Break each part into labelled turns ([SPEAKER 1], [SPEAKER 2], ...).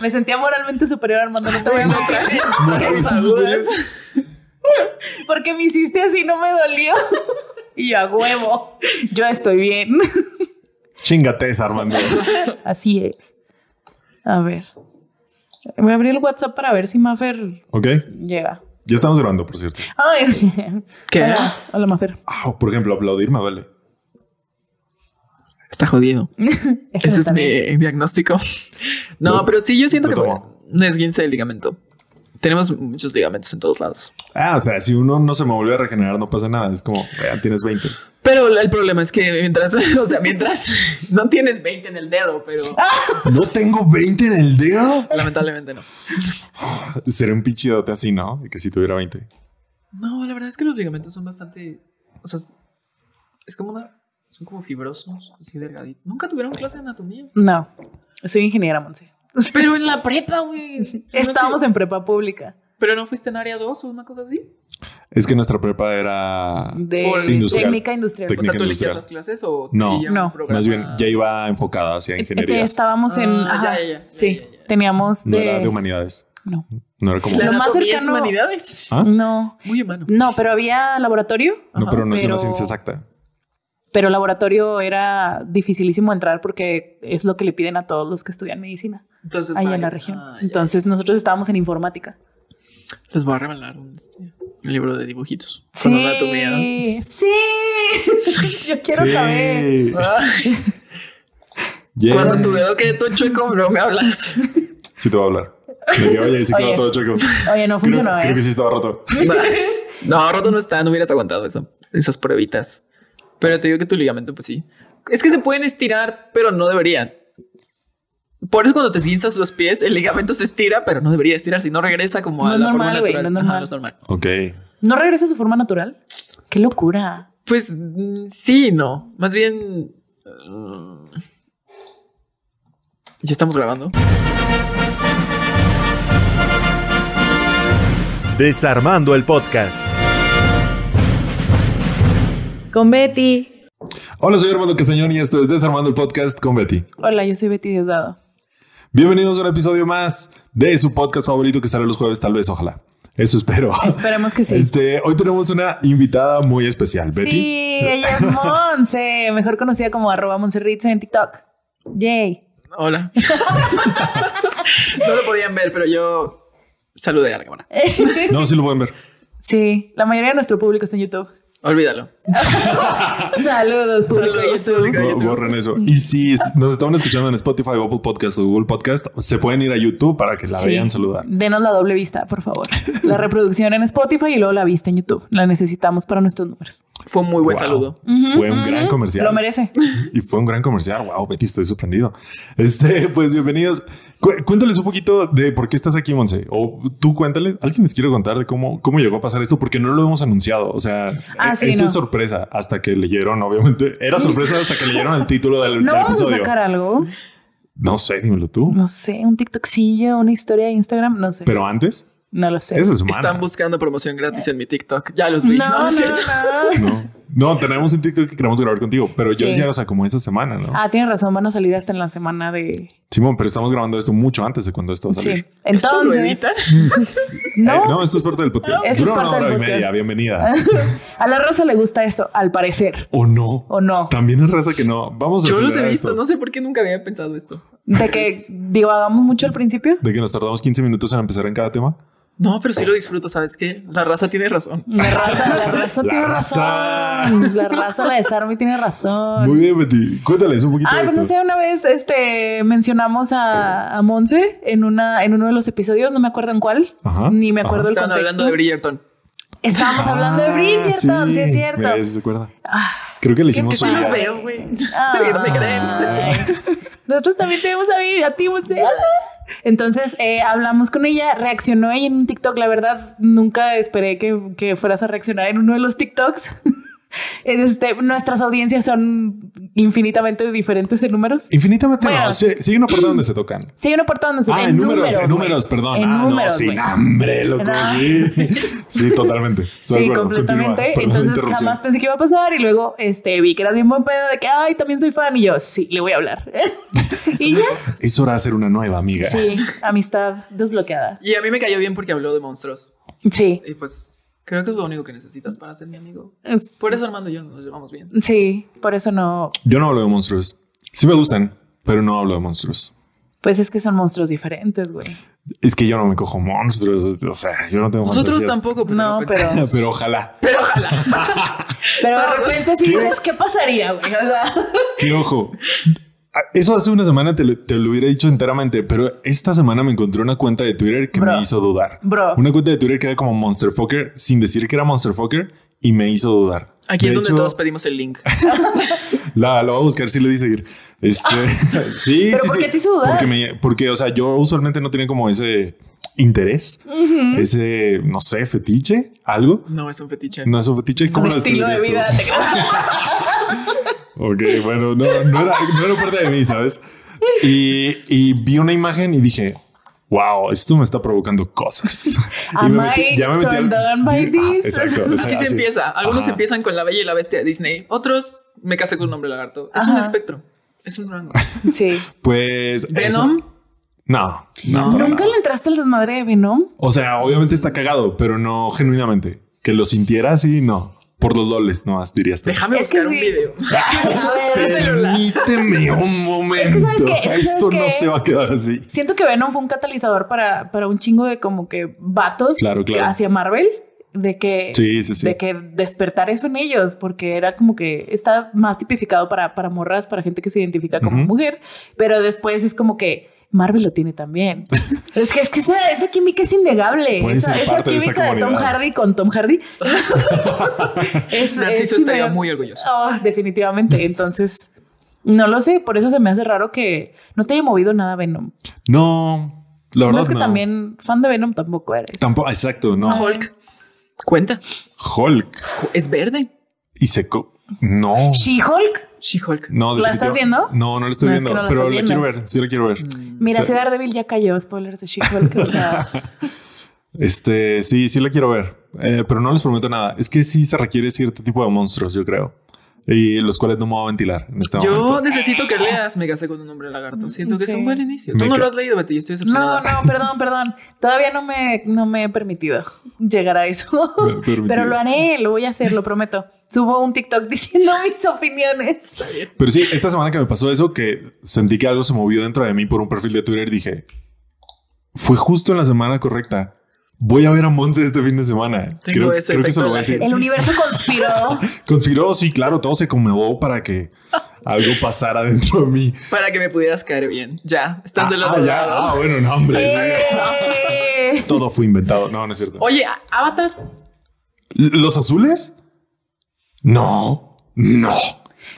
[SPEAKER 1] Me sentía moralmente superior, Armando. No te voy a mentir.
[SPEAKER 2] Moralmente superior.
[SPEAKER 1] Porque me hiciste así, no me dolió. Y yo a huevo. Yo estoy bien.
[SPEAKER 2] Chingate esa, Armando.
[SPEAKER 1] Así es. A ver. Me abrí el WhatsApp para ver si Mafer
[SPEAKER 2] ¿Ok?
[SPEAKER 1] llega.
[SPEAKER 2] Ya estamos grabando, por cierto.
[SPEAKER 1] Ay,
[SPEAKER 3] ¿Qué?
[SPEAKER 1] Hola, hola, Mafer.
[SPEAKER 2] Ah, por ejemplo, aplaudir me duele.
[SPEAKER 3] Está jodido.
[SPEAKER 1] Eso
[SPEAKER 3] Ese
[SPEAKER 1] no
[SPEAKER 3] es
[SPEAKER 1] está bien.
[SPEAKER 3] mi diagnóstico.
[SPEAKER 2] Lo-
[SPEAKER 3] No, pero sí, yo siento
[SPEAKER 2] lo
[SPEAKER 3] que
[SPEAKER 2] tomo.
[SPEAKER 3] bueno, un esguince de ligamento. Tenemos muchos ligamentos en todos lados.
[SPEAKER 2] Ah, o sea, si uno no se me vuelve a regenerar, no pasa nada. Es como, "Vean, tienes 20.
[SPEAKER 3] Pero el problema es que mientras, o sea, mientras no tienes 20 en el dedo, pero
[SPEAKER 2] No tengo 20 en el dedo.
[SPEAKER 3] lamentablemente no.
[SPEAKER 2] Sería un pinchidote así, ¿no? De Que si tuviera 20.
[SPEAKER 3] No, la verdad es que los ligamentos son bastante, o sea, es como una, son como fibrosos, así delgaditos. Nunca tuvieron clase de anatomía.
[SPEAKER 1] No, soy ingeniera, Monse.
[SPEAKER 3] Pero en la prepa, güey.
[SPEAKER 1] Estábamos en prepa pública.
[SPEAKER 3] Pero no fuiste en área 2 o una cosa así.
[SPEAKER 2] Es que nuestra prepa era.
[SPEAKER 1] De
[SPEAKER 3] Por-
[SPEAKER 2] Industrial.
[SPEAKER 1] técnica industrial.
[SPEAKER 2] Técnica.
[SPEAKER 3] O sea, ¿tú
[SPEAKER 2] industrial.
[SPEAKER 3] elegías las clases o
[SPEAKER 2] No,
[SPEAKER 3] ya un
[SPEAKER 1] No.
[SPEAKER 3] programa?
[SPEAKER 2] Más bien, ya iba enfocada hacia
[SPEAKER 1] Que
[SPEAKER 2] ingeniería.
[SPEAKER 1] estábamos en.
[SPEAKER 3] Ah,
[SPEAKER 1] ajá,
[SPEAKER 3] ya, ya, ya,
[SPEAKER 1] sí,
[SPEAKER 3] ya, ya, ya.
[SPEAKER 1] teníamos de.
[SPEAKER 2] No era de humanidades.
[SPEAKER 1] No.
[SPEAKER 2] No era como.
[SPEAKER 3] La
[SPEAKER 1] Lo más
[SPEAKER 3] anatomía es
[SPEAKER 1] cercano-
[SPEAKER 3] humanidades.
[SPEAKER 2] ¿Ah?
[SPEAKER 1] No,
[SPEAKER 3] Muy humano.
[SPEAKER 1] no, pero había laboratorio.
[SPEAKER 2] No,
[SPEAKER 1] Ajá,
[SPEAKER 2] pero no es una ciencia exacta.
[SPEAKER 1] Pero laboratorio era dificilísimo entrar porque es lo que le piden a todos los que estudian medicina
[SPEAKER 3] Entonces,
[SPEAKER 1] ahí
[SPEAKER 3] vale.
[SPEAKER 1] en la región.
[SPEAKER 3] Ah, ya,
[SPEAKER 1] Entonces nosotros estábamos en informática.
[SPEAKER 3] ya. Les voy a regalar un, este, un libro de dibujitos.
[SPEAKER 1] Sí,
[SPEAKER 3] Con anatomía.
[SPEAKER 1] sí. Yo quiero
[SPEAKER 2] Sí.
[SPEAKER 1] saber.
[SPEAKER 3] Ay,
[SPEAKER 2] Yeah.
[SPEAKER 3] Cuando tu dedo quede todo chueco, no me hablas.
[SPEAKER 2] Sí, te voy a hablar. De que, oye, sí quedó
[SPEAKER 1] Oye.
[SPEAKER 2] todo chueco.
[SPEAKER 1] Oye, no
[SPEAKER 2] Creo,
[SPEAKER 1] funcionó, ¿eh?
[SPEAKER 2] creo que sí estaba roto.
[SPEAKER 3] No, roto no está, no hubieras aguantado esa- esas pruebitas. Pero te digo que tu ligamento, pues sí. Es que se pueden estirar, pero no deberían. Por eso cuando te esguinzas los pies, el ligamento se estira, pero no debería estirar, si no regresa como a
[SPEAKER 1] No es
[SPEAKER 3] la forma
[SPEAKER 1] normal, güey,
[SPEAKER 3] natural.
[SPEAKER 1] no es
[SPEAKER 3] Ajá,
[SPEAKER 1] normal.
[SPEAKER 2] Ok.
[SPEAKER 1] ¿No regresa a su forma natural? ¡Qué locura!
[SPEAKER 3] Pues mm, sí, y no. Más bien. mm, ya estamos grabando.
[SPEAKER 4] Desarmando el podcast.
[SPEAKER 5] Con Betty.
[SPEAKER 2] Hola, soy Armando Castañón y esto es Desarmando el Podcast con Betty.
[SPEAKER 1] Hola, yo soy Betty Diosdado.
[SPEAKER 2] Bienvenidos a un episodio más de su podcast favorito que sale los jueves, tal vez, ojalá. Eso espero.
[SPEAKER 1] Esperemos que sí.
[SPEAKER 2] Este, hoy tenemos una invitada muy especial, Betty.
[SPEAKER 1] Sí, ella es Monse, mejor conocida como arroba Monserritz en TikTok. Yay.
[SPEAKER 3] Hola. no lo podían ver, pero yo saludé a la cámara.
[SPEAKER 2] No, sí lo pueden ver.
[SPEAKER 1] Sí, la mayoría de nuestro público está en YouTube.
[SPEAKER 3] Olvídalo.
[SPEAKER 1] Saludos, público de
[SPEAKER 3] Saludos,
[SPEAKER 1] YouTube.
[SPEAKER 3] público.
[SPEAKER 2] Bo- Borren eso. Y si es- nos estaban escuchando en Spotify, Apple Podcast o Google Podcast, se pueden ir a YouTube para que la
[SPEAKER 1] Sí.
[SPEAKER 2] vean saludar.
[SPEAKER 1] Denos la doble vista, por favor. La reproducción en Spotify y luego la vista en YouTube. La necesitamos para nuestros números.
[SPEAKER 3] Fue un muy buen
[SPEAKER 2] Wow.
[SPEAKER 3] saludo.
[SPEAKER 2] Fue un gran comercial.
[SPEAKER 1] Lo merece.
[SPEAKER 2] Y fue un gran comercial. Wow, Betty, estoy sorprendido. Este, pues bienvenidos. Cu- cuéntales un poquito de por qué estás aquí, Monse. O tú cuéntales. Alguien les quiere contar de cómo, cómo llegó a pasar esto, porque no lo hemos anunciado. O sea,
[SPEAKER 1] Ah,
[SPEAKER 2] e-
[SPEAKER 1] sí,
[SPEAKER 2] esto
[SPEAKER 1] no.
[SPEAKER 2] es sorpresa hasta que leyeron, obviamente. Era sorpresa hasta que leyeron el título del,
[SPEAKER 1] ¿No
[SPEAKER 2] del
[SPEAKER 1] vamos a
[SPEAKER 2] episodio.
[SPEAKER 1] sacar algo?
[SPEAKER 2] No sé, dímelo tú.
[SPEAKER 1] No sé, un TikTokcillo, una historia de Instagram, no sé.
[SPEAKER 2] Pero antes,
[SPEAKER 1] no lo sé.
[SPEAKER 2] eso es humana.
[SPEAKER 3] Están buscando promoción gratis en mi TikTok. Ya los
[SPEAKER 1] No,
[SPEAKER 3] vi.
[SPEAKER 1] no,
[SPEAKER 3] No, no es cierto.
[SPEAKER 1] no.
[SPEAKER 2] No. No, tenemos un TikTok que queremos grabar contigo, pero
[SPEAKER 1] Sí.
[SPEAKER 2] yo decía, o sea, como esa semana, ¿no?
[SPEAKER 1] Ah, tienes razón, van a salir hasta en la semana de.
[SPEAKER 2] Simón, pero estamos grabando esto mucho antes de cuando esto va a
[SPEAKER 1] Sí.
[SPEAKER 2] salir.
[SPEAKER 3] ¿Esto lo
[SPEAKER 1] Entonces,
[SPEAKER 3] editan?
[SPEAKER 1] no,
[SPEAKER 2] Eh, no, esto es parte del podcast.
[SPEAKER 1] Esto es
[SPEAKER 2] Dura
[SPEAKER 1] parte
[SPEAKER 2] una hora
[SPEAKER 1] del
[SPEAKER 2] y media,
[SPEAKER 1] podcast.
[SPEAKER 2] bienvenida.
[SPEAKER 1] a la raza le gusta esto, al parecer,
[SPEAKER 2] ¿O no?
[SPEAKER 1] o no.
[SPEAKER 2] También es raza que no. Vamos a
[SPEAKER 3] Yo los he
[SPEAKER 2] acelerar
[SPEAKER 3] visto.
[SPEAKER 2] esto.
[SPEAKER 3] No sé por qué nunca había pensado esto.
[SPEAKER 1] De que divagamos mucho al principio.
[SPEAKER 2] De que nos tardamos 15 minutos en empezar en cada tema.
[SPEAKER 3] No, pero sí lo disfruto. ¿Sabes qué? La raza tiene razón.
[SPEAKER 1] La raza, la raza
[SPEAKER 2] La
[SPEAKER 1] tiene
[SPEAKER 2] raza.
[SPEAKER 1] razón. La raza, la de Sarmi tiene razón.
[SPEAKER 2] Muy bien, Betty. Cuéntales un poquito
[SPEAKER 1] Ah,
[SPEAKER 2] de
[SPEAKER 1] pues
[SPEAKER 2] esto.
[SPEAKER 1] no sé, una vez este, mencionamos a, a Monse en, una, en uno de los episodios, no me acuerdo en cuál,
[SPEAKER 2] Ajá,
[SPEAKER 1] ni me acuerdo el
[SPEAKER 3] Estaban
[SPEAKER 1] contexto.
[SPEAKER 3] hablando de Bridgerton.
[SPEAKER 1] Estábamos hablando de
[SPEAKER 2] Ah,
[SPEAKER 1] Bridgerton, sí, es cierto.
[SPEAKER 2] Mira, sí se acuerda.
[SPEAKER 1] Ah,
[SPEAKER 2] Creo que le
[SPEAKER 1] es que
[SPEAKER 2] hicimos
[SPEAKER 1] sí
[SPEAKER 2] un-
[SPEAKER 1] los Ah.
[SPEAKER 3] veo, güey.
[SPEAKER 1] Ay.
[SPEAKER 3] No me
[SPEAKER 1] Nosotros también tenemos a vivir a ti, Monse. Ah. Entonces eh, hablamos con ella, reaccionó ella en un TikTok. La verdad, nunca esperé que, que fueras a reaccionar en uno de los TikToks. Este, nuestras audiencias son infinitamente diferentes en números.
[SPEAKER 2] Infinitamente no.
[SPEAKER 1] Bueno.
[SPEAKER 2] Sí, sigue una parte donde se tocan.
[SPEAKER 1] Sí, hay una parte donde se
[SPEAKER 2] Ah,
[SPEAKER 1] ven
[SPEAKER 2] en números, en
[SPEAKER 1] güey.
[SPEAKER 2] números, perdón.
[SPEAKER 1] En
[SPEAKER 2] ah,
[SPEAKER 1] números,
[SPEAKER 2] no, sin
[SPEAKER 1] güey.
[SPEAKER 2] hambre, loco.
[SPEAKER 1] Ah.
[SPEAKER 2] Sí, sí, totalmente. Estoy de
[SPEAKER 1] Sí,
[SPEAKER 2] acuerdo.
[SPEAKER 1] completamente.
[SPEAKER 2] Continúa. Perdón la
[SPEAKER 1] Entonces
[SPEAKER 2] interrupción.
[SPEAKER 1] jamás pensé que iba a pasar y luego este vi que eras bien buen pedo de que ay, también soy fan y yo sí, le voy a hablar. y ya.
[SPEAKER 2] Es hora de hacer una nueva amiga.
[SPEAKER 1] Sí, amistad desbloqueada.
[SPEAKER 3] Y a mí me cayó bien porque habló de monstruos.
[SPEAKER 1] Sí.
[SPEAKER 3] Y pues creo que es lo único que necesitas para ser mi amigo.
[SPEAKER 1] Es-
[SPEAKER 3] Por eso Armando y yo nos llevamos bien.
[SPEAKER 1] Sí, por eso no.
[SPEAKER 2] Yo no hablo de monstruos. Sí me gustan, pero no hablo de monstruos.
[SPEAKER 1] Pues es que son monstruos diferentes, güey.
[SPEAKER 2] Es que yo no me cojo monstruos. O sea, yo no tengo
[SPEAKER 3] Nosotros
[SPEAKER 2] fantasías.
[SPEAKER 3] tampoco, pero
[SPEAKER 1] No,
[SPEAKER 3] pensé-
[SPEAKER 1] pero-
[SPEAKER 2] pero ojalá.
[SPEAKER 3] pero ojalá.
[SPEAKER 1] Pero de repente sí
[SPEAKER 2] Ah, ¿Qué?
[SPEAKER 1] dices, ¿qué pasaría, güey? O sea,
[SPEAKER 2] Que ojo. Eso hace una semana te lo, te lo hubiera dicho enteramente, pero esta semana me encontré una cuenta de Twitter que
[SPEAKER 1] Bro.
[SPEAKER 2] me hizo dudar.
[SPEAKER 1] Bro.
[SPEAKER 2] Una cuenta de Twitter que era como Monsterfucker sin decir que era Monsterfucker y me hizo dudar.
[SPEAKER 3] Aquí
[SPEAKER 2] De
[SPEAKER 3] es donde
[SPEAKER 2] hecho,
[SPEAKER 3] todos pedimos el link.
[SPEAKER 2] La, la voy a buscar si le di seguir. Este,
[SPEAKER 3] Ah.
[SPEAKER 2] sí,
[SPEAKER 1] ¿Pero
[SPEAKER 2] sí,
[SPEAKER 1] por
[SPEAKER 2] sí.
[SPEAKER 1] qué te hizo dudar?
[SPEAKER 2] Porque, me- porque, o sea, yo usualmente no tenía como ese interés, ese, no sé, fetiche, algo.
[SPEAKER 3] No, es un fetiche. Ah,
[SPEAKER 2] No es un fetiche.
[SPEAKER 1] es un
[SPEAKER 2] lo
[SPEAKER 1] estilo de vida.
[SPEAKER 2] describirías
[SPEAKER 1] te creo.
[SPEAKER 2] tú? Ok, bueno, no, no, era, no era parte de mí, ¿sabes? Y, y vi una imagen y dije, wow, esto me está provocando cosas. Y
[SPEAKER 1] Am
[SPEAKER 2] me metí-
[SPEAKER 1] I
[SPEAKER 2] ya me metí al-
[SPEAKER 1] turned on by
[SPEAKER 2] Ah,
[SPEAKER 1] this?
[SPEAKER 2] exacto. o sea,
[SPEAKER 3] Así se
[SPEAKER 2] así.
[SPEAKER 3] empieza. Algunos
[SPEAKER 2] Ajá.
[SPEAKER 3] empiezan con la bella y la bestia de Disney. Otros me casé con un hombre lagarto. Es un
[SPEAKER 1] Ajá.
[SPEAKER 3] espectro. Es un rango.
[SPEAKER 1] Sí.
[SPEAKER 2] Pues. eso-
[SPEAKER 3] Venom.
[SPEAKER 2] No,
[SPEAKER 3] No.
[SPEAKER 2] no. para
[SPEAKER 1] ¿Nunca
[SPEAKER 2] nada.
[SPEAKER 1] le entraste al desmadre de Venom?
[SPEAKER 2] O sea, obviamente está cagado, pero no genuinamente. Que lo sintiera así, no. Por los loles, no, dirías tú.
[SPEAKER 3] Déjame
[SPEAKER 1] Es que
[SPEAKER 3] buscar un
[SPEAKER 1] sí.
[SPEAKER 3] video.
[SPEAKER 1] A ver, celular.
[SPEAKER 2] Permíteme un momento.
[SPEAKER 1] que ¿sabes qué? Es que
[SPEAKER 2] Esto
[SPEAKER 1] ¿sabes
[SPEAKER 2] no
[SPEAKER 1] qué?
[SPEAKER 2] se va a quedar así.
[SPEAKER 1] Siento que Venom fue un catalizador para, para un chingo de como que vatos
[SPEAKER 2] Claro, claro.
[SPEAKER 1] hacia Marvel. De que,
[SPEAKER 2] Sí, sí, sí.
[SPEAKER 1] de que despertar eso en ellos, porque era como que está más tipificado para, para morras, para gente que se identifica como
[SPEAKER 2] Ujú.
[SPEAKER 1] mujer, pero después es como que Marvel lo tiene también. es que, es que esa, esa química es innegable.
[SPEAKER 2] Pueden
[SPEAKER 1] Esa,
[SPEAKER 2] ser
[SPEAKER 1] esa
[SPEAKER 2] parte de esta
[SPEAKER 1] química de, Tom
[SPEAKER 2] comunidad.
[SPEAKER 1] Hardy con Tom Hardy. es,
[SPEAKER 3] Narciso
[SPEAKER 1] es
[SPEAKER 3] estaría
[SPEAKER 1] innegable.
[SPEAKER 3] muy orgulloso.
[SPEAKER 1] Oh, definitivamente. Entonces, no lo sé. Por eso se me hace raro que no te haya movido nada Venom.
[SPEAKER 2] No, la verdad.
[SPEAKER 1] no es que también fan de Venom tampoco eres.
[SPEAKER 2] Tampoco, exacto,
[SPEAKER 1] Oh,
[SPEAKER 2] no.
[SPEAKER 3] Hulk. Cuenta.
[SPEAKER 2] Hulk
[SPEAKER 3] Cu- Es verde.
[SPEAKER 2] y Seco. No.
[SPEAKER 1] She-Hulk.
[SPEAKER 3] She-Hulk.
[SPEAKER 2] No,
[SPEAKER 1] ¿La estás
[SPEAKER 2] definitiva-
[SPEAKER 1] viendo?
[SPEAKER 2] No, no la estoy
[SPEAKER 1] No, es
[SPEAKER 2] viendo,
[SPEAKER 1] que no la
[SPEAKER 2] pero la
[SPEAKER 1] estás viendo.
[SPEAKER 2] quiero ver. Sí, la quiero ver.
[SPEAKER 1] Mira,
[SPEAKER 2] Sí.
[SPEAKER 1] ese Daredevil ya cayó. Spoilers de She-Hulk. O sea,
[SPEAKER 2] Este sí, sí la quiero ver, Eh, pero no les prometo nada. Es que sí se requiere cierto tipo de monstruos, yo creo, y los cuales no me voy a ventilar en este
[SPEAKER 3] Yo
[SPEAKER 2] momento.
[SPEAKER 3] necesito que leas Me casé con un hombre lagarto. Siento que es
[SPEAKER 1] Sí.
[SPEAKER 3] un buen inicio.
[SPEAKER 2] Me
[SPEAKER 3] Tú no
[SPEAKER 2] ca-
[SPEAKER 3] lo has leído, Betty. Yo estoy decepcionada.
[SPEAKER 1] no, no, perdón, perdón. Todavía no me, no me he permitido llegar a eso.
[SPEAKER 2] Me- permitido.
[SPEAKER 1] Pero lo haré, lo voy a hacer, lo prometo. Subo un TikTok diciendo mis opiniones.
[SPEAKER 2] Pero sí, esta semana que me pasó eso, que sentí que algo se movió dentro de mí por un perfil de Twitter, dije, fue justo en la semana correcta. Voy a ver a Monse este fin de semana.
[SPEAKER 3] Tengo ese efecto de la
[SPEAKER 1] El universo conspiró.
[SPEAKER 2] Conspiró, sí, claro, todo se conmovió para que algo pasara dentro de mí.
[SPEAKER 3] Para que me pudieras caer bien. Ya, estás del
[SPEAKER 2] Ah,
[SPEAKER 3] otro
[SPEAKER 2] ah, ya.
[SPEAKER 3] lado.
[SPEAKER 2] Ah, bueno, no, hombre. sí.
[SPEAKER 1] ¡Eh!
[SPEAKER 2] Todo fue inventado. No, no es cierto.
[SPEAKER 3] Oye, Avatar.
[SPEAKER 2] ¿Los azules? No, no.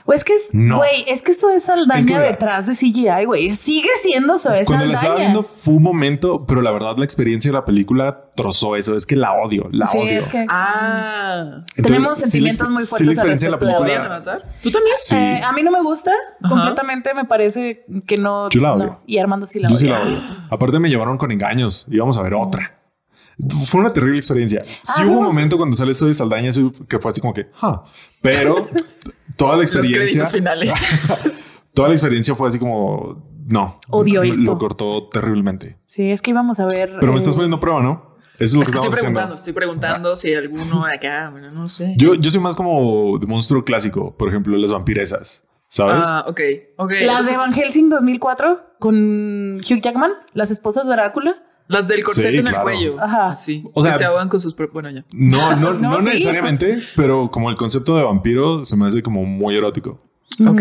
[SPEAKER 1] O es que es,
[SPEAKER 2] No.
[SPEAKER 1] güey, es que Zoe Saldaña
[SPEAKER 2] Es que mira.
[SPEAKER 1] detrás de CGI, güey. Sigue siendo Zoe
[SPEAKER 2] Cuando la estaba
[SPEAKER 1] Saldaña.
[SPEAKER 2] viendo fue un momento, pero la verdad la experiencia de la película trozó eso. Es que la odio, la
[SPEAKER 1] sí,
[SPEAKER 2] odio.
[SPEAKER 1] es que.
[SPEAKER 3] Ah.
[SPEAKER 1] Tenemos
[SPEAKER 2] sí la
[SPEAKER 1] sentimientos
[SPEAKER 2] exper-
[SPEAKER 1] muy
[SPEAKER 2] sí la
[SPEAKER 1] fuertes al
[SPEAKER 2] experiencia de la
[SPEAKER 1] respecto, la
[SPEAKER 3] ¿Podrían
[SPEAKER 2] película.
[SPEAKER 3] Avatar? ¿Tú también?
[SPEAKER 2] Sí.
[SPEAKER 1] Eh, a mí no me gusta
[SPEAKER 3] Ajá.
[SPEAKER 1] completamente, me parece que no.
[SPEAKER 2] Yo la odio.
[SPEAKER 1] no. Y Armando sí la
[SPEAKER 2] Yo
[SPEAKER 1] odia.
[SPEAKER 2] sí la odio. Aparte me llevaron con engaños. Íbamos a ver otra. Fue una terrible experiencia. Sí
[SPEAKER 1] Ah,
[SPEAKER 2] hubo un
[SPEAKER 1] vimos-
[SPEAKER 2] momento cuando sale eso de Saldaña sí, que fue así como que, "Ah", pero toda la
[SPEAKER 3] Los
[SPEAKER 2] experiencia, Ah,
[SPEAKER 3] créditos finales.
[SPEAKER 2] toda la experiencia fue así como, no,
[SPEAKER 1] Odio
[SPEAKER 2] lo,
[SPEAKER 1] esto.
[SPEAKER 2] lo cortó terriblemente.
[SPEAKER 1] Sí, es que íbamos a ver.
[SPEAKER 2] Pero
[SPEAKER 1] eh,
[SPEAKER 2] me estás poniendo a prueba, ¿no? Eso es lo
[SPEAKER 3] Es
[SPEAKER 2] que
[SPEAKER 3] que estoy
[SPEAKER 2] estamos haciendo.
[SPEAKER 3] preguntando, estoy preguntando si alguno de acá, bueno, no sé.
[SPEAKER 2] Yo, yo soy más como de monstruo clásico, por ejemplo, las vampiresas, ¿sabes?
[SPEAKER 3] Ah, ok, ok.
[SPEAKER 1] Las de
[SPEAKER 3] Entonces,
[SPEAKER 1] Van Helsing 2004 con Hugh Jackman, las esposas de Drácula.
[SPEAKER 3] Las del corset
[SPEAKER 2] Sí,
[SPEAKER 3] en el
[SPEAKER 2] claro.
[SPEAKER 3] cuello.
[SPEAKER 1] Ajá.
[SPEAKER 3] Así.
[SPEAKER 2] O sea-
[SPEAKER 3] que se ahogan con sus propios. Bueno, ya.
[SPEAKER 2] no, no, no,
[SPEAKER 1] No, sí.
[SPEAKER 2] necesariamente, pero como el concepto de vampiro se me hace como muy erótico,
[SPEAKER 3] Ok.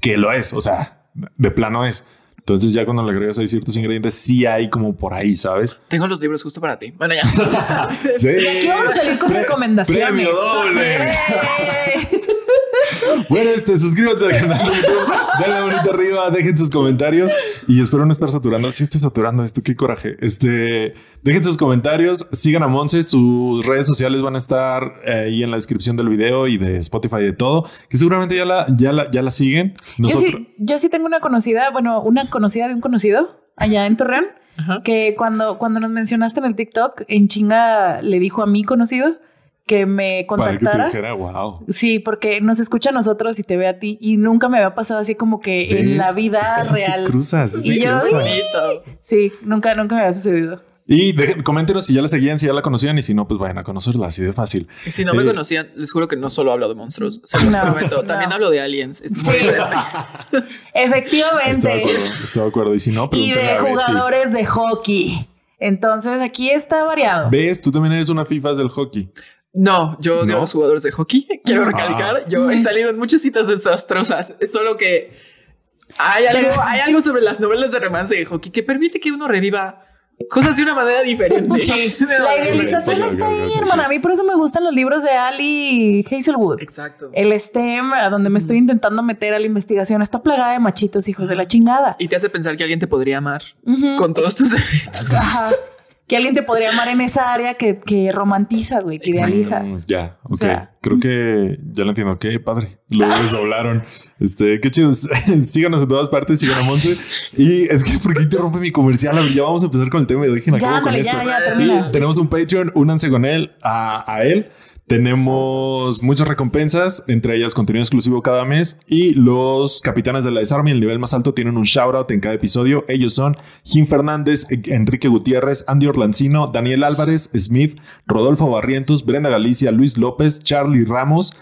[SPEAKER 2] que lo es, o sea, de plano es. Entonces ya cuando le agregas hay ciertos ingredientes, sí hay como por ahí, ¿sabes?
[SPEAKER 3] Tengo los libros justo para ti. Bueno, ya.
[SPEAKER 2] Sí.
[SPEAKER 1] Y aquí vamos a salir con
[SPEAKER 2] Pre-
[SPEAKER 1] recomendaciones.
[SPEAKER 2] Premio doble.
[SPEAKER 1] ¡Eh!
[SPEAKER 2] Bueno, este, suscríbanse al canal de YouTube, denle bonito arriba, dejen sus comentarios y espero no estar saturando. Si estoy saturando esto, qué coraje. Este, dejen sus comentarios, sigan a Monse, sus redes sociales van a estar eh, ahí en la descripción del video y de Spotify y de todo, que seguramente ya la, ya la, ya la siguen.
[SPEAKER 1] Yo
[SPEAKER 2] Nosotros,
[SPEAKER 1] sí, yo sí tengo una conocida, bueno, una conocida de un conocido allá en Torreón,
[SPEAKER 3] Ajá.
[SPEAKER 1] que cuando, cuando nos mencionaste en el TikTok, en chinga le dijo a mi conocido que me
[SPEAKER 2] Para que te
[SPEAKER 1] contactara.
[SPEAKER 2] dijera, wow.
[SPEAKER 1] Sí, porque nos escucha a nosotros y te ve a ti. Y nunca me había pasado así como que en
[SPEAKER 2] ¿Ves?
[SPEAKER 1] la vida
[SPEAKER 2] Es que así se
[SPEAKER 1] real.
[SPEAKER 2] cruza, así
[SPEAKER 1] Y
[SPEAKER 2] se
[SPEAKER 1] yo-
[SPEAKER 2] cruza.
[SPEAKER 1] Sí, nunca, nunca me había sucedido.
[SPEAKER 2] Y dejen- coméntenos si ya la seguían, si ya la conocían y si no, pues vayan a conocerla, así de fácil.
[SPEAKER 3] Y Si no me
[SPEAKER 2] Eh.
[SPEAKER 3] conocían, les juro que no solo hablo de monstruos, se los
[SPEAKER 1] No,
[SPEAKER 3] prometo.
[SPEAKER 1] no.
[SPEAKER 3] También hablo de aliens. Es
[SPEAKER 1] Sí.
[SPEAKER 3] muy divertido.
[SPEAKER 2] Estoy de
[SPEAKER 1] Efectivamente.
[SPEAKER 2] acuerdo, estoy de acuerdo. Y si no,
[SPEAKER 1] Y
[SPEAKER 2] pregúntenle
[SPEAKER 1] de
[SPEAKER 2] a Betty.
[SPEAKER 1] jugadores de hockey. Entonces aquí está variado.
[SPEAKER 2] ¿Ves? Tú también eres una FIFA del hockey.
[SPEAKER 3] No, yo odio
[SPEAKER 2] ¿No? Ah.
[SPEAKER 3] a los jugadores de hockey. Quiero recalcar, yo he salido en muchas citas desastrosas. Es solo que hay algo, hay algo sobre las novelas de romance de hockey que permite que uno reviva cosas de una manera diferente.
[SPEAKER 1] Sí,
[SPEAKER 3] Me
[SPEAKER 1] la
[SPEAKER 3] vale.
[SPEAKER 1] idealización
[SPEAKER 2] Ok, ok,
[SPEAKER 1] está
[SPEAKER 2] ok,
[SPEAKER 1] ahí,
[SPEAKER 2] ok.
[SPEAKER 1] hermana. A mí por eso me gustan los libros de Ali Hazelwood.
[SPEAKER 3] Exacto.
[SPEAKER 1] El STEM, a donde me estoy
[SPEAKER 2] Mm.
[SPEAKER 1] intentando meter a la investigación, está plagada de machitos, hijos de la chingada.
[SPEAKER 3] Y te hace pensar que alguien te podría amar
[SPEAKER 1] Ujú.
[SPEAKER 3] con todos tus defectos.
[SPEAKER 1] Ajá. Que alguien te podría amar en esa área que, que romantizas, güey, que
[SPEAKER 3] Exacto.
[SPEAKER 2] Mm,
[SPEAKER 1] idealizas.
[SPEAKER 2] ya, ok.
[SPEAKER 1] sea-
[SPEAKER 2] Creo que ya lo entiendo. Qué padre. Lo desdoblaron. Este, qué chido. Síganos en todas partes, sigan a Monse. Y es que, ¿por qué interrumpe mi comercial? A ver, ya vamos a empezar con el tema y dejen
[SPEAKER 1] Ya,
[SPEAKER 2] acabo con
[SPEAKER 1] ándale,
[SPEAKER 2] esto.
[SPEAKER 1] ya, ya,
[SPEAKER 2] Y
[SPEAKER 1] termina.
[SPEAKER 2] tenemos un Patreon, únanse con él, a, a él. Tenemos muchas recompensas, entre ellas contenido exclusivo cada mes. Y los capitanes de la Desarme, el nivel más alto, tienen un shoutout en cada episodio. Ellos son Jim Fernández, Enrique Gutiérrez, Andy Orlancino, Daniel Álvarez, Smith, Rodolfo Barrientos, Brenda Galicia, Luis López, Charlie Ramos.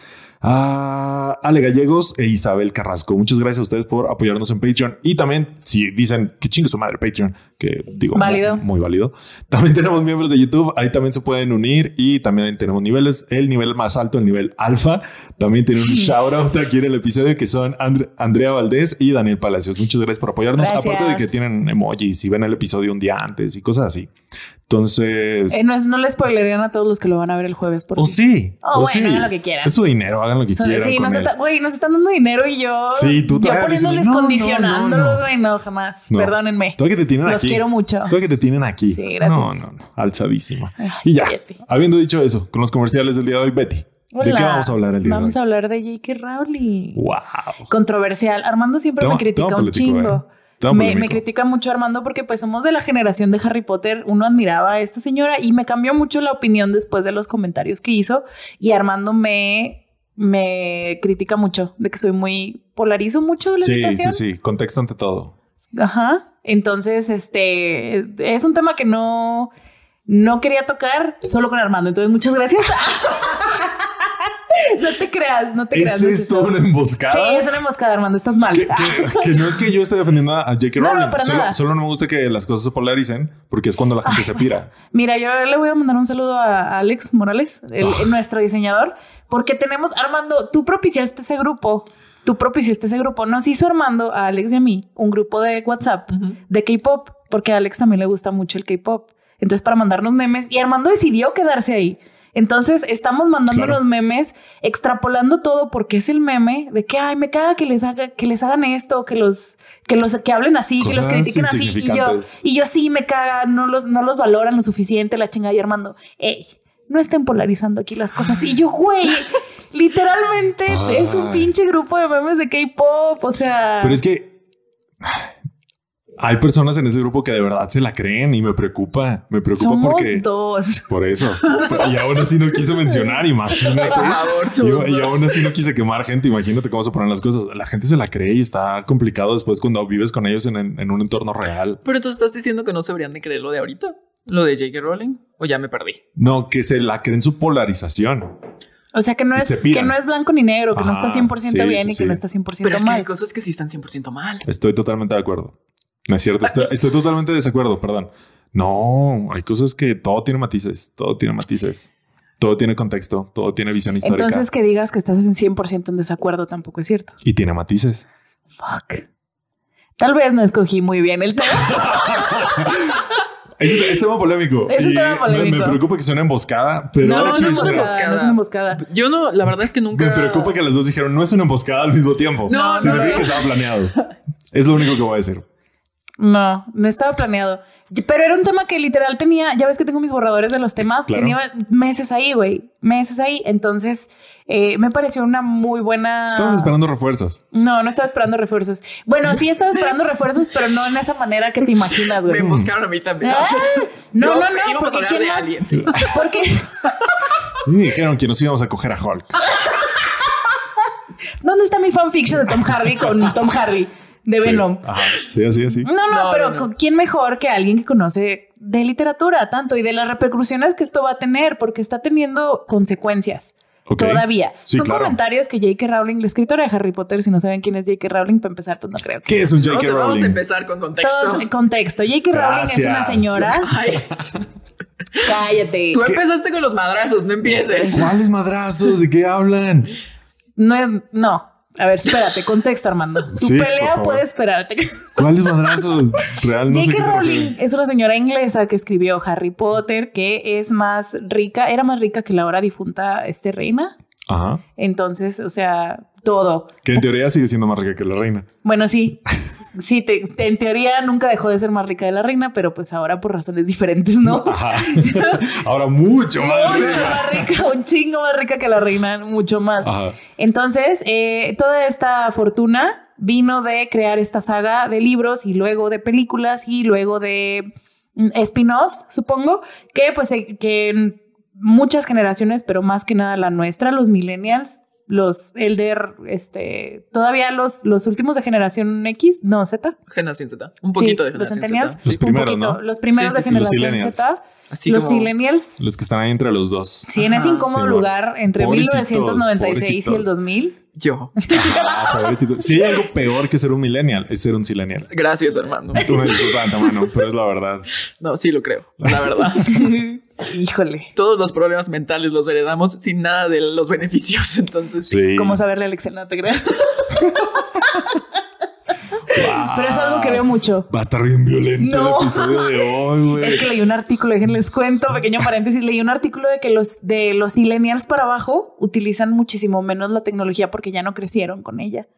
[SPEAKER 2] A Ale Gallegos e Isabel Carrasco. Muchas gracias a ustedes por apoyarnos en Patreon. Y también, si dicen que chingue su madre Patreon, que digo,
[SPEAKER 1] Válido.
[SPEAKER 2] muy, muy válido. También tenemos miembros de YouTube, ahí también se pueden unir y también tenemos niveles. El nivel más alto, el nivel alfa, también tiene un shout out aquí en el episodio que son Andr- Andrea Valdés y Daniel Palacios. Muchas gracias por apoyarnos.
[SPEAKER 1] Gracias.
[SPEAKER 2] Aparte de que tienen emojis y ven el episodio un día antes y cosas así. Entonces,
[SPEAKER 1] Eh, no, es- no les spoilerían a todos los que lo van a ver el jueves. Porque...
[SPEAKER 2] o pues. sí,
[SPEAKER 1] Oh,
[SPEAKER 2] o
[SPEAKER 1] bueno,
[SPEAKER 2] sí.
[SPEAKER 1] hagan lo que quieran.
[SPEAKER 2] Es su dinero, hagan lo que
[SPEAKER 1] So-
[SPEAKER 2] quieran.
[SPEAKER 1] sí,
[SPEAKER 2] con
[SPEAKER 1] nos
[SPEAKER 2] él.
[SPEAKER 1] está- güey, nos están dando dinero y yo,
[SPEAKER 2] Sí, tú
[SPEAKER 1] yo
[SPEAKER 2] todavía dices,
[SPEAKER 1] poniéndoles,
[SPEAKER 2] "No, no, no,
[SPEAKER 1] condicionándolos,
[SPEAKER 2] no".
[SPEAKER 1] güey, no, jamás.
[SPEAKER 2] No.
[SPEAKER 1] Perdónenme.
[SPEAKER 2] Todo que te tienen
[SPEAKER 1] Los
[SPEAKER 2] aquí.
[SPEAKER 1] quiero mucho.
[SPEAKER 2] Todo que te tienen aquí.
[SPEAKER 1] Sí, gracias.
[SPEAKER 2] No, no, no. Alzadísima.
[SPEAKER 1] Ay,
[SPEAKER 2] y ya,
[SPEAKER 1] cállate.
[SPEAKER 2] habiendo dicho eso, con los comerciales del día de hoy, Betty. ¿De qué
[SPEAKER 1] Hola.
[SPEAKER 2] vamos a hablar el día
[SPEAKER 1] Vamos
[SPEAKER 2] de
[SPEAKER 1] a
[SPEAKER 2] hoy?
[SPEAKER 1] hablar de J.K. Rowling.
[SPEAKER 2] Wow.
[SPEAKER 1] Controversial. Armando siempre
[SPEAKER 2] Tema-
[SPEAKER 1] me critica
[SPEAKER 2] tema
[SPEAKER 1] un
[SPEAKER 2] político,
[SPEAKER 1] chingo.
[SPEAKER 2] eh. Tema
[SPEAKER 1] Me,
[SPEAKER 2] polémico.
[SPEAKER 1] me critica mucho Armando porque pues somos de la generación de Harry Potter. Uno admiraba a esta señora y me cambió mucho la opinión después de los comentarios que hizo. Y Armando me, me critica mucho de que soy muy... Polarizo mucho la
[SPEAKER 2] Sí, sí,
[SPEAKER 1] situación.
[SPEAKER 2] sí. Contexto ante todo.
[SPEAKER 1] Ajá. Entonces, este es un tema que no, no quería tocar solo con Armando. Entonces, muchas gracias. no te creas, no te creas.
[SPEAKER 2] ¿Es
[SPEAKER 1] no es
[SPEAKER 2] esto
[SPEAKER 1] eso.
[SPEAKER 2] una emboscada?
[SPEAKER 1] Sí, es una emboscada, Armando. Estás mal. Ah,
[SPEAKER 2] que, que- que no es que yo esté defendiendo a J.K.
[SPEAKER 1] No, no,
[SPEAKER 2] Rowling.
[SPEAKER 1] para
[SPEAKER 2] solo,
[SPEAKER 1] nada.
[SPEAKER 2] solo no me gusta que las cosas se polaricen porque es cuando la gente se pira.
[SPEAKER 1] Mira, yo le voy a mandar un saludo a Alex Morales, el-
[SPEAKER 2] Ugh.
[SPEAKER 1] nuestro diseñador, porque tenemos, Armando, tú propiciaste ese grupo. Tú propiciaste ese grupo. Nos hizo Armando, a Alex y a mí, un grupo de WhatsApp
[SPEAKER 3] Ujú.
[SPEAKER 1] de K-pop, porque a Alex también le gusta mucho el K-pop. Entonces, para mandarnos memes, y Armando decidió quedarse ahí. Entonces, estamos mandando
[SPEAKER 2] Claro.
[SPEAKER 1] los memes, extrapolando todo porque es el meme de que ay, me caga que les haga que les hagan esto, que los que los que hablen así, que los
[SPEAKER 2] Cosas
[SPEAKER 1] critiquen así y yo
[SPEAKER 2] insignificantes.
[SPEAKER 1] y yo sí me caga, no los no los valoran lo suficiente la chingada y Armando, ey, no estén polarizando aquí las cosas y yo, güey, literalmente es un
[SPEAKER 2] Ay.
[SPEAKER 1] pinche grupo de memes de K-pop, o sea,
[SPEAKER 2] Pero es que hay personas en ese grupo que de verdad se la creen y me preocupa. Me preocupa
[SPEAKER 1] somos
[SPEAKER 2] porque.
[SPEAKER 1] dos.
[SPEAKER 2] Por eso. Y aún así no quise mencionar, imagínate.
[SPEAKER 3] Por
[SPEAKER 1] Ah.
[SPEAKER 3] favor, somos
[SPEAKER 2] Y, y
[SPEAKER 3] dos.
[SPEAKER 2] aún así no quise quemar gente, imagínate cómo se ponen las cosas. La gente se la cree y está complicado después cuando vives con ellos en, en- en un entorno real.
[SPEAKER 3] Pero tú estás diciendo que no se deberían de creer lo de ahorita, lo de J.K. Rowling, o ya me perdí.
[SPEAKER 2] No, que se la creen su polarización.
[SPEAKER 1] O sea, que no
[SPEAKER 2] Y se
[SPEAKER 1] es que
[SPEAKER 2] piran.
[SPEAKER 1] no es blanco ni negro, que no
[SPEAKER 2] Ajá,
[SPEAKER 1] está 100%
[SPEAKER 2] sí,
[SPEAKER 1] bien
[SPEAKER 2] sí,
[SPEAKER 1] y que no
[SPEAKER 2] sí.
[SPEAKER 1] está 100%
[SPEAKER 3] Pero es que
[SPEAKER 1] mal.
[SPEAKER 3] hay cosas que sí están 100% mal.
[SPEAKER 2] Estoy totalmente de acuerdo. No es cierto, estoy, estoy totalmente de desacuerdo, perdón. No, hay cosas que todo tiene matices, todo tiene matices, todo tiene contexto, todo tiene visión histórica
[SPEAKER 1] Entonces que digas que estás en 100% en desacuerdo tampoco es cierto.
[SPEAKER 2] y tiene matices.
[SPEAKER 1] Fuck. Tal vez no escogí muy bien el tema.
[SPEAKER 2] Es, es tema polémico.
[SPEAKER 1] Es un
[SPEAKER 2] Y
[SPEAKER 1] tema
[SPEAKER 2] me- Me,
[SPEAKER 1] polémico.
[SPEAKER 2] preocupa que sea una emboscada, pero
[SPEAKER 1] No,
[SPEAKER 3] No,
[SPEAKER 1] no
[SPEAKER 3] es
[SPEAKER 1] es
[SPEAKER 3] una
[SPEAKER 1] una
[SPEAKER 3] emboscada.
[SPEAKER 1] emboscada, no es una emboscada.
[SPEAKER 3] Yo no, la verdad es que nunca.
[SPEAKER 2] me preocupa que las dos dijeron no es una emboscada al mismo tiempo.
[SPEAKER 3] No,
[SPEAKER 2] Significa
[SPEAKER 3] no, no.
[SPEAKER 2] que estaba planeado. Es lo único que voy a decir.
[SPEAKER 1] No, no estaba planeado. Y- Pero era un tema que literal tenía, ya ves que tengo mis borradores de los temas,
[SPEAKER 2] Claro.
[SPEAKER 1] tenía meses ahí, güey, meses ahí. Entonces, eh, me pareció una muy buena...
[SPEAKER 3] Ah.
[SPEAKER 2] Estamos esperando refuerzos.
[SPEAKER 1] No, no estaba esperando refuerzos. Bueno, sí estaba esperando refuerzos, pero no en esa manera que te imaginas,
[SPEAKER 3] Me
[SPEAKER 1] güey.
[SPEAKER 3] emboscaron a mí también.
[SPEAKER 1] Ah, No,
[SPEAKER 3] Yo-
[SPEAKER 1] no,
[SPEAKER 3] íbamos a
[SPEAKER 1] no, porque
[SPEAKER 3] hablar
[SPEAKER 1] ¿quién
[SPEAKER 3] de
[SPEAKER 1] más?
[SPEAKER 3] aliens.
[SPEAKER 1] Porque
[SPEAKER 2] Y me dijeron que nos íbamos a coger a Hulk.
[SPEAKER 1] ¿Dónde está mi fanfiction de Tom Hardy con Tom Hardy de
[SPEAKER 2] Sí.
[SPEAKER 1] Venom?
[SPEAKER 2] Ajá. Sí, así, así.
[SPEAKER 1] No, no,
[SPEAKER 3] No,
[SPEAKER 1] pero
[SPEAKER 3] no, no.
[SPEAKER 1] ¿quién mejor que alguien que conoce de literatura tanto y de las repercusiones que esto va a tener? Porque está teniendo consecuencias
[SPEAKER 2] Ok.
[SPEAKER 1] todavía.
[SPEAKER 2] Sí,
[SPEAKER 1] Son
[SPEAKER 2] claro.
[SPEAKER 1] comentarios que J.K. Rowling, la escritora de Harry Potter, si no saben quién es J.K. Rowling, para empezar, pues no creo que.
[SPEAKER 2] ¿Qué es un J.K.
[SPEAKER 3] Vamos a,
[SPEAKER 2] Rowling?
[SPEAKER 3] vamos a empezar con contexto.
[SPEAKER 1] Todos en contexto. J.K. Rowling es una
[SPEAKER 2] Gracias.
[SPEAKER 1] señora.
[SPEAKER 3] Ay,
[SPEAKER 1] Cállate.
[SPEAKER 3] tú empezaste con los madrazos, no empieces.
[SPEAKER 2] ¿Cuáles madrazos? ¿De qué hablan?
[SPEAKER 1] No, es- no. A ver, espérate, contexto, Armando. Tu
[SPEAKER 2] Sí, por
[SPEAKER 1] pelea
[SPEAKER 2] favor.
[SPEAKER 1] puede esperarte.
[SPEAKER 2] ¿Cuáles madrazos? Real, no sé qué
[SPEAKER 1] J.K.
[SPEAKER 2] se
[SPEAKER 1] Rowling
[SPEAKER 2] refiere.
[SPEAKER 1] es una señora inglesa que escribió Harry Potter, que es más rica, era más rica que la ahora difunta este reina.
[SPEAKER 2] Ajá.
[SPEAKER 1] Entonces, o sea, todo.
[SPEAKER 2] Que en teoría sigue siendo más rica que la reina.
[SPEAKER 1] Bueno, sí. Sí, te- te- en teoría nunca dejó de ser más rica de la reina, pero pues ahora por razones diferentes, ¿no?
[SPEAKER 2] Ajá. Ahora mucho más
[SPEAKER 1] Mucho
[SPEAKER 2] rica.
[SPEAKER 1] más rica, un chingo más rica que la reina, mucho más.
[SPEAKER 2] Ajá.
[SPEAKER 1] Entonces, eh, toda esta fortuna vino de crear esta saga de libros y luego de películas y luego de mm, spin-offs, supongo, que pues eh, que en muchas generaciones, pero más que nada la nuestra, los millennials, los elder, este, todavía los, los últimos de generación X, no, Z.
[SPEAKER 3] Generación Z. Un poquito
[SPEAKER 1] Sí,
[SPEAKER 3] de generación
[SPEAKER 1] Los centennials,
[SPEAKER 3] Z.
[SPEAKER 2] Los
[SPEAKER 1] un
[SPEAKER 2] primeros,
[SPEAKER 1] poquito.
[SPEAKER 2] ¿no?
[SPEAKER 1] Los primeros de
[SPEAKER 3] Sí, sí, sí,
[SPEAKER 2] los
[SPEAKER 1] generación
[SPEAKER 2] millennials.
[SPEAKER 1] Z,
[SPEAKER 3] Así
[SPEAKER 1] los
[SPEAKER 3] como-
[SPEAKER 1] millennials.
[SPEAKER 2] Los que están ahí entre los dos.
[SPEAKER 1] Sí, en ese
[SPEAKER 3] Ajá,
[SPEAKER 1] incómodo
[SPEAKER 2] sí,
[SPEAKER 1] lugar entre
[SPEAKER 2] Pobrecitos,
[SPEAKER 1] 1996 y el
[SPEAKER 2] pobrecitos.
[SPEAKER 1] 2000.
[SPEAKER 3] Yo.
[SPEAKER 2] Ah, pobrecito. Si hay algo peor que ser un millennial, es ser un silenial.
[SPEAKER 3] Gracias, hermano.
[SPEAKER 2] Tú me disculpas, mano, pero es la verdad.
[SPEAKER 3] No, sí lo creo. La verdad.
[SPEAKER 1] Híjole.
[SPEAKER 3] Todos los problemas mentales los heredamos sin nada de los beneficios. Entonces, sí.
[SPEAKER 2] Sí.
[SPEAKER 1] ¿Cómo saberle la lección? No te creas. Pero es algo
[SPEAKER 2] Ah.
[SPEAKER 1] que veo mucho.
[SPEAKER 2] Va a estar bien violento
[SPEAKER 1] No.
[SPEAKER 2] el episodio de hoy, güey.
[SPEAKER 1] Es que leí un artículo, déjenles cuento, pequeño paréntesis, leí un artículo de que los de los millennials para abajo utilizan muchísimo menos la tecnología porque ya no crecieron con ella.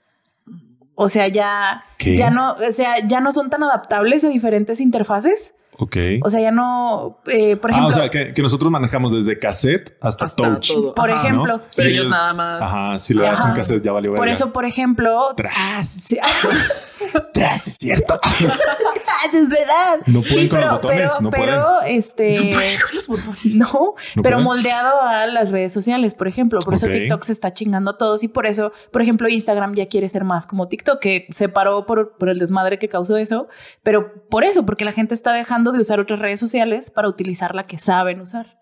[SPEAKER 1] O sea, ya,
[SPEAKER 2] ¿Qué?
[SPEAKER 1] ya no, o sea, ya no son tan adaptables a diferentes interfaces.
[SPEAKER 2] Ok.
[SPEAKER 1] O sea, ya no, eh, por
[SPEAKER 2] ah,
[SPEAKER 1] ejemplo,
[SPEAKER 2] o sea, que, que nosotros manejamos desde cassette hasta,
[SPEAKER 3] Hasta
[SPEAKER 2] touch. Ah,
[SPEAKER 3] todo.
[SPEAKER 1] por
[SPEAKER 3] Ajá.
[SPEAKER 1] ejemplo,
[SPEAKER 2] ¿no?
[SPEAKER 1] sí.
[SPEAKER 3] Pero ellos nada más.
[SPEAKER 2] Ajá, si le das
[SPEAKER 1] Ajá.
[SPEAKER 2] un cassette ya valió
[SPEAKER 1] Por
[SPEAKER 2] verga.
[SPEAKER 1] eso, por ejemplo,
[SPEAKER 2] Tras,
[SPEAKER 1] sí.
[SPEAKER 2] tras, es cierto.
[SPEAKER 1] Ah, sí, es verdad.
[SPEAKER 2] No pueden con los botones,
[SPEAKER 1] pero,
[SPEAKER 2] no pueden.
[SPEAKER 1] pero, este.
[SPEAKER 3] con los botones.
[SPEAKER 1] No,
[SPEAKER 2] No
[SPEAKER 1] pero
[SPEAKER 2] pueden.
[SPEAKER 1] moldeado a las redes sociales, por ejemplo. Por eso
[SPEAKER 2] Ok.
[SPEAKER 1] TikTok se está chingando a todos y por eso, por ejemplo, Instagram ya quiere ser más como TikTok, que se paró por, por el desmadre que causó eso. Pero por eso, porque la gente está dejando de usar otras redes sociales para utilizar la que saben usar.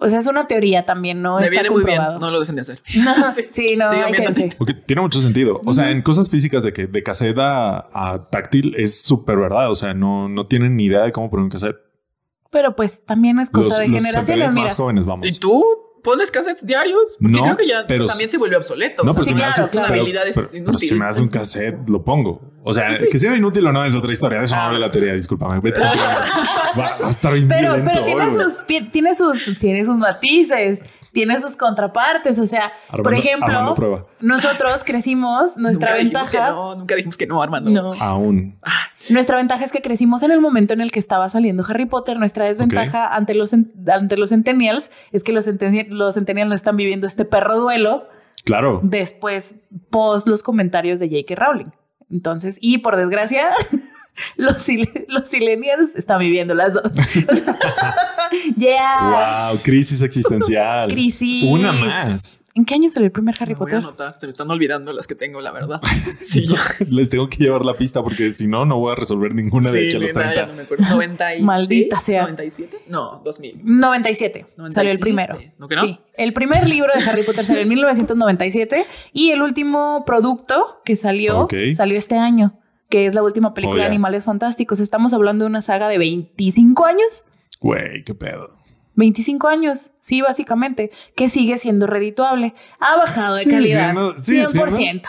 [SPEAKER 1] O sea, es una teoría también, no
[SPEAKER 3] Me
[SPEAKER 1] está
[SPEAKER 3] viene muy bien.
[SPEAKER 1] comprobado.
[SPEAKER 3] No lo dejen de hacer.
[SPEAKER 1] No, sí, no,
[SPEAKER 3] Sigan
[SPEAKER 1] hay que
[SPEAKER 3] viendo
[SPEAKER 1] decir.
[SPEAKER 2] Ok, tiene mucho sentido. O sea, en cosas físicas de que de cassette a, a táctil es súper verdad. O sea, no, no tienen ni idea de cómo poner un cassette.
[SPEAKER 1] Pero pues también es cosa
[SPEAKER 2] Los-
[SPEAKER 1] de
[SPEAKER 2] los
[SPEAKER 1] generaciones,
[SPEAKER 2] CDs
[SPEAKER 1] mira.
[SPEAKER 2] más jóvenes, vamos.
[SPEAKER 3] ¿Y tú pones cassettes diarios? Porque
[SPEAKER 2] No,
[SPEAKER 3] creo que ya
[SPEAKER 2] pero
[SPEAKER 3] también
[SPEAKER 2] s-
[SPEAKER 3] se vuelve obsoleto.
[SPEAKER 2] No,
[SPEAKER 3] O sea,
[SPEAKER 2] pero
[SPEAKER 1] sí,
[SPEAKER 2] si me
[SPEAKER 1] claro,
[SPEAKER 2] hace,
[SPEAKER 1] claro.
[SPEAKER 2] pero-
[SPEAKER 3] habilidad es
[SPEAKER 2] pero- pero
[SPEAKER 3] inútil.
[SPEAKER 2] si me hace un cassette, lo pongo. O sea,
[SPEAKER 3] Sí. Ah.
[SPEAKER 2] que sea inútil o no es otra historia. De eso no habla la teoría. Discúlpame. Vete, a la verga. va, va a estar bien
[SPEAKER 1] Pero,
[SPEAKER 2] violento
[SPEAKER 1] pero tiene,
[SPEAKER 2] hoy, güey.
[SPEAKER 1] sus, pi- tiene, sus, tiene sus matices, tiene sus contrapartes. O sea, por
[SPEAKER 2] Armando- Armando
[SPEAKER 1] ejemplo,
[SPEAKER 2] prueba.
[SPEAKER 1] nosotros crecimos, nuestra
[SPEAKER 3] Nunca dijimos que
[SPEAKER 1] ventaja.
[SPEAKER 3] No, nunca dijimos que no, Armando.
[SPEAKER 1] No.
[SPEAKER 2] Aún.
[SPEAKER 1] Nuestra ventaja es que crecimos en el momento en el que estaba saliendo Harry Potter. Nuestra desventaja ante los cen- ante los centennials es que los, centen- los centennials no están viviendo este perro duelo
[SPEAKER 2] Claro.
[SPEAKER 1] después post los comentarios de J.K. Rowling. Entonces, y por desgracia, los, sil- los millennials están viviendo las dos. yeah.
[SPEAKER 2] Wow, crisis existencial.
[SPEAKER 1] Crisis.
[SPEAKER 2] Una más.
[SPEAKER 1] ¿En qué año salió el primer Harry
[SPEAKER 3] Me voy a
[SPEAKER 1] Potter?
[SPEAKER 3] anotar. Se me están olvidando las que tengo, la verdad. Sí, ya.
[SPEAKER 2] Les tengo que llevar la pista porque si no, no voy a resolver ninguna de
[SPEAKER 3] Sí,
[SPEAKER 2] aquí a los
[SPEAKER 3] nada,
[SPEAKER 2] 30.
[SPEAKER 3] ya no me acuerdo. 96,
[SPEAKER 1] Maldita sea.
[SPEAKER 3] 97? No, 2000.
[SPEAKER 1] 97. Salió el
[SPEAKER 3] 97.
[SPEAKER 1] primero.
[SPEAKER 3] ¿No que no?
[SPEAKER 1] Sí. El primer libro de Harry Potter salió en 1997 y el último producto que salió
[SPEAKER 2] Ok.
[SPEAKER 1] salió este año, que es la última película
[SPEAKER 2] Oh, ya.
[SPEAKER 1] de Animales Fantásticos. Estamos hablando de una saga de 25 años.
[SPEAKER 2] Güey, qué pedo.
[SPEAKER 1] 25 años, sí, básicamente, que sigue siendo redituable. Ha bajado de
[SPEAKER 2] Sigue
[SPEAKER 1] calidad.
[SPEAKER 2] siendo- sigue
[SPEAKER 1] 100%.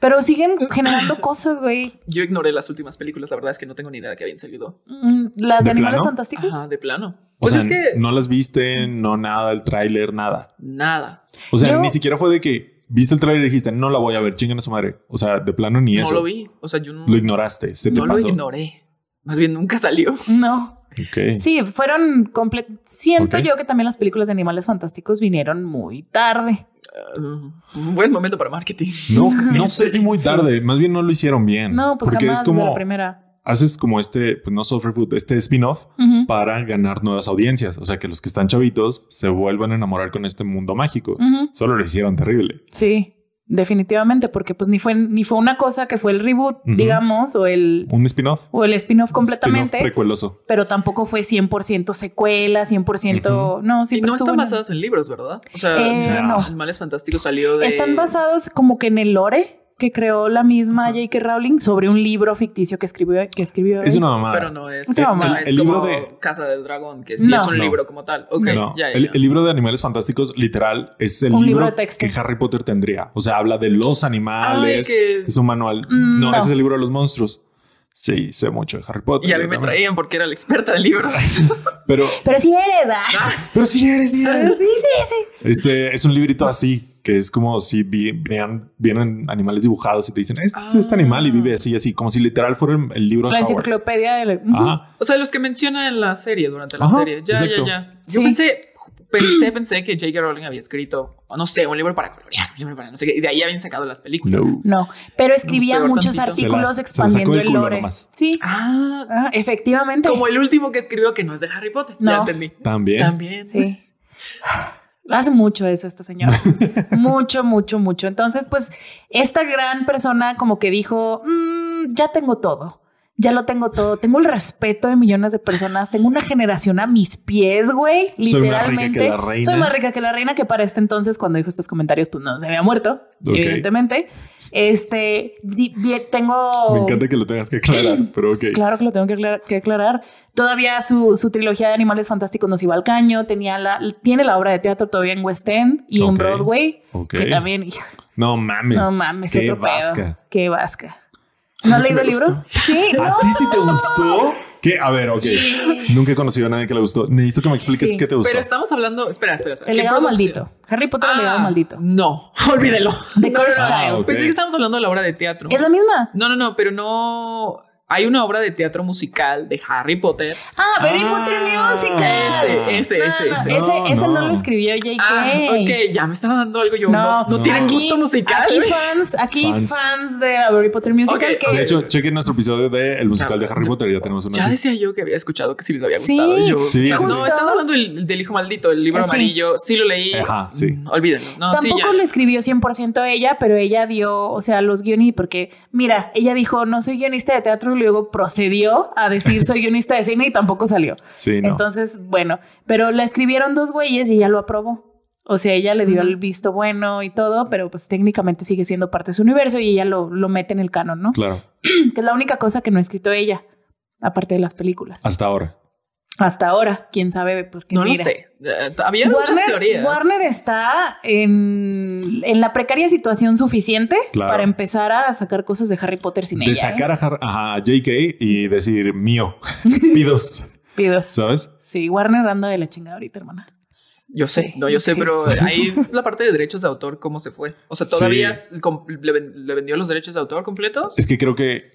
[SPEAKER 1] Pero siguen generando cosas, güey.
[SPEAKER 3] Yo ignoré las últimas películas. La verdad es que no tengo ni idea de que habían salido.
[SPEAKER 1] Mm, Las de,
[SPEAKER 2] ¿De
[SPEAKER 1] Animales
[SPEAKER 2] plano?
[SPEAKER 1] Fantásticos.
[SPEAKER 3] Ajá, de plano.
[SPEAKER 2] O
[SPEAKER 3] Pues
[SPEAKER 2] sea,
[SPEAKER 3] es que
[SPEAKER 2] no las viste, no nada, el tráiler, nada.
[SPEAKER 3] nada.
[SPEAKER 2] O sea,
[SPEAKER 1] Yo-
[SPEAKER 2] ni siquiera fue de que viste el tráiler y dijiste, no la voy a ver, chingan a su madre. O sea, de plano ni eso.
[SPEAKER 3] No lo vi. O sea, yo no,
[SPEAKER 2] Lo ignoraste, se te
[SPEAKER 3] no lo
[SPEAKER 2] pasó.
[SPEAKER 3] ignoré. Más bien nunca salió.
[SPEAKER 1] No.
[SPEAKER 2] Ok.
[SPEAKER 1] Sí, fueron completos. Siento
[SPEAKER 2] Ok.
[SPEAKER 1] yo que también las películas de animales fantásticos vinieron muy tarde.
[SPEAKER 3] Uh, un buen momento para marketing.
[SPEAKER 2] No, no sé si muy tarde, más bien no lo hicieron bien.
[SPEAKER 1] No, pues
[SPEAKER 2] porque
[SPEAKER 1] jamás
[SPEAKER 2] es
[SPEAKER 1] desde la
[SPEAKER 2] como
[SPEAKER 1] primera.
[SPEAKER 2] haces como este, pues no software food, este spin-off
[SPEAKER 1] Ujú.
[SPEAKER 2] para ganar nuevas audiencias. O sea, que los que están chavitos se vuelvan a enamorar con este mundo mágico.
[SPEAKER 1] Ujú.
[SPEAKER 2] Solo lo hicieron terrible.
[SPEAKER 1] Sí, definitivamente, porque pues ni fue, ni fue una cosa que fue el reboot,
[SPEAKER 2] Ujú.
[SPEAKER 1] digamos, o el,
[SPEAKER 2] Un spin-off.
[SPEAKER 1] o el spin-off
[SPEAKER 2] Un
[SPEAKER 1] completamente,
[SPEAKER 2] spin-off precueloso.
[SPEAKER 1] pero tampoco fue 100% secuela, 100%... No, sí,
[SPEAKER 3] y no están basados en libros, ¿verdad? O sea,
[SPEAKER 1] Eh,
[SPEAKER 2] no.
[SPEAKER 3] Animales Fantásticos salió de...
[SPEAKER 1] Están basados como que en el lore que creó la misma J.K. Rowling sobre un libro ficticio que escribió. Que escribió
[SPEAKER 2] Es una mamada.
[SPEAKER 3] Pero no es,
[SPEAKER 1] O sea,
[SPEAKER 3] no
[SPEAKER 1] mamá.
[SPEAKER 3] es
[SPEAKER 2] El libro
[SPEAKER 3] como
[SPEAKER 2] de-
[SPEAKER 3] Casa del Dragón, que sí
[SPEAKER 1] No.
[SPEAKER 3] es un
[SPEAKER 2] No.
[SPEAKER 3] libro como tal. Ok,
[SPEAKER 2] No,
[SPEAKER 3] ya, ya,
[SPEAKER 2] el,
[SPEAKER 3] ya.
[SPEAKER 2] el libro de animales fantásticos literal es el
[SPEAKER 1] Un
[SPEAKER 2] libro,
[SPEAKER 1] libro de texto.
[SPEAKER 2] que Harry Potter tendría. O sea, habla de los animales.
[SPEAKER 3] Ay, que-
[SPEAKER 2] Es un manual.
[SPEAKER 1] Mm,
[SPEAKER 2] no,
[SPEAKER 1] no.
[SPEAKER 2] ese es el libro de los monstruos. Sí, sé mucho de Harry Potter.
[SPEAKER 3] y a mí
[SPEAKER 2] yo
[SPEAKER 3] me
[SPEAKER 2] también.
[SPEAKER 3] traían porque era la experta de libros.
[SPEAKER 2] Pero,
[SPEAKER 1] Pero sí hereda.
[SPEAKER 2] pero sí eres, sí eres.
[SPEAKER 1] Ah, Sí, sí, sí.
[SPEAKER 2] Este es un librito así, que es como si vi- vinieran- vienen animales dibujados y te dicen, este es este animal y
[SPEAKER 1] Ah.
[SPEAKER 2] vive así, así, como si literal fuera el, el libro
[SPEAKER 1] La
[SPEAKER 2] de Hogwarts.
[SPEAKER 1] enciclopedia de... la-
[SPEAKER 2] Ajá.
[SPEAKER 3] O sea, los que menciona en la serie, durante la
[SPEAKER 2] Ajá,
[SPEAKER 3] serie. Ya,
[SPEAKER 2] exacto.
[SPEAKER 3] ya, ya. Yo
[SPEAKER 1] Sí.
[SPEAKER 3] pensé, pensé, pensé que J.K. Rowling había escrito, no sé, un libro para colorear, un libro para no sé qué, y de ahí habían sacado las películas.
[SPEAKER 2] No.
[SPEAKER 1] No, pero escribía
[SPEAKER 3] peor
[SPEAKER 1] muchos
[SPEAKER 3] tantito.
[SPEAKER 2] Se las-
[SPEAKER 1] artículos
[SPEAKER 2] se las
[SPEAKER 1] expandiendo
[SPEAKER 2] sacó del
[SPEAKER 1] el
[SPEAKER 2] culo
[SPEAKER 1] lore.
[SPEAKER 2] nomás.
[SPEAKER 1] Sí,
[SPEAKER 3] Ah,
[SPEAKER 1] ah, efectivamente.
[SPEAKER 3] como el último que escribió que no es de Harry Potter. Ya
[SPEAKER 1] No.
[SPEAKER 3] entendí.
[SPEAKER 2] También.
[SPEAKER 3] También.
[SPEAKER 1] Sí. Hace mucho eso esta señora. mucho, mucho, mucho. Entonces, pues, esta gran persona como que dijo, "Mm, ya tengo todo. Ya lo tengo todo. Tengo el respeto de millones de personas. Tengo una generación a mis pies, güey.
[SPEAKER 2] Soy más rica que la
[SPEAKER 1] Literalmente.
[SPEAKER 2] reina.
[SPEAKER 1] Soy más rica que la reina, que para este entonces, cuando dijo estos comentarios, pues no, se había muerto,
[SPEAKER 2] Ok.
[SPEAKER 1] evidentemente. Este, di- vi- tengo...
[SPEAKER 2] Me encanta que lo tengas que aclarar, pero ok.
[SPEAKER 1] Pues claro que lo tengo que aclarar. que aclarar. Todavía su, su trilogía de Animales Fantásticos nos iba al caño. Tenía la, tiene la obra de teatro todavía en West End y en
[SPEAKER 2] Ok.
[SPEAKER 1] Broadway.
[SPEAKER 2] Ok.
[SPEAKER 1] Que también, hijo,
[SPEAKER 2] No mames.
[SPEAKER 1] no mames,
[SPEAKER 2] Qué
[SPEAKER 1] otro pedo.
[SPEAKER 2] vasca.
[SPEAKER 1] Qué vasca. ¿No
[SPEAKER 3] A
[SPEAKER 1] has
[SPEAKER 3] mí sí
[SPEAKER 1] leído el
[SPEAKER 3] me
[SPEAKER 1] libro? Sí, no.
[SPEAKER 2] ¿A ti sí te gustó? ¿Qué? A ver, ok. Nunca he conocido a nadie que le gustó. Necesito que me expliques
[SPEAKER 1] Sí,
[SPEAKER 2] qué te gustó.
[SPEAKER 3] Pero estamos hablando. Espera, espera, espera.
[SPEAKER 1] El
[SPEAKER 3] ¿Qué
[SPEAKER 1] legado
[SPEAKER 3] producción?
[SPEAKER 1] maldito. Harry Potter, el legado
[SPEAKER 3] Ah,
[SPEAKER 1] maldito.
[SPEAKER 3] No, olvídelo.
[SPEAKER 1] The
[SPEAKER 3] No,
[SPEAKER 1] Cursed
[SPEAKER 3] no, no.
[SPEAKER 2] Ah,
[SPEAKER 1] Child.
[SPEAKER 2] ok.
[SPEAKER 3] Pensé que estábamos hablando de la obra de teatro.
[SPEAKER 1] ¿Es la misma?
[SPEAKER 3] No, no, no, pero no. Hay una obra de teatro musical de Harry Potter.
[SPEAKER 1] Ah, pero Harry
[SPEAKER 2] Ah,
[SPEAKER 1] Potter Musical.
[SPEAKER 3] Ese, ese,
[SPEAKER 1] No,
[SPEAKER 3] ese,
[SPEAKER 1] no,
[SPEAKER 3] ese.
[SPEAKER 1] ese,
[SPEAKER 2] No,
[SPEAKER 1] ese no.
[SPEAKER 2] no.
[SPEAKER 1] lo escribió J.K.
[SPEAKER 3] Ah, ok, ya me estaba dando algo yo. No,
[SPEAKER 1] No,
[SPEAKER 3] no, tienen
[SPEAKER 2] No.
[SPEAKER 3] gusto musical.
[SPEAKER 1] Aquí fans, aquí
[SPEAKER 2] Fans.
[SPEAKER 1] fans, de Harry Potter Musical
[SPEAKER 3] Ok,
[SPEAKER 1] que
[SPEAKER 3] ok.
[SPEAKER 2] De hecho, chequen nuestro episodio de El musical
[SPEAKER 3] Ya,
[SPEAKER 2] de Harry
[SPEAKER 3] ya-
[SPEAKER 2] Potter. Ya tenemos una.
[SPEAKER 3] Ya
[SPEAKER 2] así.
[SPEAKER 3] decía yo que había escuchado que sí les había
[SPEAKER 1] Sí,
[SPEAKER 3] gustado. y yo,
[SPEAKER 2] Sí,
[SPEAKER 3] no,
[SPEAKER 1] justo.
[SPEAKER 3] están hablando del, del hijo maldito, el libro
[SPEAKER 1] Ah, sí.
[SPEAKER 3] amarillo. Sí lo leí.
[SPEAKER 2] Ajá, sí.
[SPEAKER 3] Mm, Olvídenlo. No, sí,
[SPEAKER 1] Tampoco
[SPEAKER 3] ya.
[SPEAKER 1] lo escribió 100% ella, pero ella dio, o sea, los guionistas, porque mira, ella dijo, no soy guionista de teatro, y luego procedió a decir, soy guionista de cine y tampoco salió.
[SPEAKER 2] Sí, no.
[SPEAKER 1] Entonces, bueno, pero la escribieron dos güeyes y ella lo aprobó. O sea, ella le dio el visto bueno y todo, pero pues técnicamente sigue siendo parte de su universo y ella lo, lo mete en el canon, ¿no?
[SPEAKER 2] Claro,
[SPEAKER 1] Que es la única cosa que no ha escrito ella, aparte de las películas.
[SPEAKER 2] hasta ahora.
[SPEAKER 1] Hasta ahora, quién sabe de por qué.
[SPEAKER 3] No lo
[SPEAKER 1] mira.
[SPEAKER 3] sé. Eh, había muchas teorías.
[SPEAKER 1] Warner está en, en la precaria situación suficiente
[SPEAKER 2] Claro.
[SPEAKER 1] para empezar a sacar cosas de Harry Potter sin
[SPEAKER 2] De
[SPEAKER 1] ella. ¿eh?
[SPEAKER 2] sacar a, Har- ajá, a JK y decir mío, pidos,
[SPEAKER 1] ¿eh? Pidos.
[SPEAKER 2] ¿sabes?
[SPEAKER 1] Sí, Warner anda de la chingada ahorita, hermana.
[SPEAKER 3] Yo sé,
[SPEAKER 1] Sí,
[SPEAKER 3] no, yo sé,
[SPEAKER 1] sí.
[SPEAKER 3] pero ahí es la parte de derechos de autor, ¿cómo se fue? O sea, todavía com- le, ven- le vendió los derechos de autor completos.
[SPEAKER 2] Es que creo que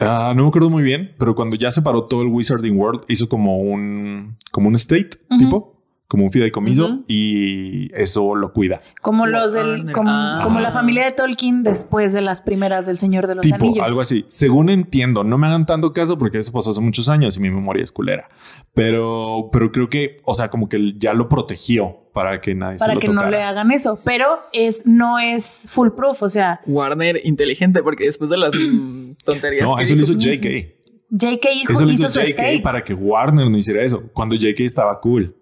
[SPEAKER 2] ah, no me acuerdo muy bien, pero cuando ya se paró todo el Wizarding World, hizo como un, como un state
[SPEAKER 1] Ujú.
[SPEAKER 2] tipo, como un fideicomiso
[SPEAKER 3] Ujú.
[SPEAKER 2] y eso lo cuida.
[SPEAKER 1] Como los del,
[SPEAKER 3] Warner.
[SPEAKER 1] como,
[SPEAKER 3] Ah.
[SPEAKER 1] como la familia de Tolkien después de las primeras del Señor de los
[SPEAKER 2] tipo,
[SPEAKER 1] Anillos.
[SPEAKER 2] algo así. Según entiendo, no me hagan tanto caso porque eso pasó hace muchos años y mi memoria es culera. Pero, pero creo que, o sea, como que ya lo protegió para que nadie se
[SPEAKER 1] Para
[SPEAKER 2] lo
[SPEAKER 1] que
[SPEAKER 2] tocara.
[SPEAKER 1] no le hagan eso. Pero es, no es foolproof. O sea,
[SPEAKER 3] Warner inteligente, porque después de las mm, tonterías.
[SPEAKER 2] No,
[SPEAKER 3] que
[SPEAKER 2] eso lo hizo
[SPEAKER 3] dijo-
[SPEAKER 2] JK.
[SPEAKER 1] JK hijo-
[SPEAKER 2] Eso lo hizo
[SPEAKER 1] hizo su
[SPEAKER 2] JK
[SPEAKER 1] escape.
[SPEAKER 2] para que Warner no hiciera eso, cuando JK estaba cool.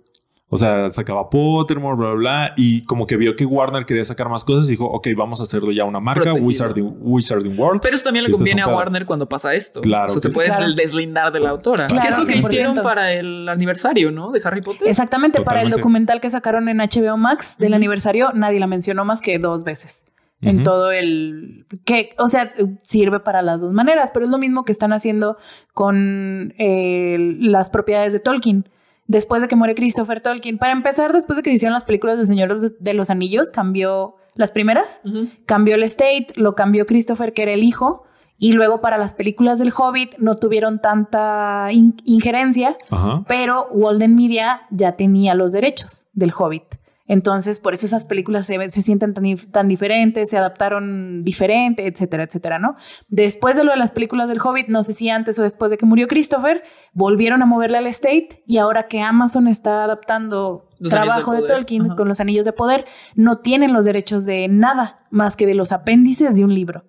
[SPEAKER 2] O sea, sacaba Pottermore, bla, bla, bla, y como que vio que Warner quería sacar más cosas, dijo, ok, vamos a hacerlo ya una marca,
[SPEAKER 3] Protegido.
[SPEAKER 2] Wizarding, Wizarding World.
[SPEAKER 3] Pero eso también le
[SPEAKER 2] Este es un
[SPEAKER 3] conviene a
[SPEAKER 2] pedo.
[SPEAKER 3] Warner cuando pasa esto.
[SPEAKER 2] Claro
[SPEAKER 3] O sea, te
[SPEAKER 2] que sí.
[SPEAKER 3] puedes
[SPEAKER 1] Claro.
[SPEAKER 3] deslindar de la autora.
[SPEAKER 1] Claro,
[SPEAKER 3] ¿Qué es lo que
[SPEAKER 1] 100%.
[SPEAKER 3] hicieron para el aniversario, no? De Harry Potter.
[SPEAKER 1] Exactamente, para el
[SPEAKER 2] Totalmente.
[SPEAKER 1] documental que sacaron en HBO Max del
[SPEAKER 3] Ujú.
[SPEAKER 1] aniversario, nadie la mencionó más que dos veces.
[SPEAKER 2] Ujú.
[SPEAKER 1] En todo el que, o sea, sirve para las dos maneras, pero es lo mismo que están haciendo con eh, las propiedades de Tolkien. Después de que muere Christopher Tolkien, para empezar, después de que se hicieron las películas del Señor de los Anillos, cambió las primeras,
[SPEAKER 3] Ujú.
[SPEAKER 1] cambió el estate, lo cambió Christopher, que era el hijo, y luego para las películas del Hobbit no tuvieron tanta in- injerencia
[SPEAKER 2] Ajá.
[SPEAKER 1] pero Walden Media ya tenía los derechos del Hobbit. Entonces, por eso esas películas se, ven- se sienten tan, dif- tan diferentes, se adaptaron diferente, etcétera, etcétera, ¿no? Después de lo de las películas del Hobbit, no sé si antes o después de que murió Christopher, volvieron a moverle al estate y ahora que Amazon está adaptando
[SPEAKER 3] Los
[SPEAKER 1] trabajo
[SPEAKER 3] Anillos
[SPEAKER 1] de
[SPEAKER 3] del Poder.
[SPEAKER 1] Tolkien
[SPEAKER 3] Ajá.
[SPEAKER 1] con los anillos de poder, no tienen los derechos de nada más que de los apéndices de un libro.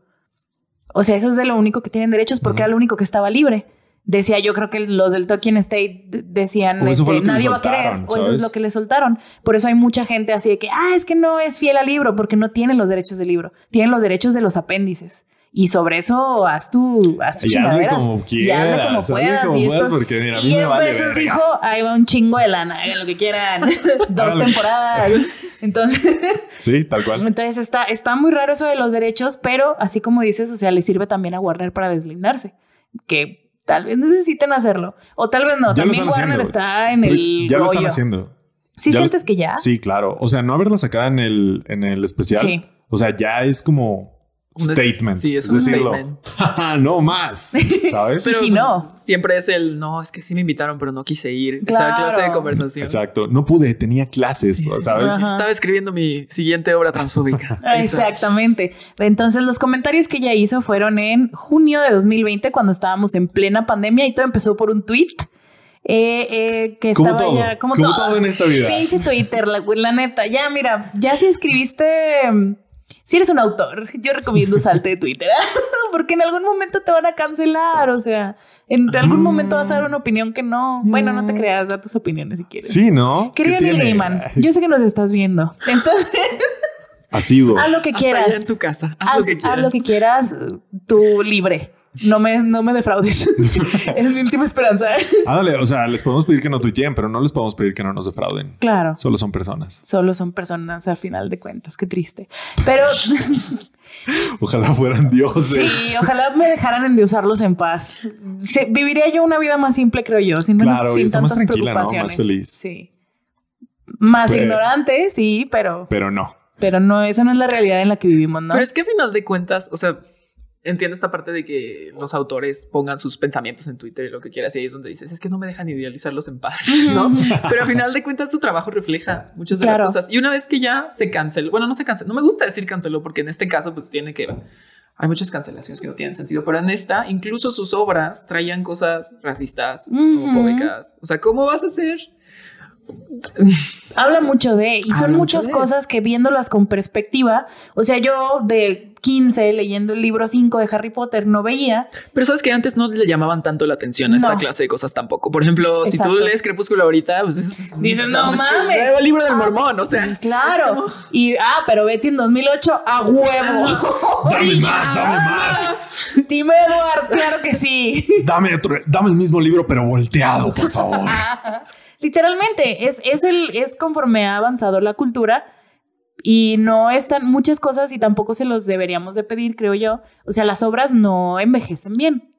[SPEAKER 1] O sea, eso es de lo único que tienen derechos porque
[SPEAKER 2] Ujú.
[SPEAKER 1] era lo único que estaba libre. Decía, yo creo que los del Tolkien State de- decían,
[SPEAKER 2] O eso
[SPEAKER 1] este,
[SPEAKER 2] fue lo que le
[SPEAKER 1] nadie va a
[SPEAKER 2] soltaron,
[SPEAKER 1] querer, o eso es
[SPEAKER 2] ¿sabes?
[SPEAKER 1] lo que le soltaron. Por eso hay mucha gente así de que, ah, es que no es fiel al libro, porque no tienen los derechos del libro, tienen los derechos de los apéndices. Y sobre eso haz tu, haz tu
[SPEAKER 2] Y hazle
[SPEAKER 1] chingadera.
[SPEAKER 2] como
[SPEAKER 1] Y
[SPEAKER 2] quieras.
[SPEAKER 1] hazle como puedas,
[SPEAKER 2] como
[SPEAKER 1] y
[SPEAKER 2] puedas,
[SPEAKER 1] estos-
[SPEAKER 2] porque mira, a mí
[SPEAKER 1] Y
[SPEAKER 2] me
[SPEAKER 1] en
[SPEAKER 2] vale
[SPEAKER 1] veces
[SPEAKER 2] verga.
[SPEAKER 1] dijo, ahí va un chingo de lana, hagan lo que quieran, dos
[SPEAKER 2] Háganlo.
[SPEAKER 1] temporadas. Entonces,
[SPEAKER 2] Sí, tal cual.
[SPEAKER 1] entonces está, está muy raro eso de los derechos, pero así como dices, o sea, le sirve también a Warner para deslindarse, que tal vez necesiten hacerlo, o tal vez no,
[SPEAKER 2] Ya lo
[SPEAKER 1] también
[SPEAKER 2] están
[SPEAKER 1] Warner
[SPEAKER 2] haciendo,
[SPEAKER 1] está en el
[SPEAKER 2] Ya lo están
[SPEAKER 1] hoyo.
[SPEAKER 2] haciendo.
[SPEAKER 1] ¿Sí
[SPEAKER 2] Ya lo-
[SPEAKER 1] sientes que ya?
[SPEAKER 2] Sí, claro. O sea, no haberla sacado en el, en el especial.
[SPEAKER 1] Sí.
[SPEAKER 2] O sea, ya es como
[SPEAKER 3] Un es-
[SPEAKER 2] statement.
[SPEAKER 3] sí, es
[SPEAKER 2] es,
[SPEAKER 3] un
[SPEAKER 2] decirlo.
[SPEAKER 3] statement.
[SPEAKER 2] "Ja, ja, no más. ¿Sabes?
[SPEAKER 1] Sí,
[SPEAKER 3] Pero
[SPEAKER 1] sí, no.
[SPEAKER 3] siempre es el no, es que sí me invitaron, pero no quise ir. Esa
[SPEAKER 1] Claro.
[SPEAKER 3] clase de conversación.
[SPEAKER 2] Exacto. No pude, tenía clases,
[SPEAKER 3] Sí, sí, sí.
[SPEAKER 2] ¿sabes?
[SPEAKER 1] Ajá.
[SPEAKER 3] Estaba escribiendo mi siguiente obra transfóbica.
[SPEAKER 1] Ah, Exactamente. Entonces los comentarios que ella hizo fueron en junio de 2020 cuando estábamos en plena pandemia y todo empezó por un tweet eh, eh, que
[SPEAKER 2] Como
[SPEAKER 1] estaba
[SPEAKER 2] todo,
[SPEAKER 1] ya como,
[SPEAKER 2] como
[SPEAKER 1] todo.
[SPEAKER 2] todo en esta vida.
[SPEAKER 1] Pinche Twitter, la, la neta. Ya mira, ya si escribiste, mm, si eres un autor, yo recomiendo salte de Twitter porque en algún momento te van a cancelar. O sea, en
[SPEAKER 2] Ah.
[SPEAKER 1] algún momento vas a dar una opinión que no. Bueno, no te creas, da tus opiniones si quieres.
[SPEAKER 2] Sí, ¿no? ¿Qué
[SPEAKER 1] Querido Neil
[SPEAKER 2] tiene?
[SPEAKER 1] Gaiman, yo sé que nos estás viendo. Entonces,
[SPEAKER 2] Asiduo.
[SPEAKER 1] haz lo que
[SPEAKER 3] Hasta allá
[SPEAKER 1] quieras
[SPEAKER 3] en tu casa. Haz,
[SPEAKER 1] haz,
[SPEAKER 3] lo que
[SPEAKER 1] haz
[SPEAKER 3] quieras.
[SPEAKER 1] lo que quieras, tú libre. No me, no me defraudes. es mi última esperanza.
[SPEAKER 2] Ándale, o sea, les podemos pedir que no tuiteen, pero no les podemos pedir que no nos defrauden.
[SPEAKER 1] Claro.
[SPEAKER 2] Solo son personas.
[SPEAKER 1] Solo son personas al final de cuentas, qué triste. Pero
[SPEAKER 2] Ojalá fueran dioses.
[SPEAKER 1] sí, ojalá me dejaran endiosarlos en paz. Sí, viviría yo una vida más simple, creo yo, sin, menos-
[SPEAKER 2] Claro, y
[SPEAKER 1] sin
[SPEAKER 2] está más
[SPEAKER 1] tantas
[SPEAKER 2] tranquila, ¿no? Más
[SPEAKER 1] preocupaciones.
[SPEAKER 2] feliz. Pues.
[SPEAKER 1] Sí. Más
[SPEAKER 2] Pero-
[SPEAKER 1] ignorante, sí, pero,
[SPEAKER 2] Pero no.
[SPEAKER 1] pero no, esa no es la realidad en la que vivimos, ¿no?
[SPEAKER 3] Pero es que a final de cuentas, o sea, entiendo esta parte de que los autores pongan sus pensamientos en Twitter y lo que quieras, y ahí es donde dices, es que no me dejan idealizarlos en paz, ¿no? Pero a final de cuentas su trabajo refleja muchas de
[SPEAKER 1] Claro.
[SPEAKER 3] las cosas. Y una vez que ya se canceló, bueno, no se canceló, no me gusta decir canceló porque en este caso pues tiene que... Hay muchas cancelaciones que no tienen sentido, pero en esta incluso sus obras traían cosas racistas,
[SPEAKER 1] Ujú.
[SPEAKER 3] homofóbicas. O sea, ¿cómo vas a hacer?
[SPEAKER 1] Habla mucho de, y son
[SPEAKER 3] Habla mucho
[SPEAKER 1] muchas
[SPEAKER 3] de.
[SPEAKER 1] cosas que viéndolas con perspectiva, o sea, yo de 15 leyendo el libro 5 de Harry Potter no veía,
[SPEAKER 3] Pero sabes que antes no le llamaban tanto la atención a esta
[SPEAKER 1] No.
[SPEAKER 3] clase de cosas tampoco. Por ejemplo, si
[SPEAKER 1] Exacto.
[SPEAKER 3] tú lees Crepúsculo ahorita, pues es-
[SPEAKER 1] Dices, "No
[SPEAKER 3] es
[SPEAKER 1] mames".
[SPEAKER 3] El nuevo libro del
[SPEAKER 1] Ah,
[SPEAKER 3] mormón, o sea.
[SPEAKER 1] claro,
[SPEAKER 3] es como-
[SPEAKER 1] y ah, pero Betty en 2008 a huevo.
[SPEAKER 2] Dame más, dame más.
[SPEAKER 1] Dime Eduard, claro que sí.
[SPEAKER 2] Dame otro, dame el mismo libro, pero volteado, por favor.
[SPEAKER 1] Literalmente es es el es conforme ha avanzado la cultura y no están muchas cosas y tampoco se los deberíamos de pedir, creo yo. O sea, las obras no envejecen bien.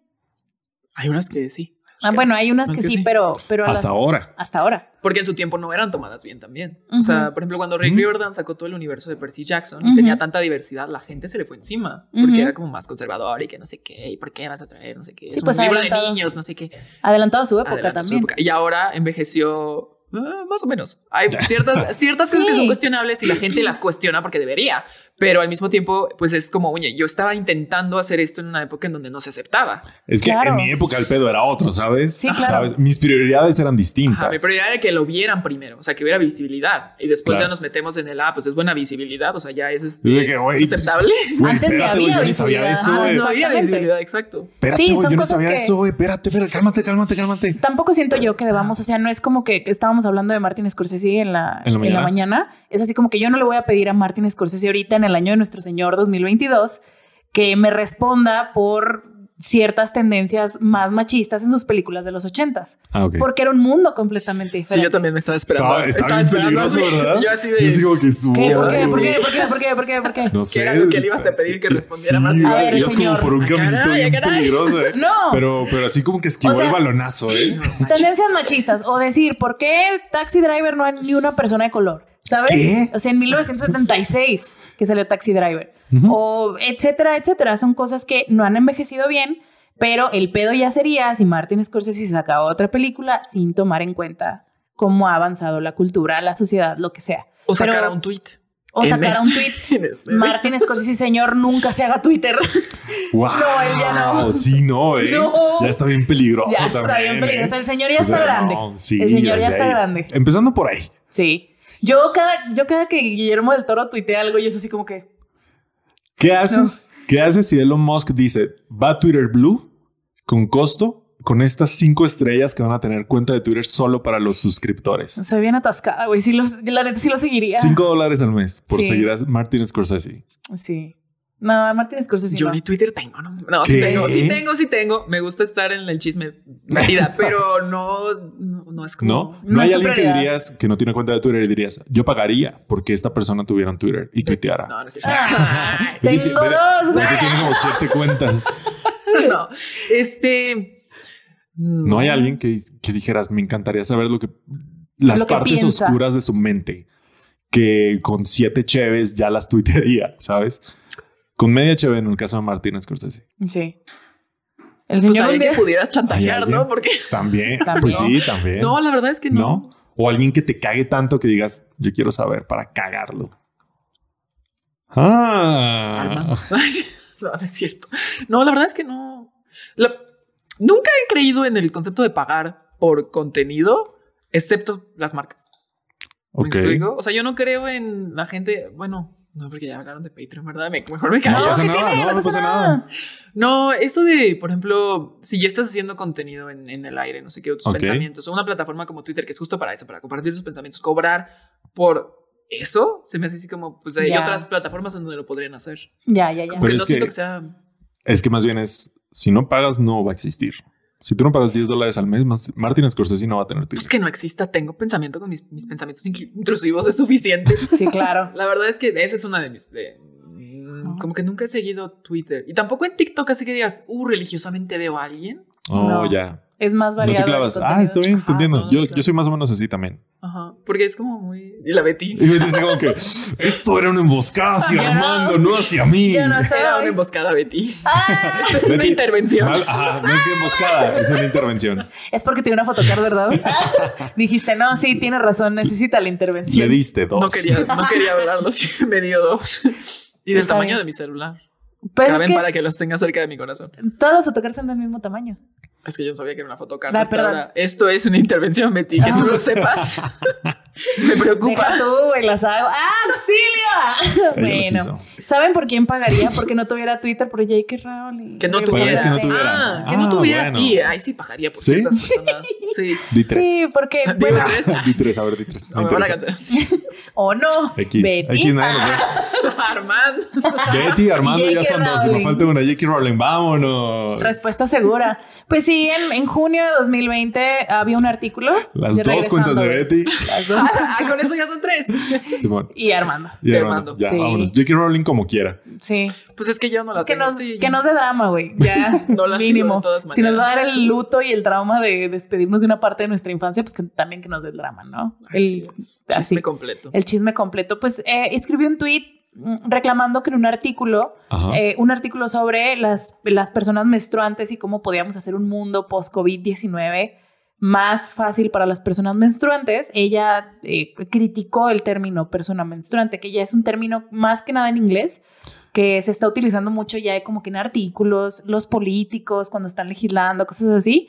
[SPEAKER 3] Hay unas que sí.
[SPEAKER 1] Ah, bueno, hay unas
[SPEAKER 3] Es
[SPEAKER 1] que
[SPEAKER 3] que
[SPEAKER 1] sí,
[SPEAKER 3] sí.
[SPEAKER 1] pero pero a
[SPEAKER 2] Hasta
[SPEAKER 1] las-
[SPEAKER 2] ahora.
[SPEAKER 1] hasta ahora.
[SPEAKER 3] Porque en su tiempo no eran tomadas bien también. O
[SPEAKER 1] Ujú.
[SPEAKER 3] sea, por ejemplo, cuando Ray
[SPEAKER 2] Mm.
[SPEAKER 3] Riordan sacó todo el universo de Percy Jackson,
[SPEAKER 1] Ujú.
[SPEAKER 3] tenía tanta diversidad, la gente se le fue encima. Porque
[SPEAKER 1] Ujú.
[SPEAKER 3] era como más conservador y que no sé qué, y por qué vas a traer, no sé qué.
[SPEAKER 1] Sí,
[SPEAKER 3] es
[SPEAKER 1] pues,
[SPEAKER 3] un libro de
[SPEAKER 1] adelantado.
[SPEAKER 3] niños, no sé qué.
[SPEAKER 1] Adelantado a su época
[SPEAKER 3] Adelantó su
[SPEAKER 1] también.
[SPEAKER 3] época. Y ahora envejeció ah, más o menos. Hay ciertas, ciertas cosas que
[SPEAKER 1] Sí.
[SPEAKER 3] son cuestionables y la gente las cuestiona porque debería, pero al mismo tiempo, pues es como, oye, yo estaba intentando hacer esto en una época en donde no se aceptaba.
[SPEAKER 2] Es que
[SPEAKER 1] Claro.
[SPEAKER 2] en mi época el pedo era otro, ¿sabes?
[SPEAKER 1] Sí, claro.
[SPEAKER 2] Ah, ¿Sabes? Mis prioridades eran distintas.
[SPEAKER 3] Ajá, mi prioridad era que lo vieran primero, o sea, que hubiera visibilidad y después
[SPEAKER 2] Claro.
[SPEAKER 3] ya nos metemos en el, ah, pues es buena visibilidad, o sea, ya es, este,
[SPEAKER 2] Y de que, güey,
[SPEAKER 3] ¿es aceptable.
[SPEAKER 2] Güey,
[SPEAKER 1] Antes ni
[SPEAKER 2] espérate,
[SPEAKER 1] había
[SPEAKER 2] güey, yo ni sabía de
[SPEAKER 1] visibilidad.
[SPEAKER 2] eso,
[SPEAKER 1] Ah,
[SPEAKER 2] güey.
[SPEAKER 3] No había
[SPEAKER 1] Exactamente.
[SPEAKER 3] visibilidad, exacto.
[SPEAKER 2] Espérate,
[SPEAKER 1] Sí,
[SPEAKER 2] güey,
[SPEAKER 1] son
[SPEAKER 2] yo no
[SPEAKER 1] cosas
[SPEAKER 2] sabía
[SPEAKER 1] que-
[SPEAKER 2] eso, güey. Espérate, espérate, cálmate, cálmate, cálmate.
[SPEAKER 1] Tampoco siento yo que debamos, o sea, no es como que estábamos hablando de Martin Scorsese en la,
[SPEAKER 2] ¿En la
[SPEAKER 1] en la
[SPEAKER 2] mañana?
[SPEAKER 1] mañana. Es así como que yo no le voy a pedir a Martin Scorsese ahorita en el año de nuestro señor 2022 que me responda por ciertas tendencias más machistas en sus películas de los ochentas,
[SPEAKER 2] Ah, ok.
[SPEAKER 1] porque era un mundo completamente
[SPEAKER 3] Sí,
[SPEAKER 1] diferente.
[SPEAKER 3] yo también me estaba esperando.
[SPEAKER 2] Estaba, estaba bien
[SPEAKER 3] esperando así.
[SPEAKER 2] peligroso, ¿verdad?
[SPEAKER 3] Yo así de...
[SPEAKER 2] sí como que estuvo.
[SPEAKER 1] ¿Qué? ¿Por qué?
[SPEAKER 2] güey.
[SPEAKER 1] ¿Por qué? ¿Por qué? ¿Por qué? ¿Por qué? ¿Por qué?
[SPEAKER 2] No
[SPEAKER 3] ¿Qué
[SPEAKER 2] sé.
[SPEAKER 3] era lo que le ibas a pedir que respondiera
[SPEAKER 2] sí,
[SPEAKER 3] Martín?
[SPEAKER 1] A ver,
[SPEAKER 2] ibas como
[SPEAKER 1] señor.
[SPEAKER 2] por un
[SPEAKER 3] Ah, caray,
[SPEAKER 2] caminito
[SPEAKER 3] ah,
[SPEAKER 2] bien
[SPEAKER 3] caray.
[SPEAKER 2] peligroso, ¿eh?
[SPEAKER 1] No.
[SPEAKER 2] Pero, pero así como que esquivó
[SPEAKER 1] O sea,
[SPEAKER 2] el balonazo, ¿eh?
[SPEAKER 1] Tendencias machistas o decir, ¿por qué Taxi Driver no hay ni una persona de color? ¿Sabes?
[SPEAKER 2] ¿Qué?
[SPEAKER 1] O sea, en 1976 que salió Taxi Driver. O etcétera, etcétera. Son cosas que no han envejecido bien, pero el pedo ya sería si Martin Scorsese saca otra película sin tomar en cuenta cómo ha avanzado la cultura, la sociedad, lo que sea.
[SPEAKER 3] O sacara
[SPEAKER 1] Pero-
[SPEAKER 3] un tweet.
[SPEAKER 1] O
[SPEAKER 3] En
[SPEAKER 1] sacara un
[SPEAKER 3] este- en
[SPEAKER 1] tweet.
[SPEAKER 3] este.
[SPEAKER 1] Martin Scorsese, señor, nunca se haga Twitter.
[SPEAKER 2] Wow.
[SPEAKER 1] No, él ya no.
[SPEAKER 2] Sí, no, eh.
[SPEAKER 1] No.
[SPEAKER 2] Ya está bien peligroso.
[SPEAKER 1] ya está
[SPEAKER 2] también,
[SPEAKER 1] bien peligroso.
[SPEAKER 2] eh.
[SPEAKER 1] El señor ya
[SPEAKER 2] O
[SPEAKER 1] está
[SPEAKER 2] sea,
[SPEAKER 1] grande.
[SPEAKER 2] no, sí,
[SPEAKER 1] el señor
[SPEAKER 2] o
[SPEAKER 1] ya
[SPEAKER 2] sea,
[SPEAKER 1] está grande.
[SPEAKER 2] Empezando por ahí.
[SPEAKER 1] Sí. Yo cada, yo cada que Guillermo del Toro tuitea algo, yo es así como que.
[SPEAKER 2] ¿Qué haces? ¿Qué haces si Elon Musk dice va a Twitter Blue con costo con estas cinco estrellas que van a tener cuenta de Twitter solo para los suscriptores?
[SPEAKER 1] Soy bien atascada, güey. Sí, los- la neta sí lo seguiría.
[SPEAKER 2] Cinco dólares al mes por
[SPEAKER 1] Sí.
[SPEAKER 2] seguir a Martin Scorsese.
[SPEAKER 1] Sí. No, a Martin Scorsese.
[SPEAKER 3] Yo
[SPEAKER 1] no.
[SPEAKER 3] ni Twitter tengo, no. No, sí
[SPEAKER 2] ¿Qué?
[SPEAKER 3] tengo, sí tengo, sí tengo. Me gusta estar en el chisme metida, pero no, no, no es como.
[SPEAKER 2] ¿No? No,
[SPEAKER 1] No
[SPEAKER 2] hay
[SPEAKER 1] es tu
[SPEAKER 2] alguien que
[SPEAKER 1] prioridad.
[SPEAKER 2] dirías que no tiene cuenta de Twitter y dirías yo pagaría porque esta persona tuviera un Twitter y tuiteara.
[SPEAKER 3] No, no es cierto.
[SPEAKER 1] Ah,
[SPEAKER 2] Betty-
[SPEAKER 1] tengo
[SPEAKER 2] Betty-
[SPEAKER 1] dos, güey.
[SPEAKER 2] Betty tiene como siete cuentas.
[SPEAKER 3] no. Este.
[SPEAKER 2] No hay alguien que, que dijeras, me encantaría saber lo que las
[SPEAKER 1] Lo que
[SPEAKER 2] partes
[SPEAKER 1] piensa.
[SPEAKER 2] oscuras de su mente, que con siete cheves ya las tuitearía, ¿sabes? Con media cheve en el caso de Martínez Scorsese.
[SPEAKER 1] Sí. El
[SPEAKER 3] Pues
[SPEAKER 1] señor un
[SPEAKER 3] alguien
[SPEAKER 1] día-
[SPEAKER 3] que pudieras chantajear,
[SPEAKER 2] alguien?
[SPEAKER 3] ¿no? Porque.
[SPEAKER 2] También,
[SPEAKER 1] También.
[SPEAKER 2] pues sí, también.
[SPEAKER 3] No, la verdad es que no.
[SPEAKER 2] ¿No? O alguien que te cague tanto que digas, yo quiero saber para cagarlo. Ah,
[SPEAKER 3] Armando. no, no es cierto. No, la verdad es que no. La- Nunca he creído en el concepto de pagar por contenido, excepto las marcas. ¿Me
[SPEAKER 2] ok.
[SPEAKER 3] explico? O sea, yo no creo en la gente. Bueno, no, porque ya hablaron de Patreon, ¿verdad? Me- mejor me
[SPEAKER 2] No,
[SPEAKER 3] callo.
[SPEAKER 2] pasa
[SPEAKER 1] ¿qué
[SPEAKER 2] nada,
[SPEAKER 1] tiene?
[SPEAKER 2] no,
[SPEAKER 1] No
[SPEAKER 2] no
[SPEAKER 1] pasa
[SPEAKER 2] pasa
[SPEAKER 1] nada.
[SPEAKER 2] nada.
[SPEAKER 3] No, eso de, por ejemplo, si ya estás haciendo contenido en, en el aire, no sé qué, tus
[SPEAKER 2] Ok.
[SPEAKER 3] pensamientos, o una plataforma como Twitter que es justo para eso, para compartir tus pensamientos, cobrar por eso, se me hace así como, pues hay
[SPEAKER 1] Ya.
[SPEAKER 3] otras plataformas en donde lo podrían hacer.
[SPEAKER 1] Ya, ya, ya.
[SPEAKER 3] Como
[SPEAKER 2] Pero
[SPEAKER 3] que
[SPEAKER 2] es
[SPEAKER 3] no siento
[SPEAKER 2] que-
[SPEAKER 3] que sea
[SPEAKER 2] Es que más bien es, si no pagas, no va a existir. Si tú no pagas 10 dólares al mes, Mas- Martin Scorsese no va a tener Twitter.
[SPEAKER 3] Pues que no exista, tengo pensamiento con mis, mis pensamientos inclu- intrusivos, es suficiente.
[SPEAKER 1] Sí, claro.
[SPEAKER 3] La verdad es que esa es una de mis... de- mm, como que nunca he seguido Twitter. Y tampoco en TikTok, así que digas, uh, religiosamente veo a alguien.
[SPEAKER 2] Oh,
[SPEAKER 1] No.
[SPEAKER 2] ya.
[SPEAKER 1] Es más
[SPEAKER 2] No te
[SPEAKER 1] variado. el
[SPEAKER 2] clavas. Ah,
[SPEAKER 1] contenido.
[SPEAKER 2] está bien, te
[SPEAKER 3] Ajá,
[SPEAKER 2] entiendo.
[SPEAKER 3] no,
[SPEAKER 2] yo,
[SPEAKER 3] claro.
[SPEAKER 2] yo soy más o menos así también.
[SPEAKER 3] Ajá. Porque es como muy... Y la Betty.
[SPEAKER 2] Y me dice como que esto era una emboscada hacia
[SPEAKER 1] Yo no.
[SPEAKER 2] Armando, no, hacia mí.
[SPEAKER 1] Yo no
[SPEAKER 3] Era una
[SPEAKER 1] soy.
[SPEAKER 3] emboscada, Betty.
[SPEAKER 1] Ah,
[SPEAKER 3] Esta es una
[SPEAKER 2] Betty,
[SPEAKER 3] intervención.
[SPEAKER 2] Mal- ajá, no es que emboscada, es una intervención.
[SPEAKER 1] es porque tiene una fotocard, ¿verdad? Dijiste, no, sí, tiene razón, necesita la
[SPEAKER 2] Le
[SPEAKER 1] intervención.
[SPEAKER 2] diste dos.
[SPEAKER 3] No quería, no quería hablarlo, sí, me dio dos. Y del
[SPEAKER 1] Está
[SPEAKER 3] tamaño
[SPEAKER 1] bien.
[SPEAKER 3] de mi celular.
[SPEAKER 1] Pues es
[SPEAKER 3] Caben
[SPEAKER 1] que
[SPEAKER 3] para que los tenga cerca de mi corazón.
[SPEAKER 1] todas las fotocards son del mismo tamaño.
[SPEAKER 3] Es que yo no sabía que era una
[SPEAKER 1] Ah,
[SPEAKER 3] fotocarta. hasta
[SPEAKER 1] perdón.
[SPEAKER 3] ahora. Esto es una intervención, Betty, que tú lo sepas. me preocupa.
[SPEAKER 1] Deja tú, güey, las hago. ¡Ah, auxilio!
[SPEAKER 2] Ella las
[SPEAKER 1] bueno, ¿saben por quién pagaría? Porque no tuviera Twitter por J.K. Rowling.
[SPEAKER 3] Que no
[SPEAKER 1] Porque
[SPEAKER 3] tuviera.
[SPEAKER 2] es que no
[SPEAKER 1] obviamente-
[SPEAKER 2] tuviera.
[SPEAKER 3] Ah, que no
[SPEAKER 2] Ah,
[SPEAKER 3] tuviera
[SPEAKER 2] bueno.
[SPEAKER 3] sí. Ahí sí pagaría por
[SPEAKER 2] ¿Sí?
[SPEAKER 3] ciertas personas. Sí.
[SPEAKER 2] Di tres.
[SPEAKER 1] Sí, pues, porque,
[SPEAKER 2] Ah,
[SPEAKER 3] Digo,
[SPEAKER 1] bueno,
[SPEAKER 3] tres.
[SPEAKER 2] Di tres, a ver, di tres. Me
[SPEAKER 3] Me van a
[SPEAKER 2] interesa.
[SPEAKER 3] cantar. Sí.
[SPEAKER 1] o no.
[SPEAKER 2] X.
[SPEAKER 1] Betty.
[SPEAKER 2] X nadie nos ve.
[SPEAKER 3] Armando.
[SPEAKER 2] Betty, Armando,
[SPEAKER 1] J.K.
[SPEAKER 2] ya son dos. Me
[SPEAKER 1] Rowling.
[SPEAKER 2] falta una. J.K. Rowling, vámonos.
[SPEAKER 1] Respuesta segura. Pues sí, en, en junio de 2020 había un artículo.
[SPEAKER 2] Las
[SPEAKER 1] de
[SPEAKER 2] dos
[SPEAKER 1] regresando,
[SPEAKER 2] cuentas de
[SPEAKER 1] güey.
[SPEAKER 2] Betty.
[SPEAKER 1] Las dos.
[SPEAKER 3] Ah, con eso ya son tres.
[SPEAKER 2] Simón.
[SPEAKER 1] Y Armando.
[SPEAKER 2] Y
[SPEAKER 3] Te
[SPEAKER 2] Armando.
[SPEAKER 3] mando.
[SPEAKER 2] Ya,
[SPEAKER 1] Sí.
[SPEAKER 2] vámonos. J.K. Rowling como quiera.
[SPEAKER 1] Sí.
[SPEAKER 3] Pues es que yo no la
[SPEAKER 1] Pues que,
[SPEAKER 3] tengo.
[SPEAKER 1] nos,
[SPEAKER 3] Sí.
[SPEAKER 1] que nos dé drama, güey. Ya,
[SPEAKER 3] No la sigo
[SPEAKER 1] mínimo.
[SPEAKER 3] de todas
[SPEAKER 1] si nos va a dar
[SPEAKER 3] maneras.
[SPEAKER 1] el luto y el trauma de despedirnos de una parte de nuestra infancia, pues que también que nos dé el drama, ¿no?
[SPEAKER 3] Así
[SPEAKER 1] el,
[SPEAKER 3] es.
[SPEAKER 1] así.
[SPEAKER 3] pues, Chisme completo.
[SPEAKER 1] el chisme completo. Pues eh, escribí un tweet reclamando que en un artículo,
[SPEAKER 2] Ajá.
[SPEAKER 1] eh, un artículo sobre las, las personas menstruantes y cómo podíamos hacer un mundo post-COVID-19 más fácil para las personas menstruantes, ella eh, criticó el término persona menstruante, que ya es un término más que nada en inglés, que se está utilizando mucho ya como que en artículos, los políticos cuando están legislando, cosas así,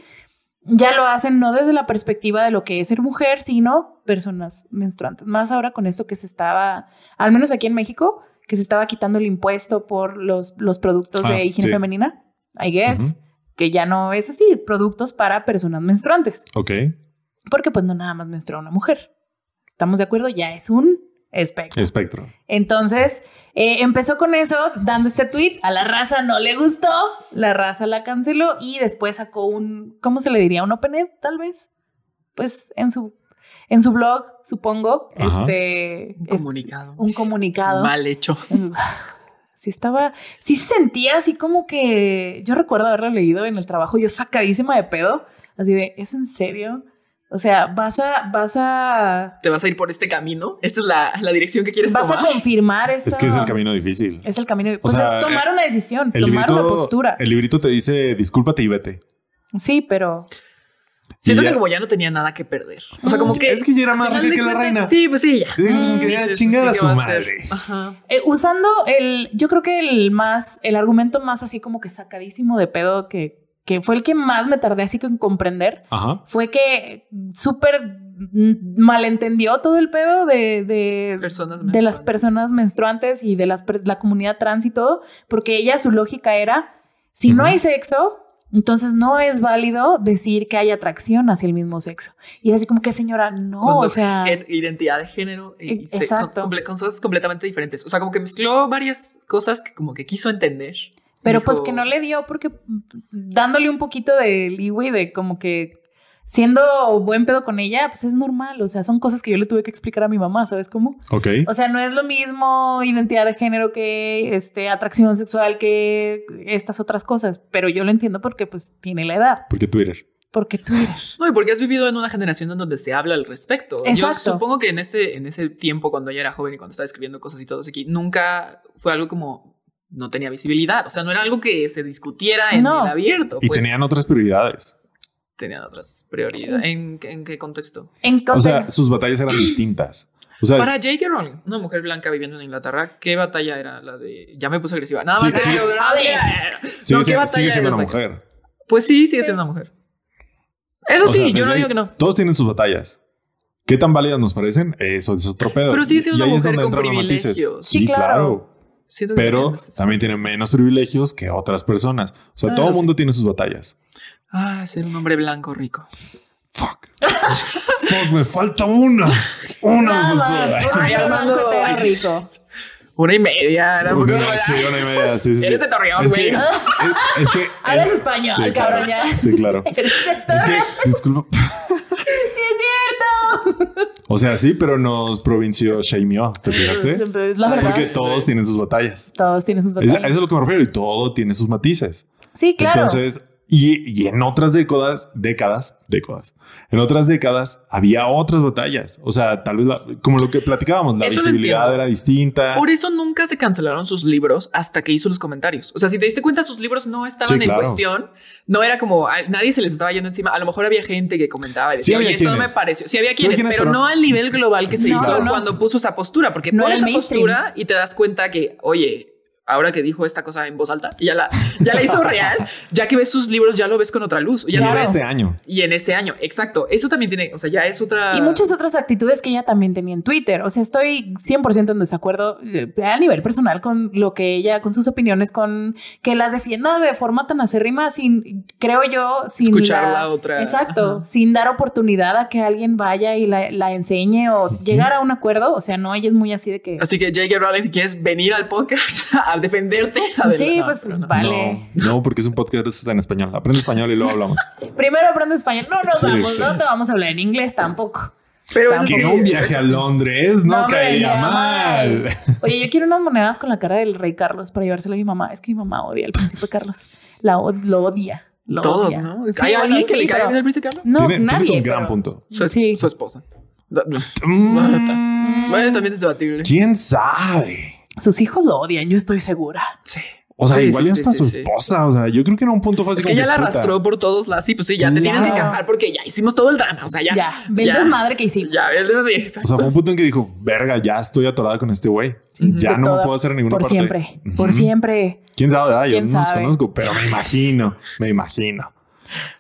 [SPEAKER 1] ya lo hacen no desde la perspectiva de lo que es ser mujer, sino personas menstruantes. Más ahora con esto que se estaba, al menos aquí en México, que se estaba quitando el impuesto por los, los productos
[SPEAKER 2] Ah,
[SPEAKER 1] de higiene
[SPEAKER 2] sí.
[SPEAKER 1] femenina, I guess, que ya no es así, productos para personas menstruantes,
[SPEAKER 2] Ok.
[SPEAKER 1] porque pues no nada más menstrua una mujer. ¿Estamos de acuerdo? Ya es un espectro.
[SPEAKER 2] Espectro.
[SPEAKER 1] Entonces, eh, empezó con eso, dando este tweet. A la raza no le gustó, la raza la canceló y después sacó un, ¿cómo se le diría? Un open ed, tal vez. Pues en su, en su blog, supongo.
[SPEAKER 2] Ajá.
[SPEAKER 1] Este,
[SPEAKER 3] Un
[SPEAKER 1] es-
[SPEAKER 3] comunicado.
[SPEAKER 1] un comunicado. Mm,
[SPEAKER 3] Mal hecho.
[SPEAKER 1] Sí estaba, sí se sentía así como que yo recuerdo haberlo leído en el trabajo, yo sacadísima de pedo, así de, ¿es en serio? O sea, vas a, vas a,
[SPEAKER 3] Te vas a ir por este camino. Esta es la, la dirección que quieres
[SPEAKER 1] vas
[SPEAKER 3] tomar.
[SPEAKER 1] a confirmar esto.
[SPEAKER 2] Es que es el camino difícil.
[SPEAKER 1] Es el camino. Pues
[SPEAKER 2] sea, eh,
[SPEAKER 1] es tomar una decisión,
[SPEAKER 2] El
[SPEAKER 1] tomar
[SPEAKER 2] librito,
[SPEAKER 1] una postura.
[SPEAKER 2] el librito te dice discúlpate y vete.
[SPEAKER 1] Sí, pero
[SPEAKER 3] Siento
[SPEAKER 2] Y ya-
[SPEAKER 3] que como ya no tenía nada que perder. O
[SPEAKER 1] Mm,
[SPEAKER 3] sea, como que.
[SPEAKER 2] Mm, Es que ya era más
[SPEAKER 3] al
[SPEAKER 2] rica
[SPEAKER 3] final de
[SPEAKER 2] que la reina.
[SPEAKER 3] cuentas, Sí, pues sí, ya.
[SPEAKER 2] Dices, como que ya
[SPEAKER 3] dices,
[SPEAKER 2] chingar a
[SPEAKER 3] ¿qué
[SPEAKER 2] su
[SPEAKER 3] va hacer?
[SPEAKER 2] madre.
[SPEAKER 3] Ajá.
[SPEAKER 1] Eh, usando el, yo creo que el más, el argumento más así como que sacadísimo de pedo que, que fue el que más me tardé así que en comprender,
[SPEAKER 2] Ajá.
[SPEAKER 1] fue que súper mm, malentendió todo el pedo de, de,
[SPEAKER 3] Personas
[SPEAKER 1] de las
[SPEAKER 3] menstruantes.
[SPEAKER 1] personas menstruantes y de las, per- la comunidad trans y todo, porque ella su lógica era, si no
[SPEAKER 2] Ujú.
[SPEAKER 1] hay sexo, entonces no es válido decir que hay atracción hacia el mismo sexo. Y es así como que señora, no,
[SPEAKER 3] Cuando
[SPEAKER 1] o sea...
[SPEAKER 3] gen- identidad de género y,
[SPEAKER 1] Eh,
[SPEAKER 3] y sexo son,
[SPEAKER 1] exacto.
[SPEAKER 3] comple- con cosas completamente diferentes. O sea, como que mezcló varias cosas que como que quiso entender.
[SPEAKER 1] Pero pues
[SPEAKER 3] Dijo,
[SPEAKER 1] que no le dio porque mm, dándole un poquito de leeway de como que siendo buen pedo con ella, pues es normal, o sea, son cosas que yo le tuve que explicar a mi mamá, ¿sabes cómo?
[SPEAKER 2] Ok.
[SPEAKER 1] O sea, no es lo mismo identidad de género que este atracción sexual que estas otras cosas, pero yo lo entiendo porque pues tiene la edad,
[SPEAKER 2] Porque Twitter.
[SPEAKER 1] porque Twitter.
[SPEAKER 3] No, y porque has vivido en una generación en donde se habla al respecto.
[SPEAKER 1] Exacto.
[SPEAKER 3] Yo supongo que en ese, en ese tiempo, cuando ella era joven y cuando estaba escribiendo cosas y todo eso aquí, nunca fue algo como no tenía visibilidad. O sea, no era algo que se discutiera en
[SPEAKER 1] No.
[SPEAKER 3] el abierto.
[SPEAKER 2] Y
[SPEAKER 3] pues,
[SPEAKER 2] tenían otades prioridades.
[SPEAKER 3] tenían otras prioridades. ¿En, en qué contexto?
[SPEAKER 1] En
[SPEAKER 2] O sea,
[SPEAKER 1] contra-
[SPEAKER 2] sus batallas eran
[SPEAKER 3] Mm.
[SPEAKER 2] distintas. O sea,
[SPEAKER 3] Para J.K. Rowling, una mujer blanca viviendo en Inglaterra, ¿qué batalla era la de.? Ya me puse agresiva. Nada
[SPEAKER 2] Sí,
[SPEAKER 3] más.
[SPEAKER 2] sí.
[SPEAKER 3] era-
[SPEAKER 1] A ver.
[SPEAKER 2] sigue,
[SPEAKER 3] no, ¿qué
[SPEAKER 2] siendo-
[SPEAKER 3] batalla
[SPEAKER 2] sigue siendo
[SPEAKER 3] era
[SPEAKER 2] una
[SPEAKER 3] la-
[SPEAKER 2] mujer.
[SPEAKER 3] Pues sí, sigue siendo una mujer. Eso
[SPEAKER 2] O
[SPEAKER 3] sí,
[SPEAKER 2] sea,
[SPEAKER 3] yo no
[SPEAKER 2] desde
[SPEAKER 3] digo
[SPEAKER 2] ahí,
[SPEAKER 3] que no.
[SPEAKER 2] Todos tienen sus batallas. ¿Qué tan válidas nos parecen? Eso es otro pedo.
[SPEAKER 3] Pero sigue siendo
[SPEAKER 2] Y
[SPEAKER 3] una
[SPEAKER 2] ahí es
[SPEAKER 3] mujer
[SPEAKER 2] donde
[SPEAKER 3] con
[SPEAKER 2] entran los matices.
[SPEAKER 3] privilegios.
[SPEAKER 1] Sí,
[SPEAKER 2] Sí,
[SPEAKER 1] claro.
[SPEAKER 2] claro.
[SPEAKER 3] Siento que
[SPEAKER 2] Pero
[SPEAKER 3] también es-
[SPEAKER 2] también tiene menos privilegios que otras personas. O sea,
[SPEAKER 3] Ah,
[SPEAKER 2] todo el
[SPEAKER 3] eso
[SPEAKER 2] mundo tiene sus batallas.
[SPEAKER 3] Ah, ser un hombre blanco rico.
[SPEAKER 2] Fuck. Fuck, me falta una. Una
[SPEAKER 1] Nada
[SPEAKER 2] me faltó.
[SPEAKER 1] más, un
[SPEAKER 3] Ay, Armando.
[SPEAKER 1] blanco te da
[SPEAKER 3] Ay, sí.
[SPEAKER 1] rico.
[SPEAKER 3] Una y media. Era
[SPEAKER 2] Una,
[SPEAKER 3] porque-
[SPEAKER 2] sí, una y media, sí, sí, sí.
[SPEAKER 3] Eres de Torreón,
[SPEAKER 2] Es que-
[SPEAKER 3] güey.
[SPEAKER 2] es- es que-
[SPEAKER 1] Hablas
[SPEAKER 2] eh,
[SPEAKER 1] español, cabrón,
[SPEAKER 2] claro.
[SPEAKER 1] ya.
[SPEAKER 2] Sí, claro. Es que, disculpa.
[SPEAKER 1] Sí, es cierto.
[SPEAKER 2] O sea, sí, pero nos provinció shameó. ¿Te fijaste? Ah,
[SPEAKER 1] Siempre es la verdad.
[SPEAKER 2] Porque todos tienen sus batallas.
[SPEAKER 1] Todos tienen sus
[SPEAKER 2] Es- a
[SPEAKER 1] batallas.
[SPEAKER 2] eso es lo que me refiero. Y todo tiene sus matices.
[SPEAKER 1] sí, claro.
[SPEAKER 2] Entonces, y, y en otras décadas, décadas, décadas, en otras décadas había otras batallas. O sea, tal vez la- como lo que platicábamos, la
[SPEAKER 3] Eso lo
[SPEAKER 2] visibilidad
[SPEAKER 3] entiendo.
[SPEAKER 2] era distinta.
[SPEAKER 3] Por eso nunca se cancelaron sus libros hasta que hizo los comentarios. O sea, si te diste cuenta, sus libros no estaban
[SPEAKER 2] Sí, claro.
[SPEAKER 3] en cuestión. No era como a- nadie se les estaba yendo encima. A lo mejor había gente que comentaba y
[SPEAKER 2] Sí
[SPEAKER 3] decía,
[SPEAKER 2] había
[SPEAKER 3] oye, esto no me
[SPEAKER 2] quienes.
[SPEAKER 3] pareció. Sí, había
[SPEAKER 2] Sí
[SPEAKER 3] quienes,
[SPEAKER 2] había quienes,
[SPEAKER 3] pero
[SPEAKER 2] pero-
[SPEAKER 3] no al nivel global que se
[SPEAKER 1] No,
[SPEAKER 3] hizo
[SPEAKER 1] no.
[SPEAKER 3] cuando puso esa postura. Porque
[SPEAKER 1] No era
[SPEAKER 3] pone esa
[SPEAKER 1] mainstream.
[SPEAKER 3] postura y te das cuenta que, oye, ahora que dijo esta cosa en voz alta, ya la, ya la hizo real. Ya que ves sus libros, ya lo ves con otra luz.
[SPEAKER 2] y
[SPEAKER 3] Ya lo
[SPEAKER 2] era
[SPEAKER 3] ves-
[SPEAKER 2] este año.
[SPEAKER 3] Y en ese año, exacto. Eso también tiene, o sea, ya es otra.
[SPEAKER 1] Y muchas otras actitudes que ella también tenía en Twitter. O sea, estoy 100% en desacuerdo eh, a nivel personal con lo que ella, con sus opiniones, con que las defienda de forma tan acérrima, sin, creo yo, sin
[SPEAKER 3] escuchar
[SPEAKER 1] la-
[SPEAKER 3] la otra.
[SPEAKER 1] Exacto,
[SPEAKER 3] Ajá.
[SPEAKER 1] sin dar oportunidad a que alguien vaya y la, la enseñe o llegar a un acuerdo. O sea, no, ella es muy así de que...
[SPEAKER 3] Así que J.K. Rowling, si quieres venir al podcast a defenderte, adelante.
[SPEAKER 1] Sí,
[SPEAKER 3] No,
[SPEAKER 1] pues,
[SPEAKER 3] pero no.
[SPEAKER 1] Vale.
[SPEAKER 2] No, no, porque es un podcast este en español. Aprende español y luego hablamos.
[SPEAKER 1] Primero aprende español. No nos
[SPEAKER 2] Sí,
[SPEAKER 1] vamos,
[SPEAKER 2] sí.
[SPEAKER 1] no te vamos a hablar en inglés tampoco.
[SPEAKER 3] Pero eso
[SPEAKER 1] Tampoco.
[SPEAKER 2] que
[SPEAKER 3] sí,
[SPEAKER 2] un viaje a Londres no,
[SPEAKER 1] me
[SPEAKER 2] caería
[SPEAKER 1] vendría
[SPEAKER 2] mal.
[SPEAKER 1] Oye, yo quiero unas monedas con la cara del rey Carlos para llevárselo a mi mamá. Es que mi mamá odia al príncipe Carlos. La od- lo odia. Lo
[SPEAKER 3] Todos,
[SPEAKER 1] odia.
[SPEAKER 3] ¿no?
[SPEAKER 1] Sí,
[SPEAKER 3] ¿Hay
[SPEAKER 1] bueno,
[SPEAKER 3] alguien que
[SPEAKER 1] sí,
[SPEAKER 3] le caiga
[SPEAKER 1] pero-
[SPEAKER 3] bien al príncipe Carlos?
[SPEAKER 1] No,
[SPEAKER 2] Tiene- tienes
[SPEAKER 1] nadie.
[SPEAKER 2] un gran
[SPEAKER 1] pero-
[SPEAKER 2] punto.
[SPEAKER 3] Su,
[SPEAKER 1] Sí.
[SPEAKER 3] su esposa. La- la-
[SPEAKER 2] Mm,
[SPEAKER 3] Bueno, también es debatible.
[SPEAKER 2] ¿Quién sabe?
[SPEAKER 1] Sus hijos lo odian, yo estoy segura.
[SPEAKER 3] Sí.
[SPEAKER 2] O sea,
[SPEAKER 3] Sí,
[SPEAKER 2] igual
[SPEAKER 3] sí,
[SPEAKER 2] ya
[SPEAKER 3] sí,
[SPEAKER 2] está
[SPEAKER 3] sí,
[SPEAKER 2] su
[SPEAKER 3] sí.
[SPEAKER 2] esposa. O sea, yo creo que era un punto fácil.
[SPEAKER 3] Es que
[SPEAKER 2] como
[SPEAKER 3] ya la
[SPEAKER 2] puta.
[SPEAKER 3] arrastró por todos lados. Sí, pues sí, ya te tienes que
[SPEAKER 1] Ya.
[SPEAKER 3] casar porque ya hicimos todo el drama. O sea, ya.
[SPEAKER 1] Ya, ve el
[SPEAKER 3] ya,
[SPEAKER 1] desmadre que hicimos.
[SPEAKER 3] Ya, ves, sí,
[SPEAKER 2] O
[SPEAKER 3] exacto.
[SPEAKER 2] sea, fue un punto en que dijo, verga, ya estoy atorada con este güey.
[SPEAKER 3] Sí,
[SPEAKER 2] ya
[SPEAKER 1] de
[SPEAKER 2] no
[SPEAKER 1] toda-
[SPEAKER 2] me puedo hacer en ninguna
[SPEAKER 1] Por
[SPEAKER 2] parte.
[SPEAKER 1] siempre, por
[SPEAKER 2] Ujú.
[SPEAKER 1] siempre.
[SPEAKER 2] ¿Quién sabe? ¿verdad? yo
[SPEAKER 1] ¿Quién
[SPEAKER 2] no los
[SPEAKER 1] sabe?
[SPEAKER 2] conozco, pero me imagino, me imagino.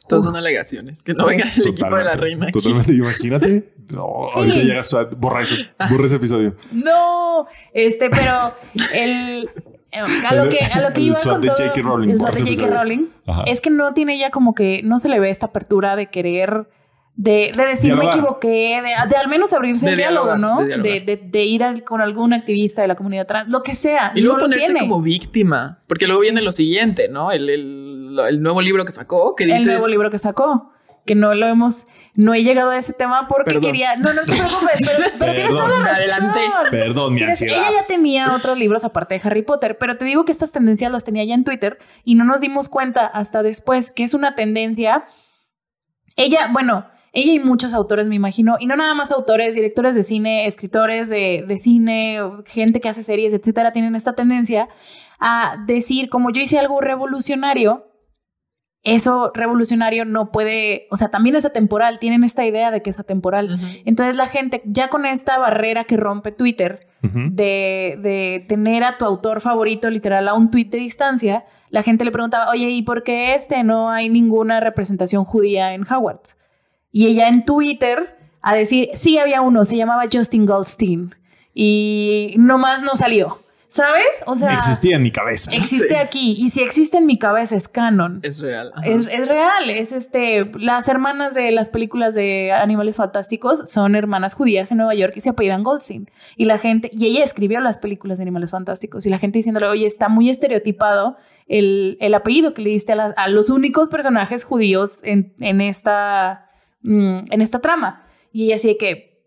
[SPEAKER 3] Todos son alegaciones. Que no
[SPEAKER 1] Sí.
[SPEAKER 3] venga el equipo de la
[SPEAKER 2] Totalmente,
[SPEAKER 3] reina. aquí.
[SPEAKER 2] Totalmente, imagínate. No,
[SPEAKER 1] Sí.
[SPEAKER 2] ahorita llega SWAT, borra eso, borra ese episodio.
[SPEAKER 1] No, este, pero el. eh, A lo que, a lo que
[SPEAKER 2] El
[SPEAKER 1] iba
[SPEAKER 2] swap
[SPEAKER 1] con
[SPEAKER 2] de
[SPEAKER 1] todo-
[SPEAKER 2] J.K. Rowling,
[SPEAKER 1] el
[SPEAKER 2] por
[SPEAKER 1] swap de
[SPEAKER 2] ese
[SPEAKER 1] J.K.
[SPEAKER 2] episodio.
[SPEAKER 1] Rowling
[SPEAKER 2] Ajá.
[SPEAKER 1] es que no tiene ella como que no se le ve esta apertura de querer de, de decir
[SPEAKER 2] Dialogar.
[SPEAKER 1] me equivoqué, de, de al menos abrirse
[SPEAKER 3] De
[SPEAKER 1] al diálogo,
[SPEAKER 3] dialogar,
[SPEAKER 1] ¿no?
[SPEAKER 3] de
[SPEAKER 1] De,
[SPEAKER 3] dialogar.
[SPEAKER 1] de- de ir al- con algún activista de la comunidad trans, lo que sea.
[SPEAKER 3] Y luego
[SPEAKER 1] no lo
[SPEAKER 3] ponerse
[SPEAKER 1] tiene.
[SPEAKER 3] como víctima, porque luego viene lo siguiente, ¿no? El, el- el nuevo libro que sacó, que dice...
[SPEAKER 1] el nuevo libro que sacó, que no lo hemos, no he llegado a ese tema porque
[SPEAKER 3] Perdón.
[SPEAKER 1] quería, no, no te preocupes, pero, pero tienes
[SPEAKER 2] Perdón.
[SPEAKER 1] toda la razón.
[SPEAKER 3] Adelante.
[SPEAKER 2] Perdón, mi
[SPEAKER 1] Tienes-
[SPEAKER 2] ansiedad.
[SPEAKER 1] Ella ya tenía otros libros aparte de Harry Potter, pero te digo que estas tendencias las tenía ya en Twitter y no nos dimos cuenta hasta después que es una tendencia. Ella, bueno, ella y muchos autores, me imagino, y no nada más autores, directores de cine, escritores de, de cine, o gente que hace series, etcétera, tienen esta tendencia a decir, como yo hice algo revolucionario, eso revolucionario no puede, o sea, también es atemporal, tienen esta idea de que es atemporal. Entonces la gente ya con esta barrera que rompe Twitter
[SPEAKER 2] Ujú.
[SPEAKER 1] de, de tener a tu autor favorito literal a un tuit de distancia, la gente le preguntaba, oye, ¿y por qué este no hay ninguna representación judía en Howard? Y ella en Twitter a decir, sí había uno, se llamaba Justin Goldstein y nomás no salió, ¿sabes? O sea, eh,
[SPEAKER 2] Existía en mi cabeza.
[SPEAKER 1] existe
[SPEAKER 3] Sí.
[SPEAKER 1] aquí y si existe en mi cabeza es canon.
[SPEAKER 3] Es real. ajá.
[SPEAKER 1] Es, es real, es este. Las hermanas de las películas de Animales Fantásticos son hermanas judías en Nueva York y se apellidan Goldstein. Y la gente, y ella escribió las películas de Animales Fantásticos y la gente diciéndole, oye, está muy estereotipado el, el apellido que le diste a, la- a los únicos personajes judíos en, en esta, mm, en esta trama. Y ella así de que,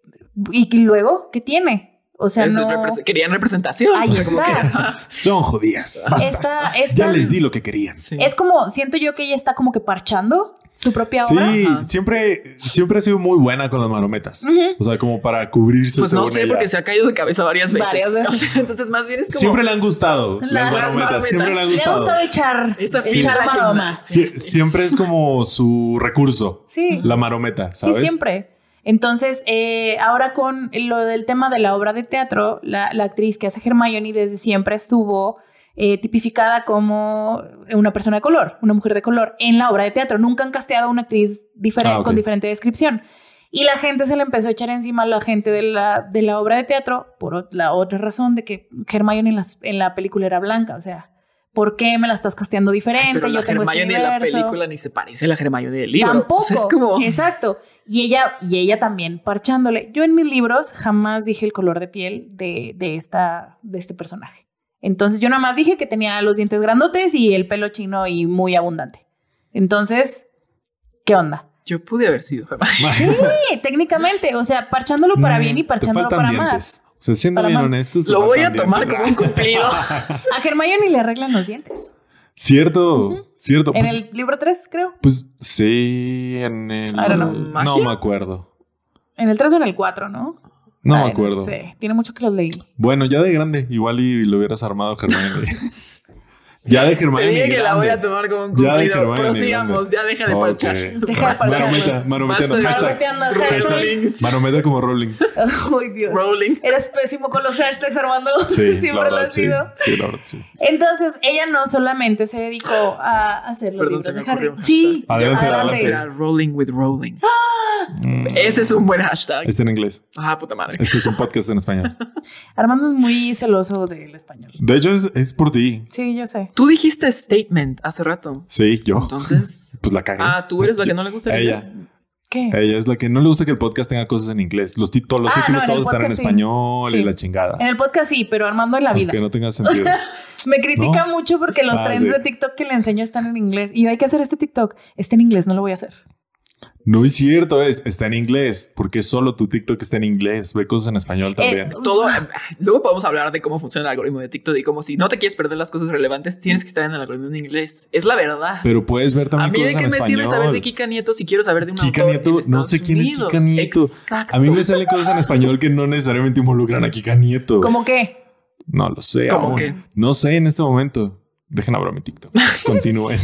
[SPEAKER 1] ¿y que luego qué tiene? O sea,
[SPEAKER 3] Eso
[SPEAKER 1] no.
[SPEAKER 3] es repres- Querían representación.
[SPEAKER 1] Ahí
[SPEAKER 3] o sea, como
[SPEAKER 1] está.
[SPEAKER 3] que, ajá.
[SPEAKER 2] Son judías. Basta.
[SPEAKER 1] Esta-
[SPEAKER 2] Ya
[SPEAKER 1] esta-
[SPEAKER 2] les di lo que querían.
[SPEAKER 3] Sí.
[SPEAKER 1] Es como, siento yo que ella está como que parchando su propia obra.
[SPEAKER 2] Sí,
[SPEAKER 3] Ajá.
[SPEAKER 2] siempre, siempre ha sido muy buena con las marometas.
[SPEAKER 1] Ujú.
[SPEAKER 2] O sea, como para cubrirse.
[SPEAKER 3] Pues no
[SPEAKER 2] según
[SPEAKER 3] sé,
[SPEAKER 2] ella.
[SPEAKER 3] porque se ha caído de cabeza varias veces.
[SPEAKER 1] Varias veces.
[SPEAKER 3] O sea, entonces más bien es como.
[SPEAKER 2] Siempre le han gustado las,
[SPEAKER 1] Las
[SPEAKER 2] marometas,
[SPEAKER 3] marometas.
[SPEAKER 2] Siempre le han
[SPEAKER 1] Le ha
[SPEAKER 2] gustado.
[SPEAKER 1] gustado echar,
[SPEAKER 3] Esa
[SPEAKER 1] echar
[SPEAKER 3] fibra
[SPEAKER 1] maromas.
[SPEAKER 2] Sie-
[SPEAKER 3] gimnástica, sí.
[SPEAKER 2] Siempre es como su recurso,
[SPEAKER 1] Sí,
[SPEAKER 2] la marometa,
[SPEAKER 1] sí,
[SPEAKER 2] ¿sabes?
[SPEAKER 1] siempre. Entonces, eh, ahora con lo del tema de la obra de teatro, la, la actriz que hace Hermione desde siempre estuvo eh, tipificada como una persona de color, una mujer de color, en la obra de teatro. Nunca han casteado a una actriz diferen-
[SPEAKER 2] Ah, ok.
[SPEAKER 1] con diferente descripción. Y la gente se le empezó a echar encima a la gente de la, de la obra de teatro por ot- la otra razón de que Hermione en, las- en la película era blanca. O sea, ¿por qué me la estás casteando diferente?
[SPEAKER 3] Pero la
[SPEAKER 1] Yo tengo este
[SPEAKER 3] Hermione de la
[SPEAKER 1] universo.
[SPEAKER 3] película ni se parece a la Hermione del libro.
[SPEAKER 1] Tampoco.
[SPEAKER 3] O
[SPEAKER 2] pues,
[SPEAKER 3] sea, es como.
[SPEAKER 1] Exacto. Y ella, y ella también parchándole. Yo en mis libros jamás dije el color de piel de, de esta, de este personaje. Entonces yo nada más dije que tenía los dientes grandotes y el pelo chino y muy abundante. Entonces, ¿qué onda?
[SPEAKER 3] Yo pude haber sido Hermione.
[SPEAKER 1] Sí, técnicamente, o sea, parchándolo para
[SPEAKER 2] Mm,
[SPEAKER 1] bien y
[SPEAKER 2] te
[SPEAKER 1] parchándolo
[SPEAKER 2] faltan
[SPEAKER 1] para
[SPEAKER 2] dientes. O sea, siendo
[SPEAKER 1] Para
[SPEAKER 2] bien
[SPEAKER 1] más.
[SPEAKER 2] honestos. te
[SPEAKER 3] Lo voy a
[SPEAKER 2] faltan
[SPEAKER 3] tomar
[SPEAKER 2] dientes.
[SPEAKER 3] como un cumplido.
[SPEAKER 1] más. A Hermione le arreglan los dientes.
[SPEAKER 2] Cierto,
[SPEAKER 1] Ujú.
[SPEAKER 2] cierto.
[SPEAKER 1] En
[SPEAKER 2] Pues,
[SPEAKER 1] el libro 3, creo.
[SPEAKER 2] pues, sí, en el.
[SPEAKER 1] I don't know.
[SPEAKER 2] No
[SPEAKER 3] ¿Magia?
[SPEAKER 2] me acuerdo.
[SPEAKER 1] En el 3 o en el 4, ¿no?
[SPEAKER 2] No
[SPEAKER 1] Ay,
[SPEAKER 2] me acuerdo.
[SPEAKER 1] sé. Tiene mucho que los leí.
[SPEAKER 2] Bueno, ya de grande, igual y lo hubieras armado, Germán. ya de Germán.
[SPEAKER 3] Te dije que la voy a tomar como un
[SPEAKER 2] Ya de
[SPEAKER 3] cumplido.
[SPEAKER 2] Hermione,
[SPEAKER 3] Prosigamos, ya deja de
[SPEAKER 2] Ok.
[SPEAKER 3] parchar.
[SPEAKER 1] Deja de parchar.
[SPEAKER 2] Marometa, marometa, no,
[SPEAKER 3] Basta de-
[SPEAKER 2] hashtag.
[SPEAKER 1] Marometeando,
[SPEAKER 2] hashtag.
[SPEAKER 3] Rowling.
[SPEAKER 2] Marometa como Rolling.
[SPEAKER 1] Ay, Dios.
[SPEAKER 3] Rowling.
[SPEAKER 1] Eres pésimo con los hashtags, Armando.
[SPEAKER 2] Sí, la
[SPEAKER 1] Siempre lo
[SPEAKER 2] verdad,
[SPEAKER 1] has
[SPEAKER 2] sí.
[SPEAKER 1] sido.
[SPEAKER 2] Sí, la verdad, sí.
[SPEAKER 1] Entonces, ella no solamente se dedicó a hacer los
[SPEAKER 3] Perdón,
[SPEAKER 1] libros
[SPEAKER 3] se me
[SPEAKER 1] de Harry.
[SPEAKER 3] ocurrió un
[SPEAKER 1] Sí, Ah.
[SPEAKER 2] hashtag. Adelante,
[SPEAKER 1] adelante.
[SPEAKER 2] adelante.
[SPEAKER 3] Rolling with Rolling. Ese es un buen hashtag.
[SPEAKER 2] Está en inglés.
[SPEAKER 3] Ah, puta madre.
[SPEAKER 2] Este es un podcast en español.
[SPEAKER 1] Armando es muy celoso del español.
[SPEAKER 2] De hecho, es, es por ti.
[SPEAKER 1] Sí, yo sé.
[SPEAKER 3] Tú dijiste statement hace rato.
[SPEAKER 2] Sí, yo.
[SPEAKER 3] Entonces.
[SPEAKER 2] Pues la cagué.
[SPEAKER 3] Ah, tú eres la que no le gusta el
[SPEAKER 2] Ella.
[SPEAKER 3] inglés?
[SPEAKER 1] ¿Qué?
[SPEAKER 2] Ella es la que no le gusta que el podcast tenga cosas en inglés. Los, tit- todos los
[SPEAKER 1] Ah,
[SPEAKER 2] títulos
[SPEAKER 1] no, en el
[SPEAKER 2] todos están en
[SPEAKER 1] podcast sí.
[SPEAKER 2] español y
[SPEAKER 1] Sí.
[SPEAKER 2] la chingada.
[SPEAKER 1] En el podcast sí, pero Armando en la vida.
[SPEAKER 2] Aunque no tenga sentido.
[SPEAKER 1] Me critica
[SPEAKER 2] ¿No?
[SPEAKER 1] mucho porque los
[SPEAKER 2] Ah,
[SPEAKER 1] trends
[SPEAKER 2] sí.
[SPEAKER 1] de TikTok que le enseño están en inglés. Y yo, hay que hacer este TikTok. Este en inglés, no lo voy a hacer.
[SPEAKER 2] no es cierto, es está en inglés. Porque solo tu TikTok está en inglés. Ve cosas en español también.
[SPEAKER 1] Eh,
[SPEAKER 3] Todo. Luego podemos hablar de cómo funciona el algoritmo de TikTok y cómo si no te quieres perder las cosas relevantes, tienes que estar en el algoritmo en inglés. Es la verdad.
[SPEAKER 2] Pero puedes ver
[SPEAKER 3] A
[SPEAKER 2] también
[SPEAKER 3] mí de
[SPEAKER 2] cosas
[SPEAKER 3] qué
[SPEAKER 2] en
[SPEAKER 3] me sirve
[SPEAKER 2] español.
[SPEAKER 3] saber de Kika Nieto si quiero saber de un
[SPEAKER 2] Kika
[SPEAKER 3] autor
[SPEAKER 2] Nieto,
[SPEAKER 3] en
[SPEAKER 2] no
[SPEAKER 3] Estados
[SPEAKER 2] sé quién es
[SPEAKER 3] Unidos?
[SPEAKER 2] Kika Nieto.
[SPEAKER 3] Exacto.
[SPEAKER 2] A mí me salen cosas en español que no necesariamente involucran a Kika Nieto.
[SPEAKER 1] ¿Cómo qué?
[SPEAKER 2] No lo sé.
[SPEAKER 3] ¿Cómo
[SPEAKER 2] aún.
[SPEAKER 3] qué?
[SPEAKER 2] No sé en este momento. Dejen abrir mi TikTok. Continúen.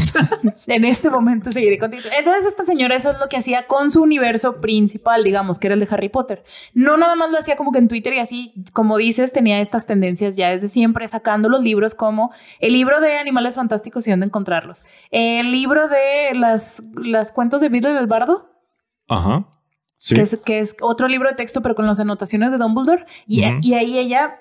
[SPEAKER 1] En este momento seguiré contigo. Entonces, esta señora eso es lo que hacía con su universo principal, digamos, que era el de Harry Potter. No nada más lo hacía como que en Twitter y así, como dices, tenía estas tendencias ya desde siempre, sacando los libros como el libro de Animales Fantásticos y dónde encontrarlos, el libro de las, las cuentos de Billy el Bardo,
[SPEAKER 2] Ajá. Sí.
[SPEAKER 1] que, es, que es otro libro de texto, pero con las anotaciones de Dumbledore, y,
[SPEAKER 2] Ujú.
[SPEAKER 1] y ahí ella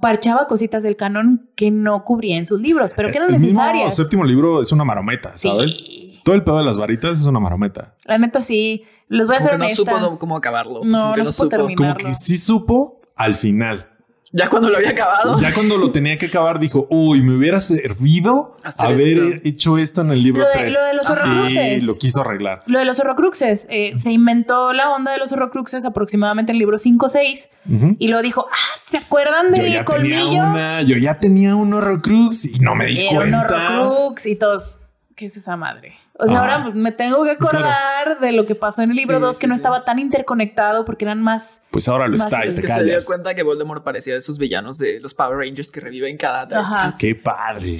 [SPEAKER 1] parchaba cositas del canon que no cubría en sus libros, pero que eran
[SPEAKER 2] Eh, El mismo
[SPEAKER 1] necesarias.
[SPEAKER 2] séptimo libro es una marometa, ¿sabes?
[SPEAKER 1] Sí.
[SPEAKER 2] Todo el pedo de las varitas es una marometa.
[SPEAKER 1] La neta sí. Les voy a
[SPEAKER 3] Como
[SPEAKER 1] ser
[SPEAKER 3] que no
[SPEAKER 1] honesta.
[SPEAKER 3] supo no- cómo acabarlo.
[SPEAKER 1] No,
[SPEAKER 3] Como que
[SPEAKER 1] no supo terminar.
[SPEAKER 2] Como
[SPEAKER 1] Claro.
[SPEAKER 2] que sí supo al final.
[SPEAKER 3] Ya cuando lo había
[SPEAKER 1] Oh.
[SPEAKER 3] acabado.
[SPEAKER 2] Ya cuando lo tenía que acabar, dijo, uy, me hubiera servido
[SPEAKER 3] Hacer
[SPEAKER 2] haber
[SPEAKER 3] esto".
[SPEAKER 2] hecho esto en el libro
[SPEAKER 1] Lo de-
[SPEAKER 2] 3.
[SPEAKER 1] lo de los
[SPEAKER 3] Ajá.
[SPEAKER 1] horrocruxes.
[SPEAKER 2] Y lo quiso arreglar.
[SPEAKER 1] Lo de los horrocruxes. eh, se inventó la onda de los horrocruxes aproximadamente en el libro 5 o 6
[SPEAKER 2] Ujú.
[SPEAKER 1] y luego dijo, ah, ¿se acuerdan
[SPEAKER 2] Yo
[SPEAKER 1] de
[SPEAKER 2] ya
[SPEAKER 1] Colmillo?
[SPEAKER 2] tenía una, yo ya tenía un horrocrux y no me di
[SPEAKER 1] Era un
[SPEAKER 2] cuenta.
[SPEAKER 1] horrocrux y todos. ¿Qué es esa madre? O sea,
[SPEAKER 2] Ajá.
[SPEAKER 1] ahora pues me tengo que acordar de lo que pasó en el libro
[SPEAKER 3] Sí,
[SPEAKER 1] 2, que
[SPEAKER 3] sí,
[SPEAKER 1] no
[SPEAKER 3] sí.
[SPEAKER 1] estaba tan interconectado porque eran más.
[SPEAKER 2] Pues ahora lo
[SPEAKER 1] Más
[SPEAKER 2] está y
[SPEAKER 1] es
[SPEAKER 2] te
[SPEAKER 3] que se dio
[SPEAKER 2] callas.
[SPEAKER 3] cuenta que Voldemort parecía de esos villanos de los Power Rangers que reviven cada tres.
[SPEAKER 1] Ajá.
[SPEAKER 2] Qué padre.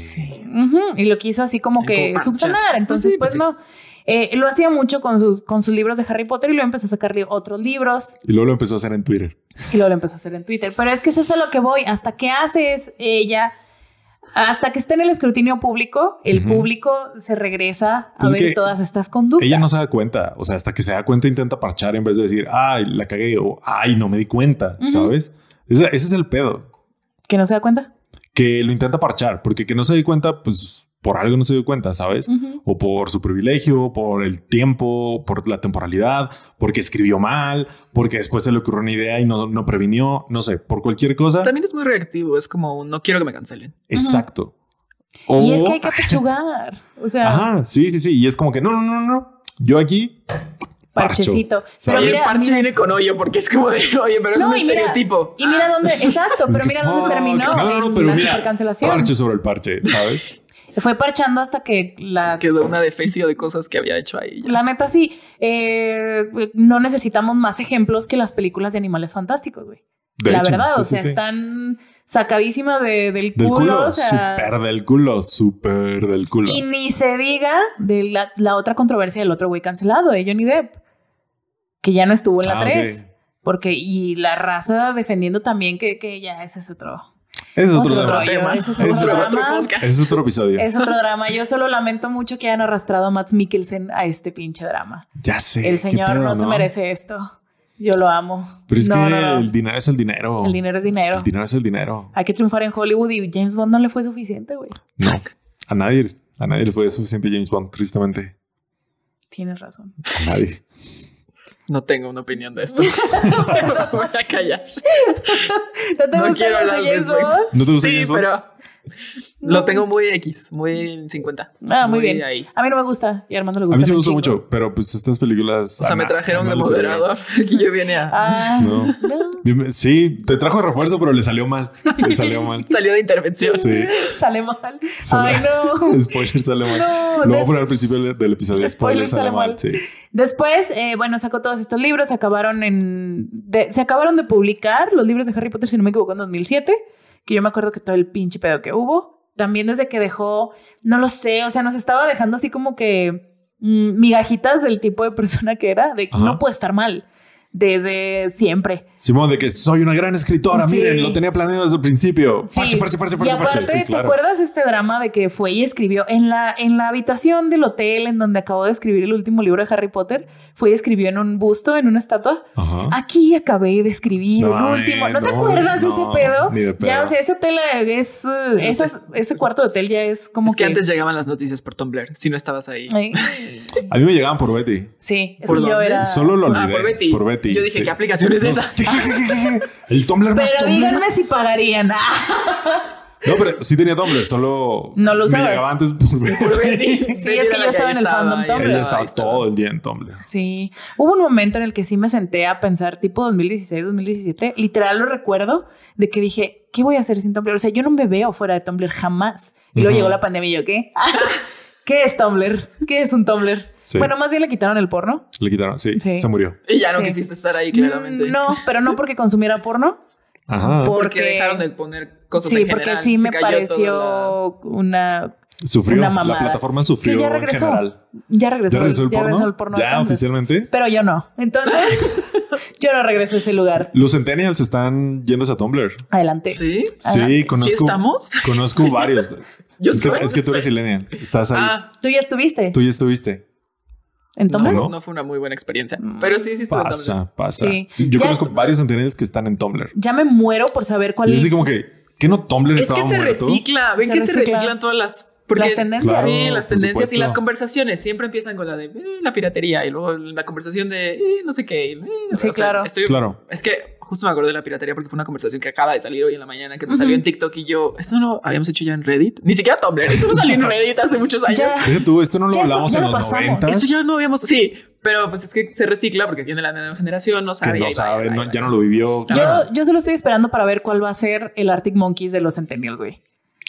[SPEAKER 1] Ujú, Y lo quiso así como
[SPEAKER 3] Y
[SPEAKER 1] que
[SPEAKER 3] como parchar.
[SPEAKER 1] subsanar. Entonces,
[SPEAKER 3] Sí, pues
[SPEAKER 1] pues, no. Eh, lo hacía mucho con sus, con sus libros de Harry Potter y luego empezó a sacarle otros libros
[SPEAKER 2] Y luego lo empezó a hacer en Twitter.
[SPEAKER 1] y luego lo empezó a hacer en Twitter. Pero es que es eso a lo que voy. Hasta que haces ella, hasta que esté en el escrutinio público, el
[SPEAKER 2] Ujú.
[SPEAKER 1] público se regresa a
[SPEAKER 2] Pues es
[SPEAKER 1] ver
[SPEAKER 2] que
[SPEAKER 1] todas estas conductas.
[SPEAKER 2] Ella no se da cuenta. O sea, hasta que se da cuenta intenta parchar en vez de decir, ay, la cagué o ay, no me di cuenta,
[SPEAKER 1] Ujú.
[SPEAKER 2] ¿sabes? Ese, ese es el pedo.
[SPEAKER 1] Que no se da cuenta.
[SPEAKER 2] Que lo intenta parchar, porque que no se di cuenta, pues por algo no se dio cuenta, ¿sabes?
[SPEAKER 1] Ujú.
[SPEAKER 2] O por su privilegio, por el tiempo, por la temporalidad, porque escribió mal, porque después se le ocurrió una idea y no, no previnió, no sé, por cualquier cosa.
[SPEAKER 3] También es muy reactivo, es como un no quiero que me cancelen.
[SPEAKER 2] Exacto.
[SPEAKER 1] Y es
[SPEAKER 2] O-
[SPEAKER 1] que hay que pechugar. O sea,
[SPEAKER 2] Oh. Ajá, sí, sí, sí. Y es como que no, no, no, no. Yo aquí. parcho.
[SPEAKER 1] parchecito. Pero
[SPEAKER 2] ¿Sabes?
[SPEAKER 3] y el
[SPEAKER 1] mira,
[SPEAKER 3] parche
[SPEAKER 1] mira-
[SPEAKER 3] viene con hoyo porque es como de, oye, pero es
[SPEAKER 1] No,
[SPEAKER 3] un
[SPEAKER 1] y mira-
[SPEAKER 3] estereotipo.
[SPEAKER 1] y mira dónde, exacto, pero
[SPEAKER 2] Es que,
[SPEAKER 1] mira dónde
[SPEAKER 2] fuck,
[SPEAKER 1] terminó.
[SPEAKER 2] no, no,
[SPEAKER 1] en
[SPEAKER 2] pero
[SPEAKER 1] la
[SPEAKER 2] mira,
[SPEAKER 1] supercancelación.
[SPEAKER 2] Parche sobre el parche, ¿sabes?
[SPEAKER 1] Fue parchando hasta que la
[SPEAKER 3] Quedó una defecio Ah, de cosas que había hecho ahí.
[SPEAKER 1] La neta, sí. Eh, no necesitamos más ejemplos que las películas de animales fantásticos, güey.
[SPEAKER 2] De
[SPEAKER 1] La
[SPEAKER 2] hecho,
[SPEAKER 1] verdad,
[SPEAKER 2] sí,
[SPEAKER 1] o
[SPEAKER 2] sí,
[SPEAKER 1] sea,
[SPEAKER 2] sí.
[SPEAKER 1] están sacadísimas de- del,
[SPEAKER 2] Del
[SPEAKER 1] culo,
[SPEAKER 2] culo,
[SPEAKER 1] o sea,
[SPEAKER 2] súper del culo, súper del culo.
[SPEAKER 1] y ni se diga de la, la otra controversia del otro güey cancelado, de Johnny Depp, que ya no estuvo en la
[SPEAKER 2] Ah,
[SPEAKER 1] 3.
[SPEAKER 2] ok.
[SPEAKER 1] Porque, y la raza defendiendo también que, que ya ese es otro.
[SPEAKER 2] Ese es otro,
[SPEAKER 1] Otro
[SPEAKER 2] tema.
[SPEAKER 1] rollo. eso es
[SPEAKER 2] otro
[SPEAKER 1] drama.
[SPEAKER 2] Ese es otro episodio.
[SPEAKER 1] Es otro drama. Yo solo lamento mucho que hayan arrastrado a Max Mikkelsen a este pinche drama.
[SPEAKER 2] Ya sé.
[SPEAKER 1] El
[SPEAKER 2] Eh, qué
[SPEAKER 1] señor
[SPEAKER 2] pedo,
[SPEAKER 1] no, se merece esto. Yo lo amo.
[SPEAKER 2] Pero es
[SPEAKER 1] No,
[SPEAKER 2] que
[SPEAKER 1] no, no.
[SPEAKER 2] el dinero es el dinero.
[SPEAKER 1] El dinero es dinero.
[SPEAKER 2] El dinero es el dinero.
[SPEAKER 1] Hay que triunfar en Hollywood y James Bond no le fue suficiente, güey.
[SPEAKER 2] No. A nadie, a nadie le fue suficiente James Bond, tristemente.
[SPEAKER 1] Tienes razón.
[SPEAKER 2] A nadie.
[SPEAKER 3] No tengo una opinión de esto. Me voy a callar.
[SPEAKER 1] ¿No te
[SPEAKER 3] No
[SPEAKER 1] gusta
[SPEAKER 3] quiero
[SPEAKER 1] el de
[SPEAKER 3] hablar al
[SPEAKER 1] James
[SPEAKER 3] respecto.
[SPEAKER 1] Bond?
[SPEAKER 2] ¿No te gusta
[SPEAKER 3] Sí,
[SPEAKER 2] James Bond?
[SPEAKER 3] pero lo tengo muy X, muy 50.
[SPEAKER 1] Ah, muy bien.
[SPEAKER 3] ahí.
[SPEAKER 1] A mí no me gusta y a Armando le gusta.
[SPEAKER 2] A mí sí me
[SPEAKER 1] un
[SPEAKER 2] gusta
[SPEAKER 1] chingo.
[SPEAKER 2] mucho, pero pues estas películas.
[SPEAKER 3] O sea, me
[SPEAKER 2] ana-
[SPEAKER 3] trajeron de
[SPEAKER 2] anales del cerebro.
[SPEAKER 3] moderador. Aquí yo vine a...
[SPEAKER 1] Ah,
[SPEAKER 2] No.
[SPEAKER 1] no.
[SPEAKER 2] Dime- Sí, te trajo de refuerzo, pero le salió mal. Le salió mal.
[SPEAKER 3] Salió de intervención.
[SPEAKER 2] Sí.
[SPEAKER 1] Sale mal.
[SPEAKER 2] Sale-
[SPEAKER 1] Ay, no.
[SPEAKER 2] Spoiler sale mal.
[SPEAKER 1] No,
[SPEAKER 2] Lo voy a
[SPEAKER 1] des-
[SPEAKER 2] poner al principio del, del episodio. Spoiler, sale, mal. Sí.
[SPEAKER 1] Después, eh, bueno, sacó todos estos libros, se acabaron en. de- se acabaron de publicar los libros de Harry Potter, si no me equivoco, en 2007, que yo me acuerdo que todo el pinche pedo que hubo. También desde que dejó, no lo sé, o sea, nos estaba dejando así como que mm, migajitas del tipo de persona que era, de que
[SPEAKER 2] Ajá.
[SPEAKER 1] no puede estar mal desde siempre.
[SPEAKER 2] Simón, de que soy una gran escritora.
[SPEAKER 1] Sí.
[SPEAKER 2] Miren, lo tenía planeado desde el principio. Parche, parche, parche,
[SPEAKER 1] y
[SPEAKER 2] parche,
[SPEAKER 1] aparte,
[SPEAKER 2] parche. Sí,
[SPEAKER 1] ¿te acuerdas este drama de que fue y escribió en la, en la habitación del hotel en donde acabó de escribir el último libro de Harry Potter? Fue y escribió en un busto, en una estatua.
[SPEAKER 2] Ajá.
[SPEAKER 1] Aquí acabé de escribir
[SPEAKER 2] No,
[SPEAKER 1] el último.
[SPEAKER 2] eh,
[SPEAKER 1] ¿No, te
[SPEAKER 2] no,
[SPEAKER 1] acuerdas de ese
[SPEAKER 2] no,
[SPEAKER 1] pedo?
[SPEAKER 2] ni de pedo.
[SPEAKER 1] Ya, o sea, ese hotel eh, es. eh,
[SPEAKER 3] Sí,
[SPEAKER 1] esas-
[SPEAKER 3] sí.
[SPEAKER 1] ese cuarto de hotel ya es como
[SPEAKER 3] Es que antes llegaban las noticias por Tumblr, si no estabas ahí.
[SPEAKER 1] Ay,
[SPEAKER 2] A mí me llegaban por Betty.
[SPEAKER 1] sí, es
[SPEAKER 3] ¿Por
[SPEAKER 1] que yo
[SPEAKER 3] dónde?
[SPEAKER 1] era.
[SPEAKER 2] Solo lo olvidé.
[SPEAKER 3] Ah, por Betty.
[SPEAKER 2] Por Betty.
[SPEAKER 3] Yo dije,
[SPEAKER 2] sí.
[SPEAKER 3] ¿qué aplicación es
[SPEAKER 2] No,
[SPEAKER 3] esa?
[SPEAKER 2] ¿qué, qué, qué, qué, qué? El Tumblr más
[SPEAKER 1] Pero
[SPEAKER 2] Tumblr.
[SPEAKER 1] díganme si pagarían. Ah,
[SPEAKER 2] No, pero sí tenía Tumblr, solo.
[SPEAKER 1] No lo
[SPEAKER 2] Me
[SPEAKER 1] usabas.
[SPEAKER 2] llegaba antes por Betty.
[SPEAKER 3] Por Betty.
[SPEAKER 1] Sí, es que yo
[SPEAKER 3] Ahí
[SPEAKER 1] estaba en el fandom
[SPEAKER 3] ahí
[SPEAKER 1] Tumblr.
[SPEAKER 2] Ella
[SPEAKER 1] Tumblr,
[SPEAKER 2] estaba
[SPEAKER 3] ahí
[SPEAKER 2] todo el día en Tumblr.
[SPEAKER 1] Sí. Hubo un momento en el que sí me senté a pensar, tipo 2016, 2017. Literal lo recuerdo de que dije, ¿qué voy a hacer sin Tumblr? O sea, yo no me veo fuera de Tumblr jamás. Y luego
[SPEAKER 2] Ujú.
[SPEAKER 1] llegó la pandemia y yo, ¿qué? ¿Qué es Tumblr? ¿Qué es un Tumblr?
[SPEAKER 2] Sí.
[SPEAKER 1] Bueno, más bien le quitaron el porno.
[SPEAKER 2] Le quitaron, sí,
[SPEAKER 1] Sí.
[SPEAKER 2] se murió.
[SPEAKER 3] Y ya no
[SPEAKER 1] Sí.
[SPEAKER 3] quisiste estar ahí, claramente.
[SPEAKER 1] Mm, No, pero no porque consumiera porno.
[SPEAKER 2] Ajá.
[SPEAKER 1] Por-
[SPEAKER 3] porque,
[SPEAKER 1] porque-
[SPEAKER 3] dejaron de poner cosas
[SPEAKER 1] sí,
[SPEAKER 3] en
[SPEAKER 1] porque
[SPEAKER 3] general,
[SPEAKER 1] sí
[SPEAKER 3] se
[SPEAKER 1] me
[SPEAKER 3] cayó toda la-
[SPEAKER 1] pareció una.
[SPEAKER 2] Sufrió.
[SPEAKER 1] Una
[SPEAKER 2] la
[SPEAKER 1] mamada.
[SPEAKER 2] plataforma sufrió
[SPEAKER 1] Que ya
[SPEAKER 2] en
[SPEAKER 1] regresó.
[SPEAKER 2] general.
[SPEAKER 1] Ya regresó,
[SPEAKER 2] ¿Ya regresó el
[SPEAKER 1] ya
[SPEAKER 2] porno?
[SPEAKER 1] regresó el porno de
[SPEAKER 2] ya
[SPEAKER 1] Tumblr.
[SPEAKER 2] oficialmente.
[SPEAKER 1] Pero yo no. Entonces, yo no regreso a ese lugar.
[SPEAKER 2] Los Centennials están yéndose a Tumblr.
[SPEAKER 1] Adelante.
[SPEAKER 3] ¿Sí?
[SPEAKER 1] Ajá.
[SPEAKER 2] Sí, conozco.
[SPEAKER 3] ¿Sí estamos?
[SPEAKER 2] Conozco varios.
[SPEAKER 3] Yo
[SPEAKER 2] es, que,
[SPEAKER 3] soy.
[SPEAKER 2] es que tú eres Silenial. Estás ahí.
[SPEAKER 3] Ah,
[SPEAKER 1] Tú ya estuviste
[SPEAKER 2] Tú ya estuviste.
[SPEAKER 1] en
[SPEAKER 3] no,
[SPEAKER 1] Tumblr.
[SPEAKER 2] ¿No?
[SPEAKER 3] no fue una muy buena experiencia. Pero sí, sí estuve en Tumblr.
[SPEAKER 2] Pasa, pasa.
[SPEAKER 1] Sí.
[SPEAKER 2] Sí, yo
[SPEAKER 1] Ya-
[SPEAKER 2] conozco varios Centennials que están en Tumblr.
[SPEAKER 1] Ya me muero por saber cuál
[SPEAKER 2] Y
[SPEAKER 1] es.
[SPEAKER 2] así como que, ¿qué no Tumblr
[SPEAKER 3] Es
[SPEAKER 2] estaba
[SPEAKER 3] que se
[SPEAKER 2] muerto?
[SPEAKER 3] recicla, ven
[SPEAKER 1] Se
[SPEAKER 3] que se
[SPEAKER 1] recicla.
[SPEAKER 3] reciclan todas las porque-
[SPEAKER 1] Las tendencias.
[SPEAKER 2] Claro,
[SPEAKER 3] sí, las
[SPEAKER 2] por
[SPEAKER 3] tendencias y
[SPEAKER 2] supuesto.
[SPEAKER 3] las conversaciones siempre empiezan con la de eh, la piratería y luego la conversación de eh, no sé qué. y, eh, o
[SPEAKER 1] Sí,
[SPEAKER 3] sea,
[SPEAKER 1] claro.
[SPEAKER 3] estoy-
[SPEAKER 2] Claro.
[SPEAKER 3] Es que justo me acordé de la piratería porque fue una conversación que acaba de salir hoy en la mañana que me salió
[SPEAKER 1] Ujú.
[SPEAKER 3] en TikTok y yo, esto no lo habíamos hecho ya en Reddit, ni siquiera Tumblr, esto no salió en Reddit hace muchos años.
[SPEAKER 1] Ya.
[SPEAKER 2] Deja tú, esto no lo
[SPEAKER 1] Ya esto-
[SPEAKER 2] hablamos
[SPEAKER 1] ya
[SPEAKER 2] en
[SPEAKER 1] lo
[SPEAKER 2] los
[SPEAKER 1] pasamos.
[SPEAKER 2] noventas.
[SPEAKER 3] Esto ya no habíamos, sí, pero pues es que se recicla porque viene la nueva generación, no sabe.
[SPEAKER 2] Que
[SPEAKER 3] y
[SPEAKER 2] no
[SPEAKER 3] ahí va, ahí
[SPEAKER 2] sabe,
[SPEAKER 3] va,
[SPEAKER 2] no-
[SPEAKER 3] ahí va.
[SPEAKER 2] ya no lo vivió.
[SPEAKER 1] Yo, yo solo estoy esperando para ver cuál va a ser el Arctic Monkeys de los Centennials, güey.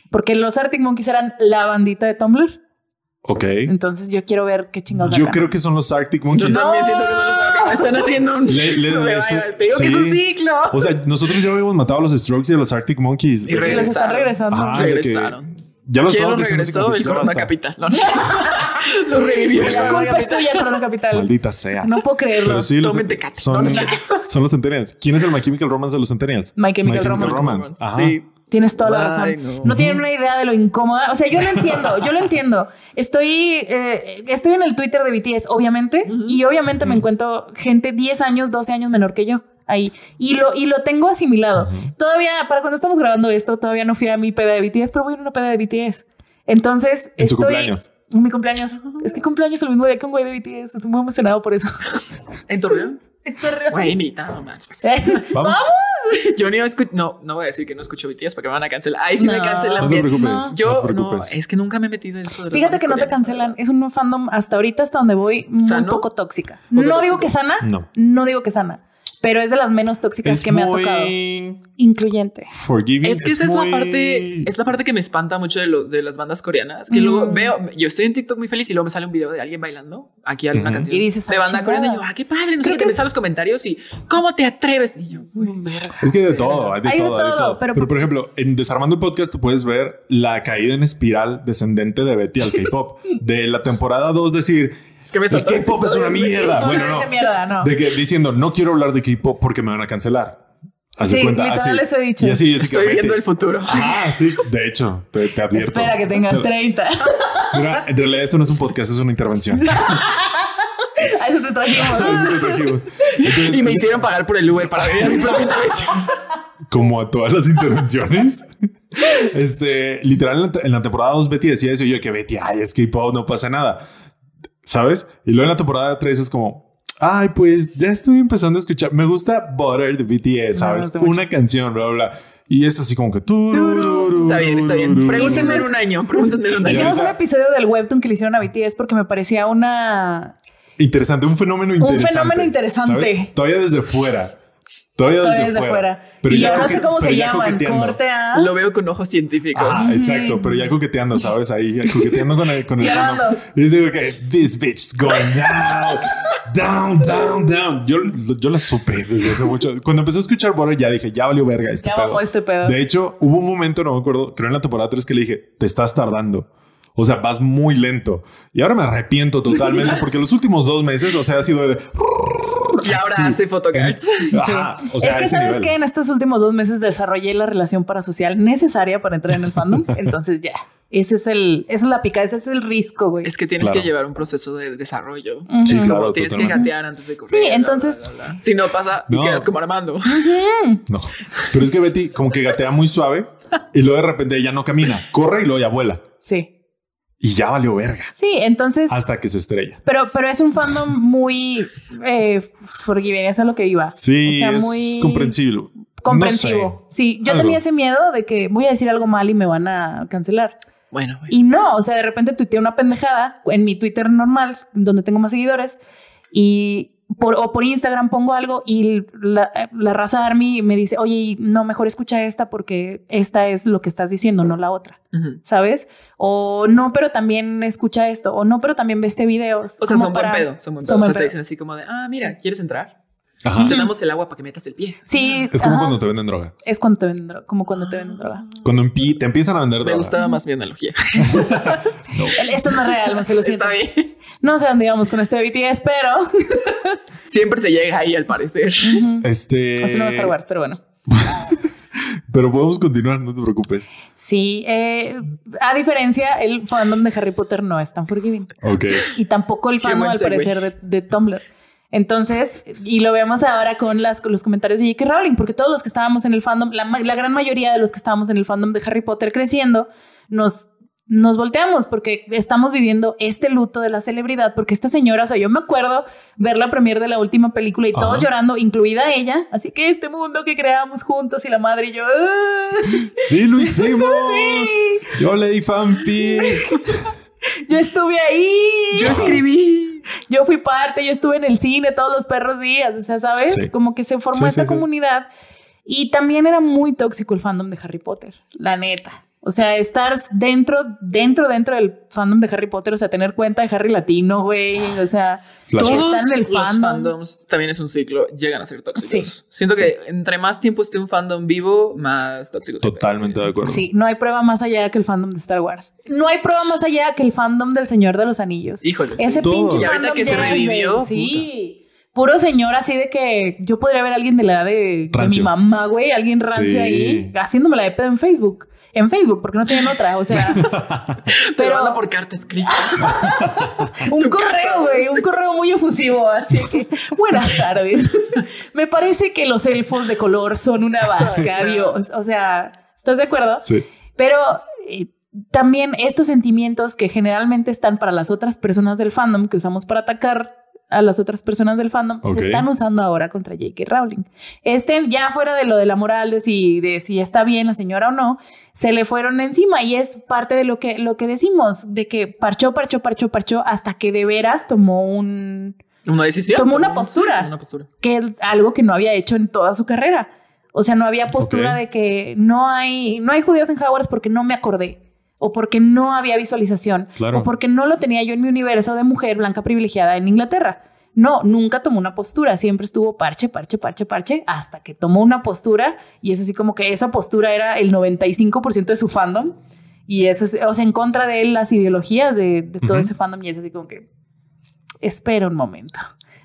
[SPEAKER 1] Porque los Arctic Monkeys eran la bandita de Tumblr.
[SPEAKER 2] Ok.
[SPEAKER 1] Entonces yo quiero ver qué chingados
[SPEAKER 2] Yo
[SPEAKER 1] sacan.
[SPEAKER 2] creo que son los Arctic
[SPEAKER 3] Yo
[SPEAKER 2] Monkeys.
[SPEAKER 3] también siento que no lo saben. Me están haciendo un.
[SPEAKER 2] Le- le-
[SPEAKER 3] Me
[SPEAKER 2] le-
[SPEAKER 3] vaya, te digo que es
[SPEAKER 2] sí.
[SPEAKER 3] un ciclo.
[SPEAKER 2] O sea, nosotros ya habíamos matado a los Strokes y a los Arctic Monkeys.
[SPEAKER 3] Y
[SPEAKER 1] que los están
[SPEAKER 2] Ajá,
[SPEAKER 1] regresando.
[SPEAKER 2] Ah, de que
[SPEAKER 3] Regresaron.
[SPEAKER 2] Ya los
[SPEAKER 3] ¿Quién
[SPEAKER 2] estábamos
[SPEAKER 3] los
[SPEAKER 2] diciendo así como
[SPEAKER 3] regresó?
[SPEAKER 2] que
[SPEAKER 3] El
[SPEAKER 2] ya
[SPEAKER 3] Corona
[SPEAKER 2] basta.
[SPEAKER 3] Capital. No, Los revivió.
[SPEAKER 1] Y
[SPEAKER 3] el
[SPEAKER 1] la
[SPEAKER 3] Corona
[SPEAKER 1] culpa es
[SPEAKER 3] Capital.
[SPEAKER 1] tuya, Corona Capital.
[SPEAKER 2] Maldita sea.
[SPEAKER 1] No puedo creerlo.
[SPEAKER 2] Pero sí, los,
[SPEAKER 3] Tomen Tecate. No,
[SPEAKER 2] son,
[SPEAKER 3] no es cierto.
[SPEAKER 2] son los Centennials. ¿Quién es el My Chemical Romance de los Centennials?
[SPEAKER 1] My Chemical
[SPEAKER 2] Romance. Ajá.
[SPEAKER 3] Sí.
[SPEAKER 1] Tienes toda la razón.
[SPEAKER 3] Ay,
[SPEAKER 1] no.
[SPEAKER 3] no.
[SPEAKER 1] tienen una idea de lo incómoda. O sea, yo lo entiendo, yo lo entiendo. Estoy, eh, estoy en el Twitter de BTS, obviamente, y obviamente me encuentro gente 10 años, 12 años menor que yo ahí. Y lo, y lo tengo asimilado. Todavía, para cuando estamos grabando esto, todavía no fui a mi peda de BTS, pero voy a ir a una peda de BTS. Entonces,
[SPEAKER 2] En su
[SPEAKER 1] estoy...
[SPEAKER 2] cumpleaños.
[SPEAKER 1] en Mi cumpleaños. Es que cumpleaños el mismo día que un güey de BTS. Estoy muy emocionado por eso.
[SPEAKER 3] ¿En Torreón?
[SPEAKER 1] Torreón.
[SPEAKER 3] Güey, ni tan, no manches.
[SPEAKER 2] Vamos.
[SPEAKER 3] Yo ni escucho. No, no voy a decir que no escucho BTS porque me van a cancelar. Ahí sí me
[SPEAKER 1] No.
[SPEAKER 3] cancelan.
[SPEAKER 2] No te
[SPEAKER 3] bien.
[SPEAKER 2] preocupes.
[SPEAKER 1] No.
[SPEAKER 3] Yo
[SPEAKER 2] no te
[SPEAKER 3] no,
[SPEAKER 2] preocupes.
[SPEAKER 3] es que nunca me he metido en eso. de los
[SPEAKER 1] Fíjate
[SPEAKER 3] bandas
[SPEAKER 1] que no te
[SPEAKER 3] coreanas,
[SPEAKER 1] cancelan.
[SPEAKER 3] la verdad.
[SPEAKER 1] Es un fandom hasta ahorita, hasta donde voy, muy
[SPEAKER 3] ¿Sano?
[SPEAKER 1] poco tóxica.
[SPEAKER 3] Poco
[SPEAKER 1] no digo
[SPEAKER 3] tóxica.
[SPEAKER 1] que sana,
[SPEAKER 2] No.
[SPEAKER 1] no digo que sana, pero es de las menos tóxicas
[SPEAKER 2] Es
[SPEAKER 1] que me ha
[SPEAKER 2] muy
[SPEAKER 1] tocado. Incluyente.
[SPEAKER 2] Forgiving.
[SPEAKER 3] Es que esa es
[SPEAKER 2] muy-
[SPEAKER 3] la parte, es la parte que me espanta mucho de, lo- de las bandas coreanas. Que
[SPEAKER 1] Mm.
[SPEAKER 3] luego veo, yo estoy en TikTok muy feliz y luego me sale un video de alguien bailando aquí alguna
[SPEAKER 2] Ujú.
[SPEAKER 3] canción
[SPEAKER 1] Y dices,
[SPEAKER 3] de
[SPEAKER 1] "Ah,
[SPEAKER 3] banda coreana. Y yo,
[SPEAKER 1] chingada".
[SPEAKER 3] ah, qué padre. No
[SPEAKER 1] Creo
[SPEAKER 3] sé qué
[SPEAKER 1] que
[SPEAKER 3] te
[SPEAKER 1] es-
[SPEAKER 3] ves a los comentarios y cómo te atreves. Y yo, "Mm, verga.
[SPEAKER 2] Es que hay de todo, hay de,
[SPEAKER 1] Hay de
[SPEAKER 2] todo, hay de
[SPEAKER 1] todo,
[SPEAKER 2] todo.
[SPEAKER 1] pero-
[SPEAKER 2] Pero, por ejemplo, en Desarmando el Podcast tú puedes ver la caída en espiral descendente de Betty al K-pop. de la temporada 2 decir,
[SPEAKER 3] Es que me
[SPEAKER 2] el
[SPEAKER 3] saltó el
[SPEAKER 2] K-pop es una
[SPEAKER 3] episodio".
[SPEAKER 2] mierda.
[SPEAKER 1] No,
[SPEAKER 2] Bueno,
[SPEAKER 1] no es
[SPEAKER 2] no.
[SPEAKER 1] de mierda, no.
[SPEAKER 2] De que diciendo, no quiero hablar de K-pop porque me van a cancelar. Haz de
[SPEAKER 1] Sí,
[SPEAKER 2] cuenta,
[SPEAKER 1] literal,
[SPEAKER 2] así.
[SPEAKER 1] eso he dicho.
[SPEAKER 2] Y así, Jessica,
[SPEAKER 3] Estoy
[SPEAKER 2] Betty.
[SPEAKER 3] viendo el futuro.
[SPEAKER 2] Ah, sí, de hecho, te, te advierto.
[SPEAKER 1] Espera que tengas
[SPEAKER 2] Te-
[SPEAKER 1] 30.
[SPEAKER 2] Mira, en realidad esto no es un podcast, es una intervención.
[SPEAKER 1] A eso te
[SPEAKER 2] Eso
[SPEAKER 1] trajimos.
[SPEAKER 2] lo trajimos. Entonces,
[SPEAKER 3] Y me hicieron pagar por el Uber para venir a mi propia intervención.
[SPEAKER 2] como a todas las intervenciones. este, literal, en la, te- en la temporada 2 Betty decía eso y yo que Betty, ay, es K-pop, no pasa nada. ¿Sabes? Y luego en la temporada 3 es como, ay, pues ya estoy empezando a escuchar. Me gusta Butter de BTS,
[SPEAKER 1] No, me
[SPEAKER 2] ¿sabes?
[SPEAKER 1] gusta mucho.
[SPEAKER 2] Una canción, bla, bla. bla. Y es así como que tú.
[SPEAKER 3] Está bien, está bien. Pregúntenme en un año. Pregúntenme en un año.
[SPEAKER 1] Hicimos un epasodio del webtoon que le hicieron a BTS porque me parecía una.
[SPEAKER 2] Interesante, un fenómeno interesante.
[SPEAKER 1] fenómeno interesante.
[SPEAKER 2] ¿sabes? Todavía desde fuera. Todavía,
[SPEAKER 1] Todavía
[SPEAKER 2] desde,
[SPEAKER 1] desde
[SPEAKER 2] fuera.
[SPEAKER 1] fuera. Y ya
[SPEAKER 2] ya
[SPEAKER 1] no sé
[SPEAKER 2] coque-
[SPEAKER 1] cómo
[SPEAKER 2] pero
[SPEAKER 1] se
[SPEAKER 2] ya
[SPEAKER 1] llaman.
[SPEAKER 2] coqueteando.
[SPEAKER 1] Corte a.
[SPEAKER 3] Lo veo con ojos científicos.
[SPEAKER 2] Ah, exacto, pero ya coqueteando, ¿sabes? Ahí, ya coqueteando con el... Con el
[SPEAKER 1] Llorando.
[SPEAKER 2] fondo. y dice que this bitch's going down, down, down, down. Yo, yo la supe desde hace mucho. Cuando empecé a escuchar Butter ya dije, ya valió verga este
[SPEAKER 1] Ya
[SPEAKER 2] pedo.
[SPEAKER 1] mamó este pedo.
[SPEAKER 2] De hecho, hubo un momento, no me acuerdo, creo en la temporada 3 que le dije, te estás tardando. O sea, vas muy lento. Y ahora me arrepiento totalmente porque los últimos dos meses, o sea, ha sido de...
[SPEAKER 3] Y ahora
[SPEAKER 2] Sí.
[SPEAKER 3] hace photocards.
[SPEAKER 1] Sí.
[SPEAKER 2] Ajá, o sea,
[SPEAKER 1] es que
[SPEAKER 2] ese
[SPEAKER 1] sabes
[SPEAKER 2] nivel.
[SPEAKER 1] que en estos últimos dos meses desarrollé la relación parasocial necesaria para entrar en el fandom. Entonces ya, ese es el, esa es la pica, ese es el risco, güey.
[SPEAKER 3] Es que tienes
[SPEAKER 2] Claro.
[SPEAKER 3] que llevar un proceso de desarrollo.
[SPEAKER 2] Sí,
[SPEAKER 3] Es como
[SPEAKER 2] claro,
[SPEAKER 3] tienes que
[SPEAKER 2] totalmente.
[SPEAKER 3] gatear antes de comer.
[SPEAKER 1] Sí,
[SPEAKER 3] bla, bla,
[SPEAKER 1] entonces-
[SPEAKER 3] bla, bla, bla. Si no pasa,
[SPEAKER 2] No.
[SPEAKER 3] quedas como Armando.
[SPEAKER 2] No, pero es que Betty como que gatea muy suave y luego de repente ya no camina, corre y luego ya vuela.
[SPEAKER 1] Sí,
[SPEAKER 2] Y ya valió verga.
[SPEAKER 1] sí. Entonces,
[SPEAKER 2] Hasta que se estrella.
[SPEAKER 1] pero, pero es un fandom muy eh, forgiving, es a lo que iba.
[SPEAKER 2] Sí,
[SPEAKER 1] O sea,
[SPEAKER 2] es
[SPEAKER 1] muy
[SPEAKER 2] comprensible.
[SPEAKER 1] comprensivo. Sí, yo
[SPEAKER 2] Algo.
[SPEAKER 1] tenía ese miedo de que voy a decir algo mal y me van a cancelar.
[SPEAKER 3] Bueno, bueno.
[SPEAKER 1] Y no, o sea, de repente tuiteé una pendejada en mi Twitter normal, donde tengo más seguidores, y por, o por Instagram pongo algo y la, la raza Army me dice, oye, y no, mejor escucha esta porque esta es lo que estás diciendo, no la otra,
[SPEAKER 3] Ujú.
[SPEAKER 1] ¿sabes? O no, pero también escucha esto, o no, pero también ve este video.
[SPEAKER 3] O sea,
[SPEAKER 1] Como
[SPEAKER 3] son
[SPEAKER 1] para-
[SPEAKER 3] buen pedo. Son buen pedo.
[SPEAKER 1] son
[SPEAKER 3] o
[SPEAKER 1] buen
[SPEAKER 3] sea, te
[SPEAKER 1] pedo.
[SPEAKER 3] dicen así como de, ah, mira, ¿quieres entrar?
[SPEAKER 2] Ajá.
[SPEAKER 3] Te damos el agua para que metas el pie.
[SPEAKER 1] Sí,
[SPEAKER 2] Es como
[SPEAKER 1] ajá.
[SPEAKER 2] cuando te venden droga.
[SPEAKER 1] es cuando te venden droga, como cuando te venden droga.
[SPEAKER 3] Ah.
[SPEAKER 2] Cuando empi- te empiezan a vender droga.
[SPEAKER 3] Me gustaba más mi analogía.
[SPEAKER 1] El- Esto no es real, man, se lo siento.
[SPEAKER 3] Está bien.
[SPEAKER 1] No sé dónde íbamos con este BTS, pero
[SPEAKER 3] Siempre se llega ahí, al parecer.
[SPEAKER 2] Este.
[SPEAKER 1] así no va a Star Wars, pero bueno.
[SPEAKER 2] Pero podemos continuar, no te preocupes.
[SPEAKER 1] Sí, eh, a diferencia, el fandom de Harry Potter no es tan forgiving.
[SPEAKER 2] Ok.
[SPEAKER 1] Y tampoco el
[SPEAKER 3] Qué
[SPEAKER 1] fandom,
[SPEAKER 3] buen
[SPEAKER 1] al
[SPEAKER 3] segue.
[SPEAKER 1] parecer, de, de Tumblr. Entonces, y lo vemos ahora con, las, con los comentarios de J.K. Rowling, porque todos los que estábamos en el fandom, la, ma- la gran mayoría de los que estábamos en el fandom de Harry Potter creciendo, nos, nos volteamos porque estamos viviendo este luto de la celebridad, porque esta señora, o sea, yo me acuerdo ver la premier de la última película y todos
[SPEAKER 2] Ajá.
[SPEAKER 1] llorando, incluida ella, así que este mundo que creamos juntos y la madre y yo... "Ah".
[SPEAKER 2] Sí, lo hicimos.
[SPEAKER 1] Sí.
[SPEAKER 2] Yo leí fanfic.
[SPEAKER 1] Yo estuve ahí.
[SPEAKER 3] Yo escribí.
[SPEAKER 1] Yo fui parte, yo estuve en el cine todos los perros días. O sea, ¿sabes?
[SPEAKER 2] Sí.
[SPEAKER 1] Como que se formó
[SPEAKER 2] Sí,
[SPEAKER 1] esta
[SPEAKER 2] sí, sí.
[SPEAKER 1] comunidad. Y también era muy tóxico el fandom de Harry Potter, la neta. O O sea, estar dentro, dentro, dentro del fandom de Harry Potter, o sea, tener cuenta de Harry Latino, güey, o sea,
[SPEAKER 2] Flashbacks.
[SPEAKER 1] Todos están en el
[SPEAKER 3] los
[SPEAKER 1] fandom.
[SPEAKER 3] fandoms también es un ciclo, llegan a ser tóxicos.
[SPEAKER 1] Sí.
[SPEAKER 3] Siento
[SPEAKER 1] Sí.
[SPEAKER 3] que entre más tiempo esté un fandom vivo, más tóxicos.
[SPEAKER 2] Totalmente de acuerdo.
[SPEAKER 1] sí, no hay prueba más allá que el fandom de Star Wars. No hay prueba más allá que el fandom del Señor de los Anillos.
[SPEAKER 3] Híjole.
[SPEAKER 1] Ese
[SPEAKER 2] Todo.
[SPEAKER 1] pinche
[SPEAKER 2] Y
[SPEAKER 3] ahorita
[SPEAKER 1] fandom
[SPEAKER 3] que se
[SPEAKER 1] ya es de-
[SPEAKER 3] revivió,
[SPEAKER 1] Sí. Puro señor así de que yo podría ver a alguien de la edad de, de mi
[SPEAKER 2] Rancio.
[SPEAKER 1] mamá, güey, alguien rancio
[SPEAKER 2] Sí.
[SPEAKER 1] ahí, haciéndome la de pedo en Facebook. En Facebook, porque no tienen otra, o sea.
[SPEAKER 3] Pero
[SPEAKER 1] pero
[SPEAKER 3] anda por carta escrita.
[SPEAKER 1] un
[SPEAKER 3] tu casa,
[SPEAKER 1] correo, güey, un correo muy efusivo, así que buenas tardes. Me parece que los elfos de color son una vasca, Dios. O sea, ¿estás de acuerdo?
[SPEAKER 2] Sí.
[SPEAKER 1] Pero eh, también estos sentimientos que generalmente están para las otras personas del fandom, que usamos para atacar a las otras personas del fandom,
[SPEAKER 2] Ok.
[SPEAKER 1] se están usando ahora contra J.K. Rowling. Este, ya fuera de lo de la moral, de si, de si está bien la señora o no, se le fueron encima y es parte de lo que, lo que decimos, de que parchó, parchó, parchó, parchó, hasta que de veras tomó un...
[SPEAKER 3] Una decisión.
[SPEAKER 1] Tomó una
[SPEAKER 3] ¿no?
[SPEAKER 1] postura.
[SPEAKER 3] Una postura.
[SPEAKER 1] que es algo que no había hecho en toda su carrera. O sea, no había postura
[SPEAKER 2] Ok.
[SPEAKER 1] de que no hay, no hay judíos en Hogwarts porque no me acordé o porque no había visualización
[SPEAKER 2] Claro.
[SPEAKER 1] o porque no lo tenía yo en mi universo de mujer blanca privilegiada en Inglaterra. No, nunca tomó una postura, siempre estuvo parche, parche, parche, parche, hasta que tomó una postura y es así como que esa postura era el 95% de su fandom y es, así- o sea, en contra de él las ideologías de, de todo
[SPEAKER 2] Ujú.
[SPEAKER 1] ese fandom y es así como que, espera un momento,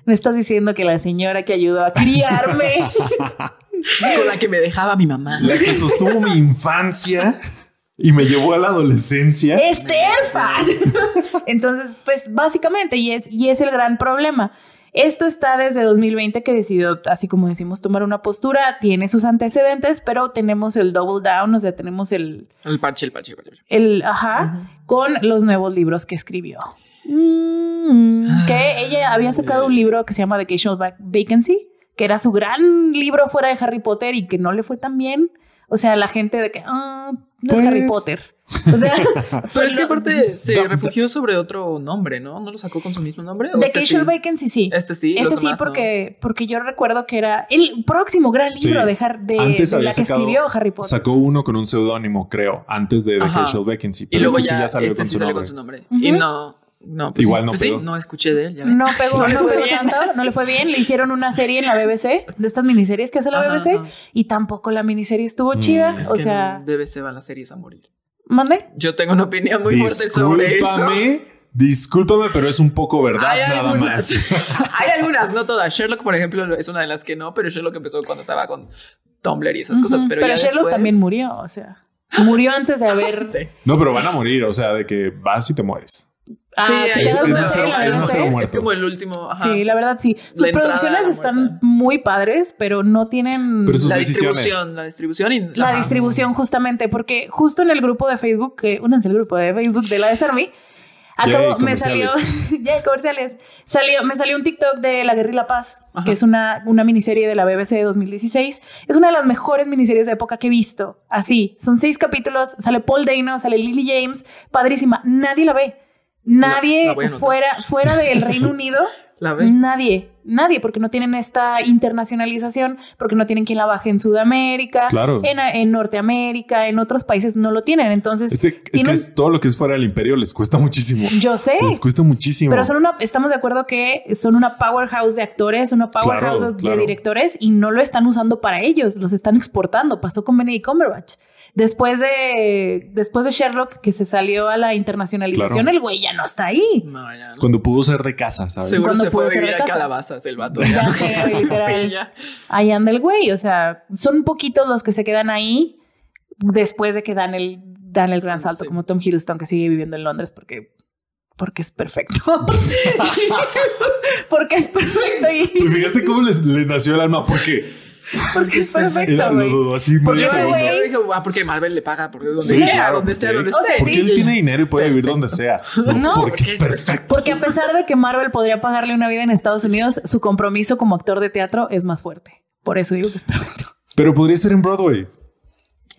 [SPEAKER 1] me estás diciendo que la señora que ayudó a criarme,
[SPEAKER 3] Con la que me dejaba mi mamá.
[SPEAKER 2] La que sostuvo mi infancia y me llevó a la adolescencia.
[SPEAKER 3] Eh,
[SPEAKER 1] Estefan. Entonces, pues básicamente, y es, y es el gran problema. Esto está desde 2020 que decidió, así como decimos, tomar una postura, tiene sus antecedentes, pero tenemos el double down, o sea, tenemos el,
[SPEAKER 3] El parche, el parche, el parche.
[SPEAKER 1] el ajá, con los nuevos libros que escribió. Mm, que ella había sacado un libro que se llama Vacation Vacancy, que era su gran libro fuera de Harry Potter y que no le fue tan bien. O sea, la gente de que, ah, no es
[SPEAKER 2] Pues-
[SPEAKER 1] Harry Potter. O sea,
[SPEAKER 3] Pero es que
[SPEAKER 1] lo-
[SPEAKER 3] aparte se
[SPEAKER 2] da-
[SPEAKER 3] refugió sobre otro nombre, ¿no? ¿No lo sacó con su mismo nombre? ¿O
[SPEAKER 1] The
[SPEAKER 3] este
[SPEAKER 1] Casual
[SPEAKER 3] sí?
[SPEAKER 1] Vacancy, sí.
[SPEAKER 3] Este sí.
[SPEAKER 1] Este
[SPEAKER 3] los
[SPEAKER 1] sí,
[SPEAKER 3] demás no?
[SPEAKER 1] porque, porque yo recuerdo que era el próximo gran
[SPEAKER 2] Sí.
[SPEAKER 1] libro de, Har- de,
[SPEAKER 2] Antes
[SPEAKER 1] de
[SPEAKER 2] había
[SPEAKER 1] la que
[SPEAKER 2] sacado-
[SPEAKER 1] escribió Harry Potter.
[SPEAKER 2] Sacó uno con un seudónimo, creo, antes de The
[SPEAKER 3] Ajá.
[SPEAKER 2] Casual Vacancy.
[SPEAKER 3] Y
[SPEAKER 2] Pero
[SPEAKER 3] luego
[SPEAKER 2] este
[SPEAKER 3] ya,
[SPEAKER 2] sí ya salió
[SPEAKER 3] este
[SPEAKER 2] con
[SPEAKER 3] sí
[SPEAKER 2] su
[SPEAKER 3] salió
[SPEAKER 2] nombre.
[SPEAKER 3] con su nombre.
[SPEAKER 1] Ujú.
[SPEAKER 3] Y no, no. pues
[SPEAKER 2] Igual
[SPEAKER 3] sí.
[SPEAKER 2] no
[SPEAKER 3] Pues sí,
[SPEAKER 2] pegó.
[SPEAKER 3] no escuché de él. ya ves.
[SPEAKER 1] No pegó,
[SPEAKER 3] No
[SPEAKER 1] no,
[SPEAKER 3] le fue
[SPEAKER 1] pegó
[SPEAKER 3] bien.
[SPEAKER 1] tanto, no le fue bien. Le hicieron una serie en la BBC, de estas miniseries que hace la
[SPEAKER 3] Ajá,
[SPEAKER 1] BBC,
[SPEAKER 3] ajá.
[SPEAKER 1] y tampoco la miniserie estuvo
[SPEAKER 2] Mm,
[SPEAKER 1] chida.
[SPEAKER 3] Es
[SPEAKER 1] o
[SPEAKER 3] que
[SPEAKER 1] sea,
[SPEAKER 3] en BBC van las series a morir.
[SPEAKER 1] mande.
[SPEAKER 3] Yo tengo una opinión muy fuerte sobre eso.
[SPEAKER 2] Discúlpame, discúlpame, pero es un poco verdad,
[SPEAKER 3] Hay
[SPEAKER 2] nada
[SPEAKER 3] algunas.
[SPEAKER 2] más.
[SPEAKER 3] Hay algunas, no todas. Sherlock, por ejemplo, es una de las que no, pero Sherlock empezó cuando estaba con Tumblr y esas cosas.
[SPEAKER 1] Ujú,
[SPEAKER 3] Pero, ya
[SPEAKER 1] Sherlock
[SPEAKER 3] después-
[SPEAKER 1] también murió, o sea, murió antes de haber.
[SPEAKER 3] Sí.
[SPEAKER 2] No, pero van a morir, o sea, de que vas y te mueres.
[SPEAKER 1] Ah,
[SPEAKER 3] Sí,
[SPEAKER 1] que
[SPEAKER 3] ahí
[SPEAKER 1] te
[SPEAKER 2] es-
[SPEAKER 1] hagas
[SPEAKER 2] es
[SPEAKER 1] una
[SPEAKER 2] nacer-
[SPEAKER 1] serie en la
[SPEAKER 2] es
[SPEAKER 1] BBC.
[SPEAKER 2] nacer muerto.
[SPEAKER 3] Es como el último. Ajá.
[SPEAKER 1] Sí, la verdad sí. Sus
[SPEAKER 3] entrada
[SPEAKER 1] producciones
[SPEAKER 3] muerta.
[SPEAKER 1] están muy padres, pero no tienen
[SPEAKER 2] Pero sus
[SPEAKER 3] la
[SPEAKER 2] decisiones.
[SPEAKER 3] distribución, la distribución y
[SPEAKER 1] la
[SPEAKER 3] ajá.
[SPEAKER 1] distribución justamente, porque justo en el grupo de Facebook, que únanse al grupo de Facebook de la de Army,
[SPEAKER 2] Yay,
[SPEAKER 1] acabo, me salió,
[SPEAKER 2] comerciales.
[SPEAKER 1] ya comerciales, salió, me salió un TikTok de La Guerra y la Paz,
[SPEAKER 3] Ajá.
[SPEAKER 1] que es una, una miniserie de la BBC de 2016. Es una de las mejores miniseries de época que he visto, así, son seis capítulos, sale Paul Dano, sale Lily James, padrísima, nadie la ve. Nadie
[SPEAKER 3] la voy a anotar.
[SPEAKER 1] fuera, fuera del Reino Unido
[SPEAKER 3] La ve.
[SPEAKER 1] Nadie, nadie, porque no tienen esta internacionalización, porque no tienen quien la baje en Sudamérica,
[SPEAKER 2] Claro.
[SPEAKER 1] en, en Norteamérica, en otros países no lo tienen. Entonces,
[SPEAKER 2] Este- es que
[SPEAKER 1] tienen-
[SPEAKER 2] es todo lo que es fuera del imperio les cuesta muchísimo.
[SPEAKER 1] yo sé,
[SPEAKER 2] Les cuesta muchísimo.
[SPEAKER 1] pero son una, estamos de acuerdo que son una powerhouse de actores, una powerhouse
[SPEAKER 2] Claro,
[SPEAKER 1] de
[SPEAKER 2] claro.
[SPEAKER 1] directores y no lo están usando para ellos, los están exportando. Pasó con Benedict Cumberbatch. Después de, después de Sherlock, que se salió a la internacionalización,
[SPEAKER 2] Claro.
[SPEAKER 1] el güey ya no está ahí.
[SPEAKER 3] No, ya no.
[SPEAKER 2] Cuando pudo ser de casa, ¿sabes?
[SPEAKER 3] Seguro
[SPEAKER 1] ¿Cuándo
[SPEAKER 3] se fue a
[SPEAKER 1] pudo ser
[SPEAKER 3] vivir
[SPEAKER 1] de
[SPEAKER 3] a
[SPEAKER 1] casa?
[SPEAKER 3] calabazas el vato.
[SPEAKER 1] Ya sé, literal.
[SPEAKER 3] Ya.
[SPEAKER 1] ahí anda el güey. O sea, son poquitos los que se quedan ahí después de que dan el, dan el gran
[SPEAKER 3] Sí,
[SPEAKER 1] salto,
[SPEAKER 3] sí.
[SPEAKER 1] como Tom Hiddleston, que sigue viviendo en Londres porque, porque es perfecto. porque es perfecto
[SPEAKER 2] ¿Te
[SPEAKER 1] y
[SPEAKER 2] fijaste cómo les, le nació el alma? Porque
[SPEAKER 1] porque es
[SPEAKER 2] era-
[SPEAKER 1] perfecto,
[SPEAKER 2] lo
[SPEAKER 1] güey.
[SPEAKER 2] dudó así
[SPEAKER 1] Porque
[SPEAKER 2] medio
[SPEAKER 1] ese
[SPEAKER 3] Yo
[SPEAKER 2] segundo.
[SPEAKER 1] güey-
[SPEAKER 3] dije, ah, porque Marvel le paga, porque donde
[SPEAKER 2] Sí,
[SPEAKER 3] quiera,
[SPEAKER 2] claro,
[SPEAKER 3] donde sea,
[SPEAKER 2] porque-
[SPEAKER 3] donde
[SPEAKER 1] O sea,
[SPEAKER 3] esté.
[SPEAKER 1] sí.
[SPEAKER 2] Porque él tiene dinero y puede vivir donde sea. No,
[SPEAKER 1] No,
[SPEAKER 2] porque es
[SPEAKER 3] porque-
[SPEAKER 2] perfecto.
[SPEAKER 1] Porque a pesar de que Marvel podría pagarle una vida en Estados Unidos, su compromiso como actor de teatro es más fuerte. Por eso digo que es perfecto.
[SPEAKER 2] Pero podría estar en Broadway.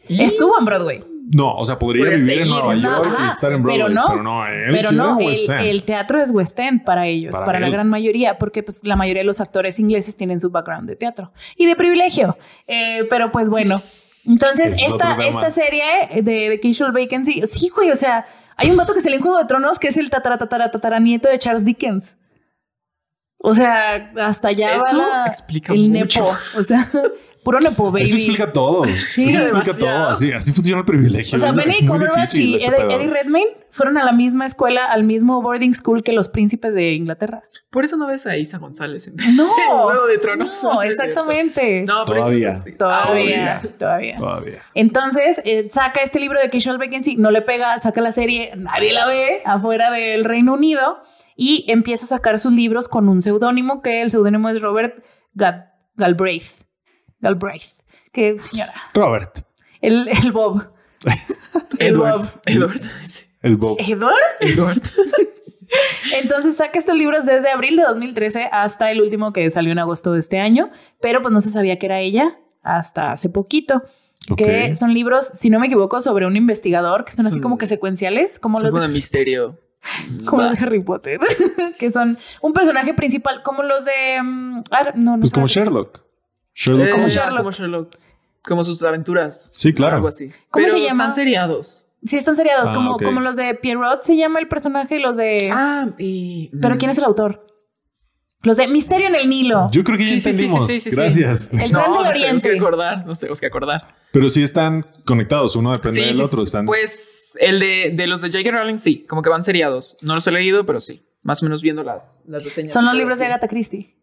[SPEAKER 3] Y-
[SPEAKER 1] Estuvo en Broadway,
[SPEAKER 2] No, o sea, podría
[SPEAKER 3] Podría
[SPEAKER 2] vivir en
[SPEAKER 3] seguir,
[SPEAKER 2] Nueva
[SPEAKER 3] ¿no?
[SPEAKER 2] York y
[SPEAKER 1] Ajá,
[SPEAKER 2] estar en Broadway.
[SPEAKER 1] pero
[SPEAKER 2] Pero
[SPEAKER 1] no.
[SPEAKER 2] no, él
[SPEAKER 1] pero
[SPEAKER 2] quiere
[SPEAKER 1] no,
[SPEAKER 2] West
[SPEAKER 1] el,
[SPEAKER 2] End.
[SPEAKER 1] el teatro es West End para ellos,
[SPEAKER 2] Para
[SPEAKER 1] para, la
[SPEAKER 2] él.
[SPEAKER 1] gran mayoría, porque pues la mayoría de los actores ingleses tienen su background de teatro y de privilegio. Eh, pero pues bueno, Entonces,
[SPEAKER 2] Ese es otro
[SPEAKER 1] esta,
[SPEAKER 2] tema.
[SPEAKER 1] esta serie de Vacation Vacancy, sí, güey, o sea, hay un vato que sale en Juego de Tronos que es el tatara, tatara, tatara, nieto de Charles Dickens. O sea, hasta allá va
[SPEAKER 3] Eso
[SPEAKER 1] la-
[SPEAKER 3] explica
[SPEAKER 1] el
[SPEAKER 3] mucho.
[SPEAKER 1] nepo. O sea, puro nepo, baby.
[SPEAKER 2] Eso explica todo. Eso explica
[SPEAKER 3] demasiado.
[SPEAKER 2] todo. Así, así funciona el privilegio.
[SPEAKER 1] O sea,
[SPEAKER 2] Es- es
[SPEAKER 1] Benedict
[SPEAKER 2] muy
[SPEAKER 1] Cumberbatch
[SPEAKER 2] difícil
[SPEAKER 1] y
[SPEAKER 2] este
[SPEAKER 1] Eddie,
[SPEAKER 2] pedo.
[SPEAKER 1] Eddie Redmayne fueron a la misma escuela, al mismo boarding school que los príncipes de Inglaterra.
[SPEAKER 3] Por eso no ves a Isa González en
[SPEAKER 1] No,
[SPEAKER 3] Juego de Tronos.
[SPEAKER 1] no,
[SPEAKER 3] No, es cierto.
[SPEAKER 1] exactamente.
[SPEAKER 3] No, pero Ah,
[SPEAKER 2] Todavía.
[SPEAKER 3] incluso-
[SPEAKER 1] Todavía, todavía.
[SPEAKER 2] Todavía.
[SPEAKER 1] Entonces, eh, saca este libro de Casual Vacancy, no le pega, saca la serie, nadie la ve afuera del Reino Unido y empieza a sacar sus libros con un seudónimo que el seudónimo es Robert Gal- Galbraith. Galbraith, que señora,
[SPEAKER 2] Robert,
[SPEAKER 1] el, el Bob. El Bob.
[SPEAKER 3] Edward. Edward. sí.
[SPEAKER 2] el Bob.
[SPEAKER 1] ¿Edward?
[SPEAKER 3] Edward.
[SPEAKER 1] Entonces saca estos libros desde abril de 2013 hasta el último que salió en agosto de este año, pero pues no se sabía que era ella hasta hace poquito,
[SPEAKER 2] Ok.
[SPEAKER 1] que son libros, si no me equivoco, sobre un investigador, que son así
[SPEAKER 3] Son-
[SPEAKER 1] como que secuenciales, como
[SPEAKER 3] Es
[SPEAKER 1] los de,
[SPEAKER 3] un misterio.
[SPEAKER 1] como los
[SPEAKER 3] Bah.
[SPEAKER 1] de Harry Potter, que son un personaje principal, como los de... mm, ah, no, no
[SPEAKER 2] Pues
[SPEAKER 1] sé.
[SPEAKER 2] como Sherlock.
[SPEAKER 3] Eh,
[SPEAKER 2] Sherlock
[SPEAKER 3] como
[SPEAKER 2] Holmes.
[SPEAKER 3] Sherlock.
[SPEAKER 1] Sherlock.
[SPEAKER 3] Como Sherlock. Como sus aventuras.
[SPEAKER 2] Sí, claro.
[SPEAKER 3] Algo así.
[SPEAKER 1] ¿Cómo
[SPEAKER 3] Pero
[SPEAKER 1] se llama?
[SPEAKER 3] Están seriados.
[SPEAKER 1] Sí, están seriados,
[SPEAKER 2] Ah,
[SPEAKER 1] como,
[SPEAKER 2] ok.
[SPEAKER 1] como los de Pierrot se llama el personaje y los de...
[SPEAKER 3] Ah, y.
[SPEAKER 1] Pero ¿quién es el autor? Los de Misterio en el Nilo.
[SPEAKER 2] Yo creo que ya
[SPEAKER 3] Sí, sí, sí,
[SPEAKER 2] entendimos.
[SPEAKER 3] sí, sí, sí.
[SPEAKER 2] Gracias.
[SPEAKER 1] el Gran del
[SPEAKER 3] Nos tenemos que
[SPEAKER 1] Oriente.
[SPEAKER 3] acordar. Nos tenemos que acordar.
[SPEAKER 2] Pero sí están conectados, uno depende
[SPEAKER 3] Sí,
[SPEAKER 2] del
[SPEAKER 3] sí,
[SPEAKER 2] otro.
[SPEAKER 3] sí.
[SPEAKER 2] Están...
[SPEAKER 3] Pues el de, de los de J.K. Rowling, sí. Como que van seriados. No los he leído, pero sí. Más o menos viendo las, las reseñas.
[SPEAKER 1] Son los
[SPEAKER 3] Pero
[SPEAKER 1] libros de
[SPEAKER 3] sí.
[SPEAKER 1] Agatha Christie.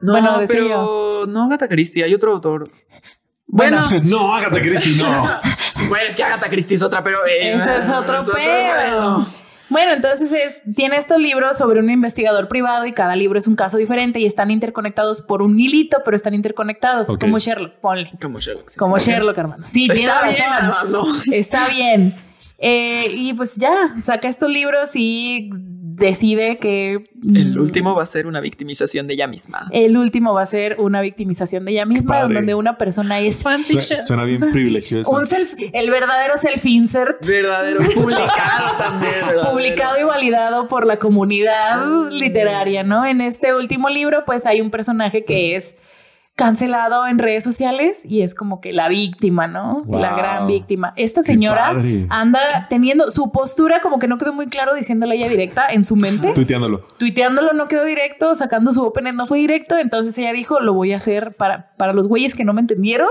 [SPEAKER 3] No,
[SPEAKER 1] Bueno, de
[SPEAKER 3] pero no Agatha Christie, hay otro autor. Bueno,
[SPEAKER 2] No, Agatha Christie, no.
[SPEAKER 3] bueno, es que Agatha Christie es otra, pero eh,
[SPEAKER 1] Ese es otro pedo.
[SPEAKER 3] pedo.
[SPEAKER 1] Bueno, entonces es- tiene estos libros sobre un investigador privado y cada libro es un caso diferente y están interconectados por un hilito, pero están interconectados,
[SPEAKER 2] Ok.
[SPEAKER 1] como Sherlock, ponle.
[SPEAKER 3] Como Sherlock. sí.
[SPEAKER 1] Como
[SPEAKER 3] Ok.
[SPEAKER 1] Sherlock, hermano. Sí, tiene
[SPEAKER 3] Está bien,
[SPEAKER 1] razón.
[SPEAKER 3] Armando.
[SPEAKER 1] Está bien. Eh, y pues ya, saca estos libros y decide que... mm,
[SPEAKER 3] El último va a ser una victimización de ella misma.
[SPEAKER 1] El último va a ser una victimización de ella misma,
[SPEAKER 2] padre.
[SPEAKER 1] donde una persona es...
[SPEAKER 2] Su- Suena bien privilegioso.
[SPEAKER 1] Un self- el verdadero self-insert
[SPEAKER 3] Verdadero, publicado también. verdadero.
[SPEAKER 1] publicado y validado por la comunidad literaria, ¿no? En este último libro, pues hay un personaje que
[SPEAKER 2] Mm.
[SPEAKER 1] es cancelado en redes sociales y es como que la víctima, ¿no?
[SPEAKER 2] Wow.
[SPEAKER 1] La gran víctima. Esta
[SPEAKER 2] Qué
[SPEAKER 1] señora Ah.
[SPEAKER 2] padre.
[SPEAKER 1] anda teniendo su postura como que no quedó muy claro diciéndole ella directa en su mente,
[SPEAKER 2] Tuiteándolo.
[SPEAKER 1] tuiteándolo no quedó directo, sacando su open no fue directo, entonces ella dijo, lo voy a hacer para, para los güeyes que no me entendieron,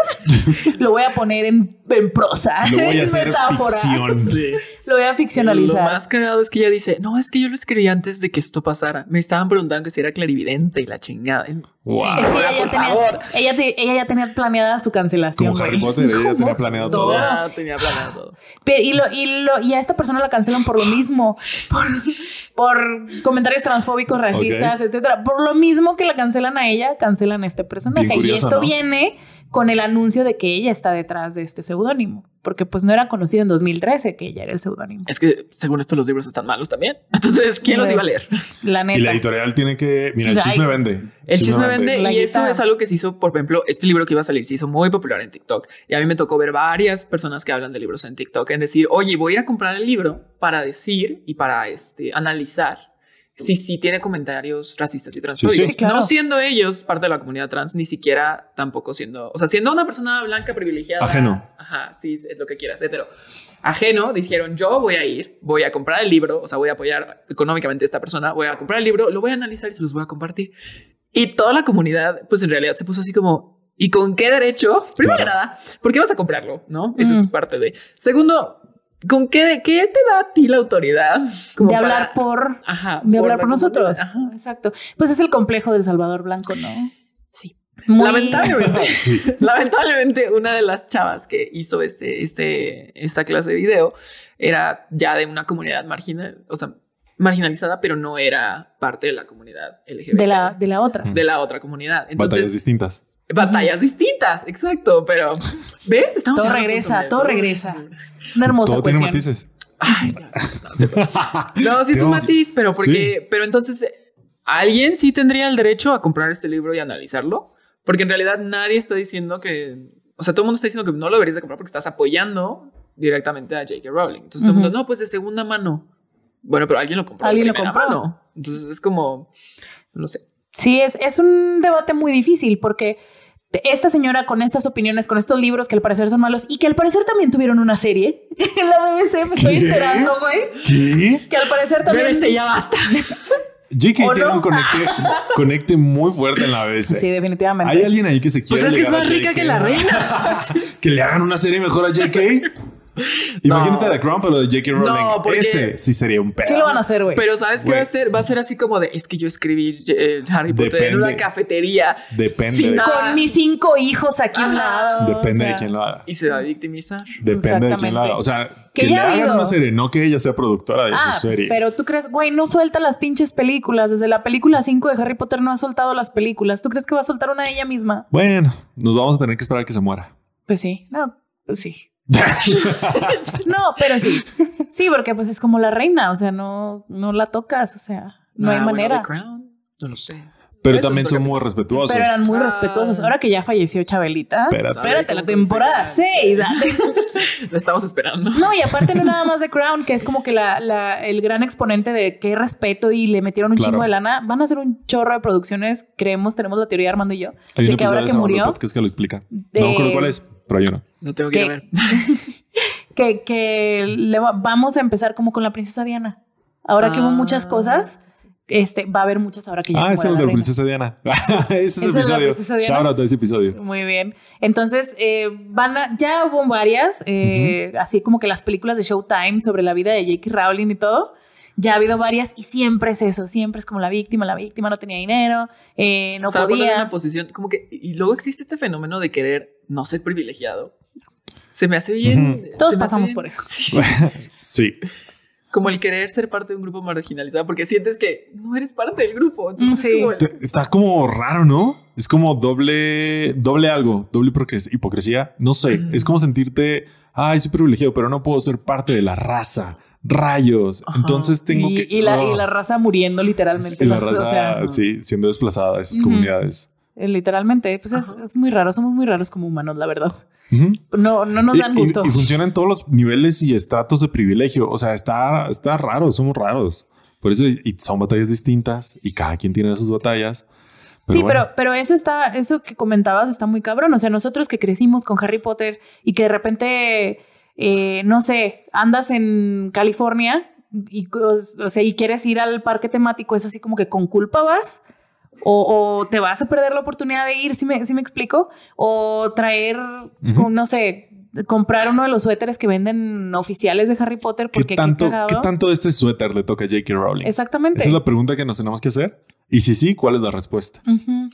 [SPEAKER 1] lo voy a poner en, en prosa,
[SPEAKER 2] Lo voy
[SPEAKER 1] en
[SPEAKER 2] a hacer ficción.
[SPEAKER 3] Sí.
[SPEAKER 1] lo voy a ficcionalizar.
[SPEAKER 3] Lo más cagado es que ella dice, no, es que yo lo escribí antes de que esto pasara. Me estaban preguntando que si era clarividente y la chingada.
[SPEAKER 2] Wow.
[SPEAKER 1] Es que ella ya,
[SPEAKER 3] por favor.
[SPEAKER 1] tenía, ella, te- ella ya tenía planeada su cancelación.
[SPEAKER 2] Como Harry
[SPEAKER 1] güey.
[SPEAKER 2] Potter, ella ya
[SPEAKER 1] Como
[SPEAKER 2] tenía planeado todo.
[SPEAKER 3] Ya tenía planeado todo.
[SPEAKER 1] Pero- y, lo, y, lo- y a esta persona la cancelan por lo mismo, por, por comentarios transfóbicos, racistas, etcétera. Por lo mismo que la cancelan a ella, cancelan a este personaje.
[SPEAKER 2] Bien curioso,
[SPEAKER 1] y esto
[SPEAKER 2] ¿no?
[SPEAKER 1] viene con el anuncio de que ella está detrás de este seudónimo, porque pues no era conocido en 2013 que ella era el seudónimo.
[SPEAKER 3] Es que según esto los libros están malos también. Entonces, ¿quién los iba a leer?
[SPEAKER 1] La
[SPEAKER 2] Y la
[SPEAKER 1] neta.
[SPEAKER 2] editorial tiene que. Mira, el
[SPEAKER 1] Ay.
[SPEAKER 2] chisme vende.
[SPEAKER 3] El chisme vende
[SPEAKER 1] La
[SPEAKER 3] y eso
[SPEAKER 1] guitarra.
[SPEAKER 3] es algo que se hizo, por ejemplo, este libro que iba a salir se hizo muy popular en TikTok. Y a mí me tocó ver varias personas que hablan de libros en TikTok en decir, oye, voy a ir a comprar el libro para decir y para este, analizar si sí tiene comentarios racistas y transfóbicos.
[SPEAKER 2] Sí,
[SPEAKER 1] sí, claro.
[SPEAKER 3] No siendo ellos parte de la comunidad trans, ni siquiera tampoco siendo, o sea, siendo una persona blanca privilegiada.
[SPEAKER 2] Ajeno.
[SPEAKER 3] Ajá, sí, es lo que quieras, hetero. Ajeno, dijeron, yo voy a ir, voy a comprar el libro, o sea, voy a apoyar económicamente a esta persona, voy a comprar el libro, lo voy a analizar y se los voy a compartir. Y toda la comunidad, pues en realidad se puso así como, ¿y con qué derecho? Primero que
[SPEAKER 2] Claro.
[SPEAKER 3] nada, ¿por qué vas a comprarlo? ¿No? Eso es
[SPEAKER 1] Mm.
[SPEAKER 3] parte de. Segundo, ¿con qué, qué te da a ti la autoridad? Como
[SPEAKER 1] de
[SPEAKER 3] para-
[SPEAKER 1] hablar por...
[SPEAKER 3] Ajá,
[SPEAKER 1] De
[SPEAKER 3] por
[SPEAKER 1] hablar
[SPEAKER 3] la
[SPEAKER 1] por nosotros.
[SPEAKER 3] comunidad. Ajá.
[SPEAKER 1] Exacto. Pues es el complejo del Salvador Blanco, ¿no?
[SPEAKER 3] Sí.
[SPEAKER 1] Muy-
[SPEAKER 3] Lamentablemente,
[SPEAKER 2] Sí.
[SPEAKER 3] lamentablemente, una de las chavas que hizo este, este, esta clase de video era ya de una comunidad marginal, o sea, marginalizada, pero no era parte de la comunidad LGBT.
[SPEAKER 1] De la, de la otra.
[SPEAKER 3] de la otra comunidad.
[SPEAKER 2] Batallas
[SPEAKER 3] Entonces,
[SPEAKER 2] distintas.
[SPEAKER 3] batallas, distintas, exacto, pero ¿ves? Estamos
[SPEAKER 1] Todo
[SPEAKER 3] llegando a un
[SPEAKER 1] regresa,
[SPEAKER 3] punto medio,
[SPEAKER 1] todo regresa. Una hermosa
[SPEAKER 2] Todo tiene
[SPEAKER 1] cuestión.
[SPEAKER 2] matices.
[SPEAKER 3] Ay, no, no, no, cierto. No, sí es
[SPEAKER 2] Te
[SPEAKER 3] un
[SPEAKER 2] odio.
[SPEAKER 3] matiz, pero porque, pero entonces eh, alguien sí tendría el derecho a comprar este libro y analizarlo, porque en realidad nadie está diciendo que, o sea, todo el mundo está diciendo que no lo deberías de comprar porque estás apoyando directamente a J.K. Rowling. Entonces todo el mundo,
[SPEAKER 1] Ujú.
[SPEAKER 3] no, pues de segunda mano. Bueno, pero alguien lo compró. de
[SPEAKER 1] Alguien lo
[SPEAKER 3] primera
[SPEAKER 1] compró.
[SPEAKER 3] mano. Entonces es como, no sé.
[SPEAKER 1] Sí, es, es un debate muy difícil porque esta señora con estas opiniones, con estos libros que al parecer son malos y que al parecer también tuvieron una serie en la BBC, me estoy
[SPEAKER 2] ¿Qué?
[SPEAKER 1] enterando, güey.
[SPEAKER 2] ¿Qué?
[SPEAKER 1] Que al parecer también...
[SPEAKER 3] BBC, ya basta.
[SPEAKER 2] JK
[SPEAKER 1] ¿O
[SPEAKER 2] tiene
[SPEAKER 1] no?
[SPEAKER 2] un conecte, conecte muy fuerte en la BBC.
[SPEAKER 1] Sí, definitivamente.
[SPEAKER 2] Hay alguien ahí que se quiere.
[SPEAKER 3] Pues es que es
[SPEAKER 2] llegar a
[SPEAKER 3] más rica
[SPEAKER 2] JK?
[SPEAKER 3] que la reina.
[SPEAKER 2] que le hagan una serie mejor a JK. Imagínate a The Crown, pero de J.K. Rowling.
[SPEAKER 3] No, porque-
[SPEAKER 2] Ese sí sería un pedo.
[SPEAKER 1] Sí lo van a hacer, güey.
[SPEAKER 3] Pero ¿sabes qué va a
[SPEAKER 2] Güey.
[SPEAKER 3] ser? Va a ser así como de, es que yo escribí eh, Harry Potter en
[SPEAKER 2] Depende.
[SPEAKER 3] una cafetería
[SPEAKER 2] Depende,
[SPEAKER 3] Sí,
[SPEAKER 2] de-
[SPEAKER 3] no.
[SPEAKER 1] Con mis cinco hijos aquí a un
[SPEAKER 3] Ajá.
[SPEAKER 1] lado.
[SPEAKER 2] depende
[SPEAKER 1] o sea,
[SPEAKER 2] de quién lo haga.
[SPEAKER 3] y se va a victimizar.
[SPEAKER 2] Depende de quién lo haga. O sea,
[SPEAKER 1] Que
[SPEAKER 2] que, le
[SPEAKER 1] ya ha
[SPEAKER 2] hagan
[SPEAKER 1] habido.
[SPEAKER 2] una serie, no que ella sea productora de
[SPEAKER 1] Ah,
[SPEAKER 2] su
[SPEAKER 1] pues,
[SPEAKER 2] serie.
[SPEAKER 1] pero tú crees, güey, no suelta las pinches películas. Desde la película 5 de Harry Potter no ha soltado las películas. ¿Tú crees que va a soltar una de ella misma?
[SPEAKER 2] Bueno, nos vamos a tener que esperar a que se muera.
[SPEAKER 1] Pues sí, no, pues sí. no, pero sí. Sí, porque pues es como la reina, o sea, no, no la tocas, o sea, no hay
[SPEAKER 3] Ah, bueno,
[SPEAKER 1] manera.
[SPEAKER 3] The Crown, no lo sé.
[SPEAKER 2] Pero
[SPEAKER 3] Eso
[SPEAKER 2] también
[SPEAKER 3] es lo
[SPEAKER 2] son
[SPEAKER 3] que-
[SPEAKER 2] muy respetuosos.
[SPEAKER 1] Pero eran muy
[SPEAKER 3] Ah.
[SPEAKER 1] respetuosos. Ahora que ya falleció Chabelita.
[SPEAKER 2] Espérate.
[SPEAKER 1] Espérate, la
[SPEAKER 3] ¿Cómo que
[SPEAKER 1] temporada
[SPEAKER 3] se
[SPEAKER 1] 6.
[SPEAKER 3] La estamos esperando.
[SPEAKER 1] No, y aparte no nada más de Crown, que es como que la, la- el gran exponente de qué respeto y le metieron un
[SPEAKER 2] Claro.
[SPEAKER 1] chingo de lana. Van a hacer un chorro de producciones, creemos, tenemos la teoría Armando y yo,
[SPEAKER 2] Hay un
[SPEAKER 1] de que
[SPEAKER 2] episodio
[SPEAKER 1] ahora
[SPEAKER 2] de
[SPEAKER 1] que
[SPEAKER 2] Sabando
[SPEAKER 1] murió,
[SPEAKER 2] Podcast que lo explica.
[SPEAKER 1] de-
[SPEAKER 2] No me acuerdo cuál es, pero hay uno.
[SPEAKER 3] No tengo que ir a
[SPEAKER 1] ¿Qué?
[SPEAKER 3] ver.
[SPEAKER 1] que, que le va- vamos a empezar como con la princesa Diana. Ahora que hubo
[SPEAKER 3] Ah.
[SPEAKER 1] muchas cosas, este, va a haber muchas ahora que ya
[SPEAKER 2] Ah,
[SPEAKER 1] se
[SPEAKER 2] es
[SPEAKER 1] muera
[SPEAKER 2] el
[SPEAKER 1] la
[SPEAKER 2] de la
[SPEAKER 1] reina.
[SPEAKER 2] Princesa Diana. Ese es
[SPEAKER 1] ¿Ese
[SPEAKER 2] el
[SPEAKER 1] es la
[SPEAKER 2] episodio.
[SPEAKER 1] Princesa Diana?
[SPEAKER 2] Shout out a ese episodio.
[SPEAKER 1] Muy bien. Entonces, eh, van a- ya hubo varias, eh, así como que las películas de Showtime sobre la vida de J.K. Rowling y todo. Ya ha habido varias y siempre es eso, siempre es como la víctima, la víctima no tenía dinero, eh, no
[SPEAKER 3] o sea, ponerme en
[SPEAKER 1] podía.
[SPEAKER 3] una posición como que y luego existe este fenómeno de querer no ser privilegiado. Se me hace bien.
[SPEAKER 2] Ujú.
[SPEAKER 3] se
[SPEAKER 1] Todos
[SPEAKER 3] me hace
[SPEAKER 1] pasamos
[SPEAKER 3] bien-
[SPEAKER 1] por eso.
[SPEAKER 3] Sí, sí.
[SPEAKER 2] Sí.
[SPEAKER 3] Como el querer ser parte de un grupo marginalizado porque sientes que no eres parte del grupo. Entonces,
[SPEAKER 1] Sí.
[SPEAKER 3] es como el-
[SPEAKER 2] Te- Está como raro, ¿no? Es como doble, doble algo, doble hipocres- hipocresía. No sé,
[SPEAKER 3] Mm.
[SPEAKER 2] es como sentirte, ay, soy privilegiado, pero no puedo ser parte de la raza. Rayos.
[SPEAKER 3] Ajá.
[SPEAKER 2] Entonces tengo
[SPEAKER 1] y,
[SPEAKER 2] que...
[SPEAKER 1] y la,
[SPEAKER 2] Oh.
[SPEAKER 1] y la raza muriendo literalmente.
[SPEAKER 2] Y la
[SPEAKER 1] los- o
[SPEAKER 2] raza, ah,
[SPEAKER 1] sea,
[SPEAKER 2] sí, siendo desplazada de sus
[SPEAKER 1] Ujú.
[SPEAKER 2] comunidades.
[SPEAKER 1] eh, literalmente, pues es,
[SPEAKER 3] Ajá.
[SPEAKER 1] es muy raro, somos muy raros como humanos, la verdad.
[SPEAKER 2] Ujú.
[SPEAKER 1] No, no nos
[SPEAKER 2] Y-
[SPEAKER 1] dan
[SPEAKER 2] y-
[SPEAKER 1] gusto.
[SPEAKER 2] Y, funciona en todos los niveles y estratos de privilegio. O sea, está, está raro, somos raros. Por eso y- y son batallas distintas y cada quien tiene sus batallas.
[SPEAKER 1] sí,
[SPEAKER 2] bueno.
[SPEAKER 1] pero, pero eso está, eso que comentabas está muy cabrón. O sea, nosotros que crecimos con Harry Potter y que de repente, eh, no sé, andas en California y, pues, o sea, y quieres ir al parque temático, es así como que con culpa vas. O, o te vas a perder la oportunidad de ir, si me, si me explico, o traer,
[SPEAKER 2] Ujú.
[SPEAKER 1] no sé, comprar uno de los suéteres que venden oficiales de Harry Potter
[SPEAKER 2] ¿Qué
[SPEAKER 1] porque qué
[SPEAKER 2] tanto, ¿qué
[SPEAKER 1] cagado.
[SPEAKER 2] tanto de este suéter le toca a J.K. Rowling?
[SPEAKER 1] Exactamente.
[SPEAKER 2] Esa es la pregunta que nos tenemos que hacer. Y si sí, ¿cuál es la respuesta?
[SPEAKER 1] Ujú.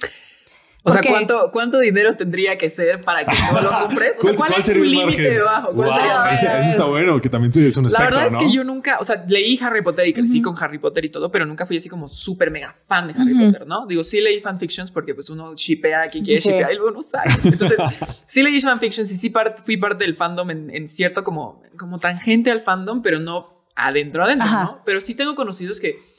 [SPEAKER 3] o sea,
[SPEAKER 1] Porque-
[SPEAKER 3] ¿cuánto, ¿cuánto dinero tendría que ser para que no lo compres? O sea,
[SPEAKER 2] ¿Cuál-
[SPEAKER 3] ¿cuál,
[SPEAKER 2] cuál
[SPEAKER 3] es tu
[SPEAKER 2] sería el
[SPEAKER 3] límite
[SPEAKER 2] margen?
[SPEAKER 3] debajo? ¿Cuál
[SPEAKER 2] Wow,
[SPEAKER 3] sería-
[SPEAKER 1] el-
[SPEAKER 2] ese,
[SPEAKER 1] a ver.
[SPEAKER 2] ese está bueno, que también es un
[SPEAKER 3] La
[SPEAKER 2] espectro,
[SPEAKER 3] verdad es
[SPEAKER 2] ¿no?
[SPEAKER 3] que yo nunca, o sea, leí Harry Potter y crecí
[SPEAKER 1] Ujú.
[SPEAKER 3] con Harry Potter y todo, pero nunca fui así como súper mega fan de Harry
[SPEAKER 1] Ujú.
[SPEAKER 3] Potter, ¿no? Digo, sí leí fanfictions porque pues uno shipea a quien quiere
[SPEAKER 1] Sí.
[SPEAKER 3] shipear y luego no sabe. Entonces, sí leí fanfictions y sí par- fui parte del fandom en, en cierto como, como tangente al fandom, pero no adentro, adentro,
[SPEAKER 1] Ajá.
[SPEAKER 3] ¿no? Pero sí tengo conocidos que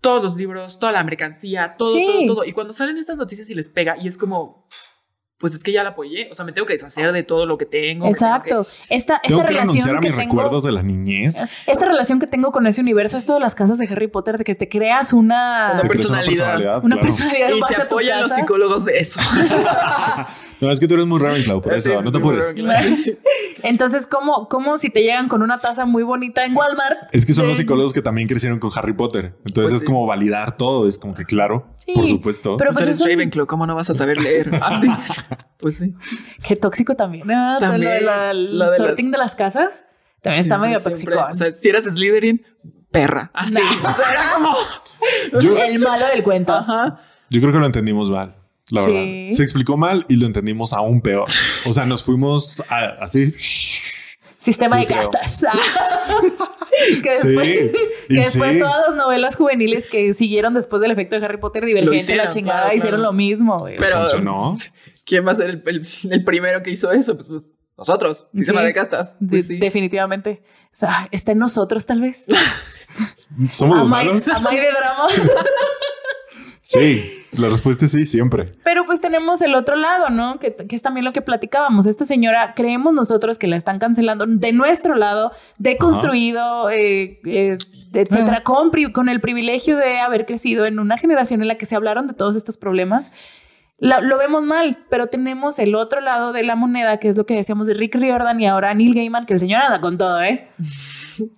[SPEAKER 3] todos los libros, toda la mercancía, todo,
[SPEAKER 1] Sí.
[SPEAKER 3] todo, todo. Y cuando salen estas noticias y les pega y es como... Pues es que ya la apoyé, o sea, me tengo que deshacer de todo lo que tengo. me tengo que-
[SPEAKER 1] Exacto. Esta, esta
[SPEAKER 2] Tengo que renunciar
[SPEAKER 1] relación
[SPEAKER 2] a
[SPEAKER 1] que
[SPEAKER 2] mis
[SPEAKER 1] tengo
[SPEAKER 2] recuerdos de la niñez.
[SPEAKER 1] Esta relación que tengo con ese universo es todo de las casas de Harry Potter, de que te creas una,
[SPEAKER 3] Una
[SPEAKER 2] Te
[SPEAKER 1] una,
[SPEAKER 3] persona,
[SPEAKER 2] crees
[SPEAKER 3] personalidad.
[SPEAKER 2] claro.
[SPEAKER 1] personalidad en
[SPEAKER 3] Y
[SPEAKER 1] base
[SPEAKER 3] se
[SPEAKER 1] a tu
[SPEAKER 3] apoyan los
[SPEAKER 1] casa.
[SPEAKER 3] psicólogos de eso.
[SPEAKER 2] No, es que tú eres muy Ravenclaw, por
[SPEAKER 3] Sí,
[SPEAKER 2] eso,
[SPEAKER 3] sí,
[SPEAKER 2] no te
[SPEAKER 3] sí,
[SPEAKER 2] apures.
[SPEAKER 3] pero claro.
[SPEAKER 1] Entonces, ¿cómo, ¿cómo si te llegan con una taza muy bonita en Walmart?
[SPEAKER 2] Es que son los
[SPEAKER 1] Sí.
[SPEAKER 2] psicólogos que también crecieron con Harry Potter. Entonces
[SPEAKER 3] Pues
[SPEAKER 2] es
[SPEAKER 3] sí.
[SPEAKER 2] como validar todo. Es como que, claro,
[SPEAKER 1] Sí,
[SPEAKER 2] por supuesto.
[SPEAKER 1] Pero
[SPEAKER 3] Pues
[SPEAKER 1] pues
[SPEAKER 3] eres
[SPEAKER 1] es un-
[SPEAKER 3] Ravenclaw, ¿cómo no vas a saber leer? Ah, sí. Pues sí.
[SPEAKER 1] Qué tóxico también. Ah,
[SPEAKER 3] También,
[SPEAKER 1] Lo de la- el
[SPEAKER 3] lo de
[SPEAKER 1] sorting
[SPEAKER 3] las-
[SPEAKER 1] de las casas también está
[SPEAKER 3] Siempre,
[SPEAKER 1] medio
[SPEAKER 3] siempre.
[SPEAKER 1] tóxico. ¿eh?
[SPEAKER 3] O sea, si eras Slytherin, perra. Así.
[SPEAKER 1] Nah.
[SPEAKER 3] O sea, era como.
[SPEAKER 2] Yo-
[SPEAKER 1] el malo del cuento.
[SPEAKER 3] Ajá.
[SPEAKER 2] Yo creo que lo entendimos mal, la
[SPEAKER 1] Sí.
[SPEAKER 2] verdad. Se explicó mal y lo entendimos aún peor. O sea, nos fuimos a- así.
[SPEAKER 1] Sistema
[SPEAKER 2] Yo
[SPEAKER 1] de
[SPEAKER 2] creo.
[SPEAKER 1] castas. Ah. que después,
[SPEAKER 2] y
[SPEAKER 1] que después
[SPEAKER 2] sí.
[SPEAKER 1] todas las novelas juveniles que siguieron después del efecto de Harry Potter divergente, la
[SPEAKER 3] hicieron,
[SPEAKER 1] chingada,
[SPEAKER 3] claro,
[SPEAKER 1] hicieron
[SPEAKER 3] claro.
[SPEAKER 1] lo mismo. güey.
[SPEAKER 3] Pero-
[SPEAKER 2] Funcionó.
[SPEAKER 3] ¿Quién va a ser el, el- el primero que hizo eso? Pues, pues, nosotros. Si se
[SPEAKER 1] Sí.
[SPEAKER 3] me recastas.
[SPEAKER 1] De-
[SPEAKER 3] Pues, sí.
[SPEAKER 1] Definitivamente. O sea, está en nosotros tal vez.
[SPEAKER 2] Somos los
[SPEAKER 1] Amai-
[SPEAKER 2] malos.
[SPEAKER 1] amai de drama.
[SPEAKER 2] Sí, la respuesta es sí, siempre.
[SPEAKER 1] Pero pues tenemos el otro lado, ¿no? Que, que es también lo que platicábamos. Esta señora, creemos nosotros que la están cancelando de nuestro lado, deconstruido, eh, eh, etcétera, con, pri- con el privilegio de haber crecido en una generación en la que se hablaron de todos estos problemas. la- lo vemos mal, pero tenemos el otro lado de la moneda, que es lo que decíamos de Rick Riordan y ahora Neil Gaiman, que el señor anda con todo, ¿eh?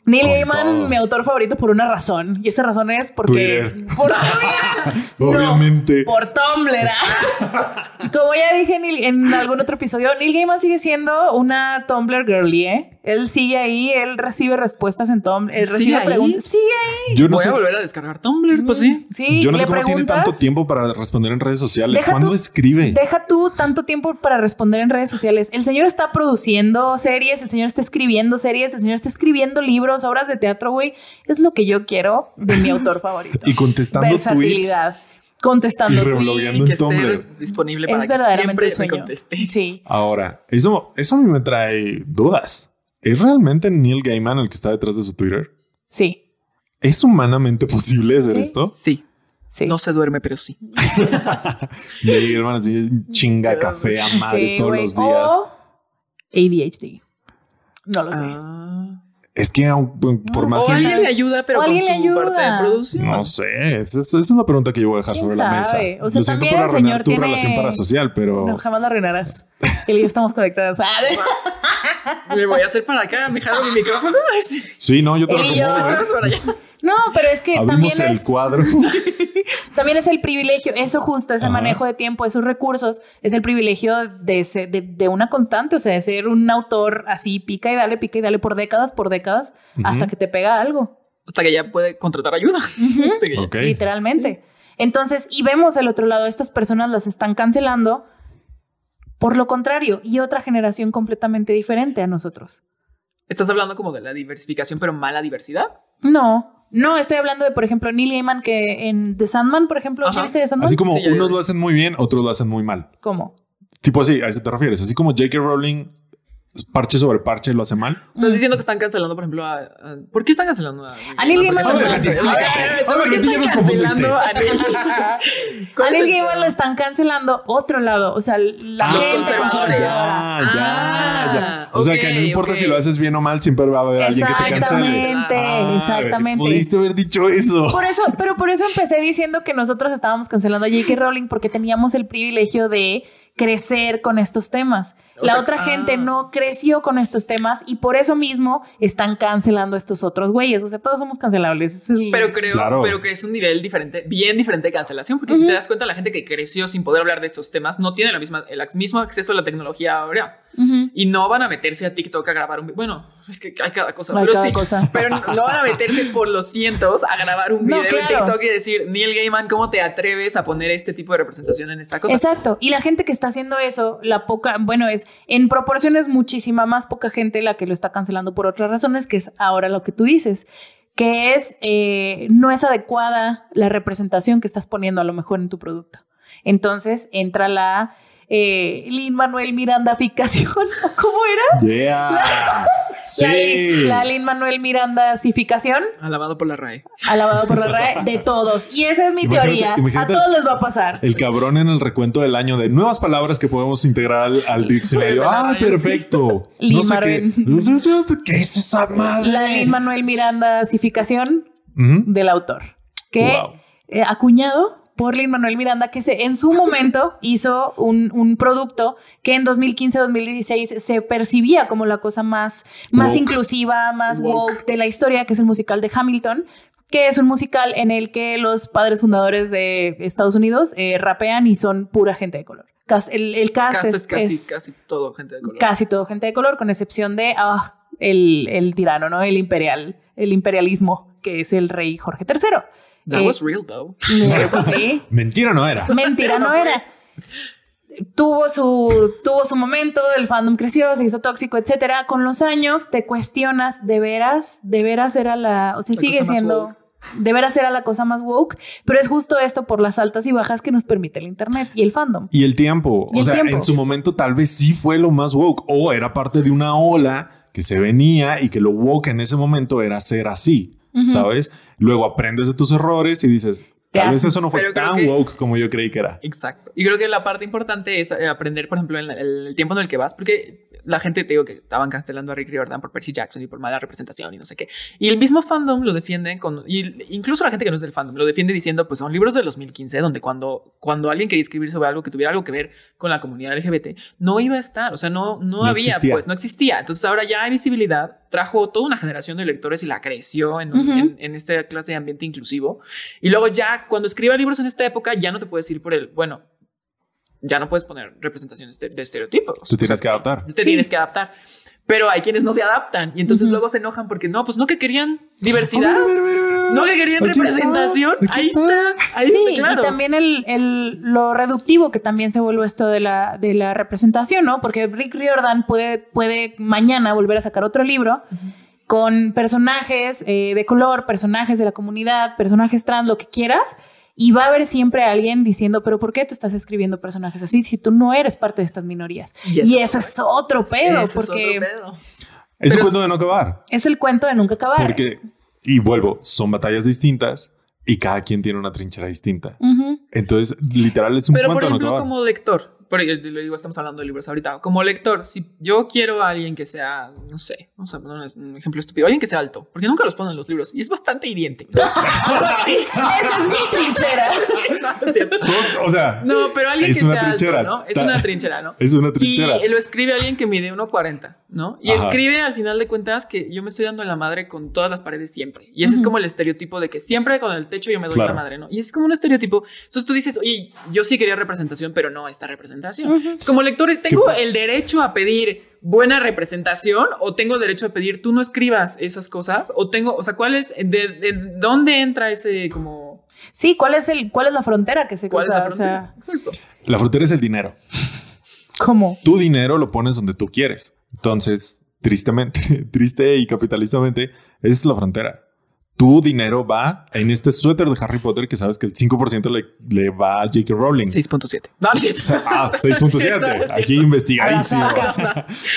[SPEAKER 1] Neil
[SPEAKER 2] Con
[SPEAKER 1] Gaiman,
[SPEAKER 2] todo.
[SPEAKER 1] mi autor favorito por una razón, y esa razón es porque...
[SPEAKER 2] Twitter.
[SPEAKER 1] Por Twitter. No.
[SPEAKER 2] Obviamente.
[SPEAKER 1] Por Tumblr. ah. Como ya dije en, el- en algún otro episodio, Neil Gaiman sigue siendo una Tumblr girly, ¿eh? Él sigue ahí, él recibe respuestas en Tumblr, él
[SPEAKER 3] ¿Sigue
[SPEAKER 1] recibe
[SPEAKER 3] ahí?
[SPEAKER 1] preguntas. Sigue
[SPEAKER 2] yo no
[SPEAKER 3] Voy
[SPEAKER 2] sé,
[SPEAKER 3] a volver a descargar Tumblr, pues sí.
[SPEAKER 1] Sí,
[SPEAKER 2] yo no sé
[SPEAKER 1] le
[SPEAKER 2] cómo tiene
[SPEAKER 1] preguntas.
[SPEAKER 2] tanto tiempo para responder en redes sociales.
[SPEAKER 1] Deja
[SPEAKER 2] ¿Cuándo
[SPEAKER 1] tú-
[SPEAKER 2] escribe?
[SPEAKER 1] Deja tú tanto tiempo para responder en redes sociales. El señor está produciendo series, el señor está escribiendo series, el señor está escribiendo libros, obras de teatro, güey. Es lo que yo quiero de mi autor favorito.
[SPEAKER 2] Y contestando tweets.
[SPEAKER 1] Versatilidad. Contestando
[SPEAKER 2] Y reblogueando
[SPEAKER 1] tweets.
[SPEAKER 2] En
[SPEAKER 3] Que esté
[SPEAKER 2] Tumblr.
[SPEAKER 3] res- disponible para
[SPEAKER 1] Es
[SPEAKER 3] que
[SPEAKER 1] verdaderamente
[SPEAKER 3] siempre
[SPEAKER 1] el
[SPEAKER 3] me
[SPEAKER 1] sueño.
[SPEAKER 3] conteste.
[SPEAKER 1] Sí.
[SPEAKER 2] Ahora, eso, eso a mí me trae dudas. ¿Es realmente Neil Gaiman el que está detrás de su Twitter?
[SPEAKER 1] Sí.
[SPEAKER 2] ¿Es humanamente posible hacer
[SPEAKER 1] Sí.
[SPEAKER 2] esto?
[SPEAKER 3] Sí.
[SPEAKER 1] Sí.
[SPEAKER 3] No se duerme, pero sí.
[SPEAKER 2] Y hermanas, chinga café a madres
[SPEAKER 1] Sí,
[SPEAKER 2] todos
[SPEAKER 1] güey. Oh.
[SPEAKER 2] los días.
[SPEAKER 1] O ADHD. No lo sé.
[SPEAKER 3] Ah.
[SPEAKER 2] Es que aun- por más
[SPEAKER 3] o
[SPEAKER 1] sí.
[SPEAKER 2] simple-
[SPEAKER 3] alguien le ayuda, pero
[SPEAKER 1] O
[SPEAKER 3] con
[SPEAKER 1] alguien
[SPEAKER 3] su
[SPEAKER 1] le ayuda.
[SPEAKER 3] parte de producción.
[SPEAKER 2] no sé, esa es, esa es la pregunta que yo voy a dejar
[SPEAKER 1] ¿Quién
[SPEAKER 2] sobre la
[SPEAKER 1] sabe?
[SPEAKER 2] mesa.
[SPEAKER 1] O sea,
[SPEAKER 2] Lo siento
[SPEAKER 1] también
[SPEAKER 2] por
[SPEAKER 1] el
[SPEAKER 2] arruinar
[SPEAKER 1] señor
[SPEAKER 2] tu
[SPEAKER 1] tiene-
[SPEAKER 2] relación parasocial, pero
[SPEAKER 1] No, jamás lo arruinarás. Él y yo estamos conectadas. Ah,
[SPEAKER 3] Me voy a hacer para acá, me jalo mi micrófono. Ay, sí.
[SPEAKER 2] sí, no, yo te lo
[SPEAKER 1] Él y yo-
[SPEAKER 2] acomodo, ¿eh?
[SPEAKER 3] Ahora es para allá.
[SPEAKER 1] No, pero es que
[SPEAKER 2] Abrimos
[SPEAKER 1] también
[SPEAKER 2] el
[SPEAKER 1] es...
[SPEAKER 2] cuadro.
[SPEAKER 1] También es el privilegio, eso justo, ese
[SPEAKER 2] Ajá.
[SPEAKER 1] manejo de tiempo, esos recursos, es el privilegio de, ser- de, de una constante, o sea, de ser un autor así, pica y dale, pica y dale por décadas, por décadas, hasta que te pega algo,
[SPEAKER 3] Hasta que ya puede contratar ayuda. Hasta que ya-
[SPEAKER 2] Ok.
[SPEAKER 1] literalmente. Entonces, y vemos el otro lado, estas personas las están cancelando por lo contrario, y otra generación completamente diferente a nosotros.
[SPEAKER 3] Estás hablando como de la diversificación, pero mala diversidad.
[SPEAKER 1] No, no, estoy hablando de, por ejemplo, Neil Gaiman, que en The Sandman, por ejemplo, ¿ya
[SPEAKER 3] Ajá.
[SPEAKER 1] viste The Sandman?
[SPEAKER 2] Así como
[SPEAKER 3] Sí, ya, ya.
[SPEAKER 2] unos lo hacen muy bien, otros lo hacen muy mal.
[SPEAKER 1] ¿Cómo?
[SPEAKER 2] Tipo así, a eso te refieres. Así como J.K. Rowling parche sobre parche lo hace mal.
[SPEAKER 3] Estás
[SPEAKER 1] Mm.
[SPEAKER 3] diciendo que están cancelando, por ejemplo, a. a- ¿Por qué están cancelando a.
[SPEAKER 1] A Neil Gaiman
[SPEAKER 3] ¿Por qué
[SPEAKER 1] lo
[SPEAKER 3] están
[SPEAKER 1] están
[SPEAKER 3] cancelando?
[SPEAKER 2] cancelando.
[SPEAKER 3] A ver,
[SPEAKER 2] A ver,
[SPEAKER 3] ¿por qué
[SPEAKER 2] ya nos
[SPEAKER 3] están cancelando a Neil
[SPEAKER 1] A
[SPEAKER 3] ¿Cuál es
[SPEAKER 1] Neil
[SPEAKER 3] el-
[SPEAKER 1] Gaiman lo están cancelando otro lado, o sea, la
[SPEAKER 3] Ah,
[SPEAKER 1] gente
[SPEAKER 3] conservadores.
[SPEAKER 1] conservadora.
[SPEAKER 2] ya, ya, ya.
[SPEAKER 3] Ah,
[SPEAKER 2] O sea,
[SPEAKER 3] ok,
[SPEAKER 2] que no importa
[SPEAKER 3] ok.
[SPEAKER 2] si lo haces bien o mal, siempre va a haber alguien que te cancele.
[SPEAKER 1] Exactamente,
[SPEAKER 2] Ah,
[SPEAKER 1] exactamente.
[SPEAKER 2] Pudiste haber dicho eso.
[SPEAKER 1] Por eso, pero por eso empecé diciendo que nosotros estábamos cancelando a J.K. Rowling porque teníamos el privilegio de crecer con estos temas.
[SPEAKER 3] O
[SPEAKER 1] la
[SPEAKER 3] sea,
[SPEAKER 1] otra
[SPEAKER 3] ah.
[SPEAKER 1] gente no creció con estos temas y por eso mismo están cancelando a estos otros güeyes. O sea, todos somos cancelables. Ese es el-
[SPEAKER 3] Pero creo,
[SPEAKER 2] Claro.
[SPEAKER 3] pero que es un nivel diferente, bien diferente de cancelación, porque si
[SPEAKER 1] Ujú.
[SPEAKER 3] te das cuenta, la gente que creció sin poder hablar de esos temas no tiene la misma, el mismo acceso a la tecnología ahora.
[SPEAKER 1] Ujú.
[SPEAKER 3] Y no van a meterse a TikTok a grabar un video. Bueno, es que hay cada cosa,
[SPEAKER 1] Hay
[SPEAKER 3] pero
[SPEAKER 1] cada
[SPEAKER 3] sí.
[SPEAKER 1] cosa.
[SPEAKER 3] Pero no no van a meterse por los cientos a grabar un
[SPEAKER 1] No,
[SPEAKER 3] video en
[SPEAKER 1] claro.
[SPEAKER 3] TikTok y decir, Neil Gaiman, ¿cómo te atreves a poner este tipo de representación en esta cosa?
[SPEAKER 1] Exacto. Y la gente que está haciendo eso, la poca, bueno, es en proporciones muchísima más poca gente la que lo está cancelando por otras razones, que es ahora lo que tú dices, que es eh, no es adecuada la representación que estás poniendo a lo mejor en tu producto. Entonces entra la eh, Lin Manuel Miranda ficación, ¿cómo era?
[SPEAKER 2] Yeah.
[SPEAKER 1] La
[SPEAKER 2] sí.
[SPEAKER 1] Lin- La, Lin Manuel Miranda cificación,
[SPEAKER 3] Alabado por la RAE.
[SPEAKER 1] alabado por la RAE de todos. Y esa es mi
[SPEAKER 2] Imagínate-
[SPEAKER 1] teoría.
[SPEAKER 2] imagínate- Eh,
[SPEAKER 1] a todos les va a pasar.
[SPEAKER 2] El cabrón en el recuento del año de nuevas palabras que podemos integrar al, al diccionario. ah, perfecto. No sé qué. ¿Qué es esa madre?
[SPEAKER 1] La Lin Manuel Miranda cificación
[SPEAKER 2] Ujú.
[SPEAKER 1] del autor, que
[SPEAKER 2] Wow.
[SPEAKER 1] eh, acuñado por Lin Manuel Miranda, que se, en su momento hizo un, un producto que en 2015-2016 se percibía como la cosa más, más
[SPEAKER 2] Woke.
[SPEAKER 1] inclusiva, más
[SPEAKER 3] Woke.
[SPEAKER 1] woke. de la historia, que es el musical de Hamilton, que es un musical en el que los padres fundadores de Estados Unidos eh, rapean y son pura gente de color. Cas- el, el cast,
[SPEAKER 3] Cast
[SPEAKER 1] es,
[SPEAKER 3] es casi,
[SPEAKER 1] es-
[SPEAKER 3] casi todo gente de color.
[SPEAKER 1] casi todo gente de color, con excepción de ah, el, el tirano, ¿no? El imperial, el imperialismo, que es el rey Jorge III.
[SPEAKER 3] That
[SPEAKER 1] Eh,
[SPEAKER 3] was real, though.
[SPEAKER 1] Eh, pues sí,
[SPEAKER 2] Mentira no era.
[SPEAKER 1] mentira no era. Tuvo su, tuvo su momento, el fandom creció, se hizo tóxico, etcétera. Con los años te cuestionas, de veras, de veras era la, o sea,
[SPEAKER 3] La
[SPEAKER 1] sigue
[SPEAKER 3] cosa más
[SPEAKER 1] siendo,
[SPEAKER 3] woke.
[SPEAKER 1] de veras era la cosa más woke, pero es justo esto por las altas y bajas que nos permite el internet y el fandom.
[SPEAKER 2] Y el tiempo.
[SPEAKER 1] Y
[SPEAKER 2] o
[SPEAKER 1] el
[SPEAKER 2] sea,
[SPEAKER 1] tiempo.
[SPEAKER 2] en su momento tal vez sí fue lo más woke o era parte de una ola que se venía y que lo woke en ese momento era ser así,
[SPEAKER 1] Ujú.
[SPEAKER 2] ¿sabes? Luego aprendes de tus errores y dices,
[SPEAKER 1] Te
[SPEAKER 2] tal vez
[SPEAKER 1] hacen-
[SPEAKER 2] eso no fue
[SPEAKER 3] Pero creo
[SPEAKER 2] tan
[SPEAKER 3] que-
[SPEAKER 2] woke como yo creí que era.
[SPEAKER 3] Exacto. Y creo que la parte importante es eh, aprender, por ejemplo, en la- el, el tiempo en el que vas, porque la gente te digo que estaban cancelando a Rick Riordan por Percy Jackson y por mala representación y no sé qué. Y el mismo fandom lo defienden con, y incluso la gente que no es del fandom lo defiende diciendo, pues son libros del 2015 donde cuando, cuando alguien quería escribir sobre algo que tuviera algo que ver con la comunidad LGBT, no iba a estar, o sea, no, no,
[SPEAKER 2] No
[SPEAKER 3] había,
[SPEAKER 2] existía.
[SPEAKER 3] pues no existía. Entonces ahora ya hay visibilidad, trajo toda una generación de lectores y la creció en, un-
[SPEAKER 1] Ujú.
[SPEAKER 3] en- en esta clase de ambiente inclusivo. Y luego ya cuando escriba libros en esta época ya no te puedes ir por el, bueno, ya no puedes poner representaciones de, de estereotipos.
[SPEAKER 2] Tú
[SPEAKER 3] O sea,
[SPEAKER 2] tienes que adaptar.
[SPEAKER 3] te
[SPEAKER 1] Sí.
[SPEAKER 3] tienes que adaptar. Pero hay quienes no se adaptan y entonces
[SPEAKER 1] Ujú.
[SPEAKER 3] luego se enojan porque no, pues no que querían
[SPEAKER 2] A
[SPEAKER 3] diversidad,
[SPEAKER 2] ver, a ver, a ver, a ver.
[SPEAKER 3] no que querían
[SPEAKER 2] Aquí está,
[SPEAKER 3] representación.
[SPEAKER 2] aquí
[SPEAKER 3] ahí está, ahí
[SPEAKER 1] Sí,
[SPEAKER 3] está, claro.
[SPEAKER 1] y también el, el- lo reductivo que también se vuelve esto de la, de la representación, ¿no? Porque Rick Riordan puede, puede mañana volver a sacar otro libro con personajes eh, de color, personajes de la comunidad, personajes trans, lo que quieras, y va a haber siempre alguien diciendo, pero ¿por qué tú estás escribiendo personajes así si tú no eres parte de estas minorías?
[SPEAKER 3] Y
[SPEAKER 1] y eso es otro pedo,
[SPEAKER 3] Ese es otro
[SPEAKER 1] porque es,
[SPEAKER 3] pedo.
[SPEAKER 2] Es un
[SPEAKER 3] Pero
[SPEAKER 2] cuento
[SPEAKER 3] es-
[SPEAKER 2] de no acabar.
[SPEAKER 1] el cuento de nunca acabar.
[SPEAKER 2] Porque, y vuelvo, son batallas distintas y cada quien tiene una trinchera distinta.
[SPEAKER 1] Ujú.
[SPEAKER 2] Entonces, literal, es un
[SPEAKER 3] Pero por
[SPEAKER 2] cuento de no
[SPEAKER 3] ejemplo,
[SPEAKER 2] acabar.
[SPEAKER 3] como lector, porque le digo, estamos hablando de libros ahorita, como lector, si yo quiero a alguien que sea, no sé, vamos a poner un es- un ejemplo estúpido, alguien que sea alto, porque nunca los ponen en los libros y es bastante hiriente. Algo así.
[SPEAKER 1] Esa es mi trinchera.
[SPEAKER 3] No, es cierto.
[SPEAKER 2] Todos, o sea,
[SPEAKER 3] No, pero alguien
[SPEAKER 2] Es
[SPEAKER 3] que
[SPEAKER 2] una
[SPEAKER 3] sea
[SPEAKER 2] trinchera.
[SPEAKER 3] alto, ¿no? Es
[SPEAKER 2] Ta-
[SPEAKER 3] una trinchera, ¿no?
[SPEAKER 2] es una trinchera.
[SPEAKER 3] Y lo escribe alguien que mide 1.40, ¿no? Y
[SPEAKER 2] Ajá.
[SPEAKER 3] escribe al final de cuentas que yo me estoy dando la madre con todas las paredes siempre. Y ese es
[SPEAKER 1] Ujú.
[SPEAKER 3] como el estereotipo de que siempre con el techo yo me doy
[SPEAKER 2] Claro.
[SPEAKER 3] la madre, ¿no? Y es como un estereotipo. Entonces tú dices, oye, yo sí quería representación, pero no esta representación.
[SPEAKER 1] Ujú.
[SPEAKER 3] Como lector, ¿tengo
[SPEAKER 2] pa-
[SPEAKER 3] el derecho a pedir buena representación o tengo derecho a pedir tú no escribas esas cosas? ¿O tengo, o sea, cuál es, de, de dónde entra ese como...
[SPEAKER 1] Sí, ¿cuál es, el, ¿cuál es la frontera que se
[SPEAKER 3] ¿Cuál es
[SPEAKER 1] cruza?
[SPEAKER 3] la
[SPEAKER 1] O sea,
[SPEAKER 3] frontera? Exacto.
[SPEAKER 2] La frontera es el dinero.
[SPEAKER 1] ¿Cómo?
[SPEAKER 2] Tu dinero lo pones donde tú quieres. Entonces, tristemente, triste y capitalistamente, esa es la frontera. Tu dinero va en este suéter de Harry Potter que sabes que el 5% le, le va a J.K. Rowling.
[SPEAKER 3] 6.7. No, no es cierto.
[SPEAKER 2] O sea, ah,
[SPEAKER 3] No es
[SPEAKER 2] 6.7.
[SPEAKER 3] cierto.
[SPEAKER 2] Aquí investigadísimo.
[SPEAKER 1] A las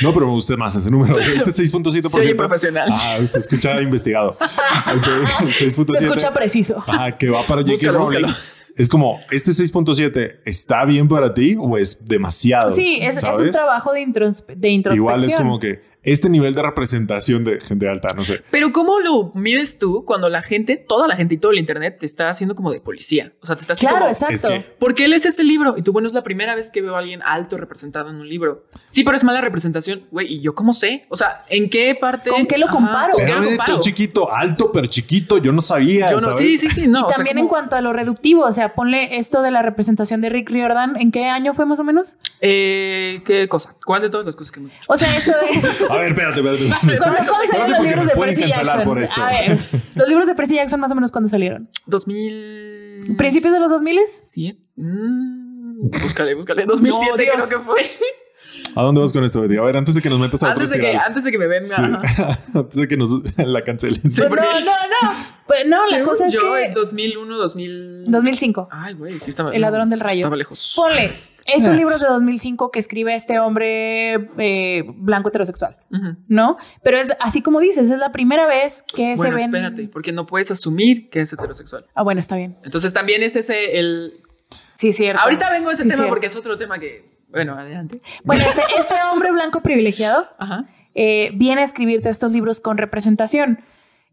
[SPEAKER 2] No, pero me gusta más ese número. Este 6.7%.
[SPEAKER 3] Se oye profesional.
[SPEAKER 2] Ah, se escucha investigado. Ok, Pues
[SPEAKER 1] Se escucha
[SPEAKER 2] 6.7.
[SPEAKER 1] preciso.
[SPEAKER 2] Ajá, que va para J.K.
[SPEAKER 3] Búscalo,
[SPEAKER 2] Rowling.
[SPEAKER 3] búscalo.
[SPEAKER 2] Es como, ¿este 6.7 está bien para ti o es demasiado?
[SPEAKER 1] Sí, es, es un
[SPEAKER 2] ¿Sabes?
[SPEAKER 1] trabajo de, introspe- de introspección.
[SPEAKER 2] Igual es como que este nivel de representación de gente alta, no sé.
[SPEAKER 3] Pero ¿cómo lo mides tú cuando la gente, toda la gente y todo el internet te está haciendo como de policía? O sea, te está haciendo
[SPEAKER 1] Claro,
[SPEAKER 3] como,
[SPEAKER 1] exacto.
[SPEAKER 2] Es que-
[SPEAKER 3] ¿por qué lees este libro? Y tú, bueno, es la primera vez que veo a alguien alto representado en un libro. Sí, pero es mala representación, güey. ¿Y yo cómo sé? O sea, ¿en qué parte?
[SPEAKER 1] ¿Con qué lo comparo?
[SPEAKER 3] ¿Con qué
[SPEAKER 2] Pero
[SPEAKER 3] lo
[SPEAKER 2] de
[SPEAKER 3] comparo?
[SPEAKER 2] chiquito, alto, pero chiquito, yo no sabía.
[SPEAKER 3] Yo no,
[SPEAKER 2] ¿sabes?
[SPEAKER 3] sí, sí, sí, no.
[SPEAKER 1] Y
[SPEAKER 3] o sea,
[SPEAKER 1] también
[SPEAKER 3] ¿cómo?
[SPEAKER 1] en cuanto a lo reductivo, o sea, ponle esto de la representación de Rick Riordan, ¿en qué año fue más o menos?
[SPEAKER 3] Eh, ¿Qué cosa? ¿Cuál de todas las cosas que hemos hecho?
[SPEAKER 1] O sea, esto de...
[SPEAKER 2] A ver, espérate, espérate.
[SPEAKER 1] ¿Cuándo, cuándo salieron los
[SPEAKER 2] Espérate porque
[SPEAKER 1] libros
[SPEAKER 2] me
[SPEAKER 1] de
[SPEAKER 2] pueden
[SPEAKER 1] Percy
[SPEAKER 2] cancelar
[SPEAKER 1] Jackson?
[SPEAKER 2] por esto.
[SPEAKER 1] A ver, los libros de Percy Jackson más o menos cuándo salieron?
[SPEAKER 3] 2000...
[SPEAKER 1] ¿Principios de los Pues 2000?
[SPEAKER 3] ¿Siete? Mm, búscale, búscale. 2007
[SPEAKER 1] No, Dios.
[SPEAKER 3] creo que fue.
[SPEAKER 2] ¿A dónde vas con esto, Betty? A ver, antes de que nos metas a
[SPEAKER 3] Antes
[SPEAKER 2] otro
[SPEAKER 3] de, que,
[SPEAKER 2] espiral.
[SPEAKER 3] antes de que me ven... ajá.
[SPEAKER 2] Sí. antes de que nos la cancelen.
[SPEAKER 3] Sí,
[SPEAKER 1] No, no,
[SPEAKER 3] porque-
[SPEAKER 1] no. Pues no, la
[SPEAKER 3] Según
[SPEAKER 1] cosa es
[SPEAKER 3] yo,
[SPEAKER 1] que...
[SPEAKER 3] es 2001, 2000...
[SPEAKER 1] 2005.
[SPEAKER 3] Ay, güey, sí estaba...
[SPEAKER 1] El ladrón del rayo.
[SPEAKER 3] Estaba lejos.
[SPEAKER 1] Ponle, es un libro de 2005 que escribe este hombre eh, blanco heterosexual.
[SPEAKER 3] Ujú.
[SPEAKER 1] ¿no? Pero es así como dices, es la primera vez que se
[SPEAKER 3] Bueno,
[SPEAKER 1] ven.
[SPEAKER 3] espérate, porque no puedes asumir que es heterosexual.
[SPEAKER 1] Ah, bueno, está bien.
[SPEAKER 3] Entonces también es ese el...
[SPEAKER 1] Sí, es cierto.
[SPEAKER 3] Ahorita vengo a ese
[SPEAKER 1] Sí,
[SPEAKER 3] tema
[SPEAKER 1] cierto.
[SPEAKER 3] porque es otro tema que... Bueno, adelante.
[SPEAKER 1] Bueno, este, este hombre blanco privilegiado
[SPEAKER 3] Ajá.
[SPEAKER 1] eh, viene a escribirte estos libros con representación.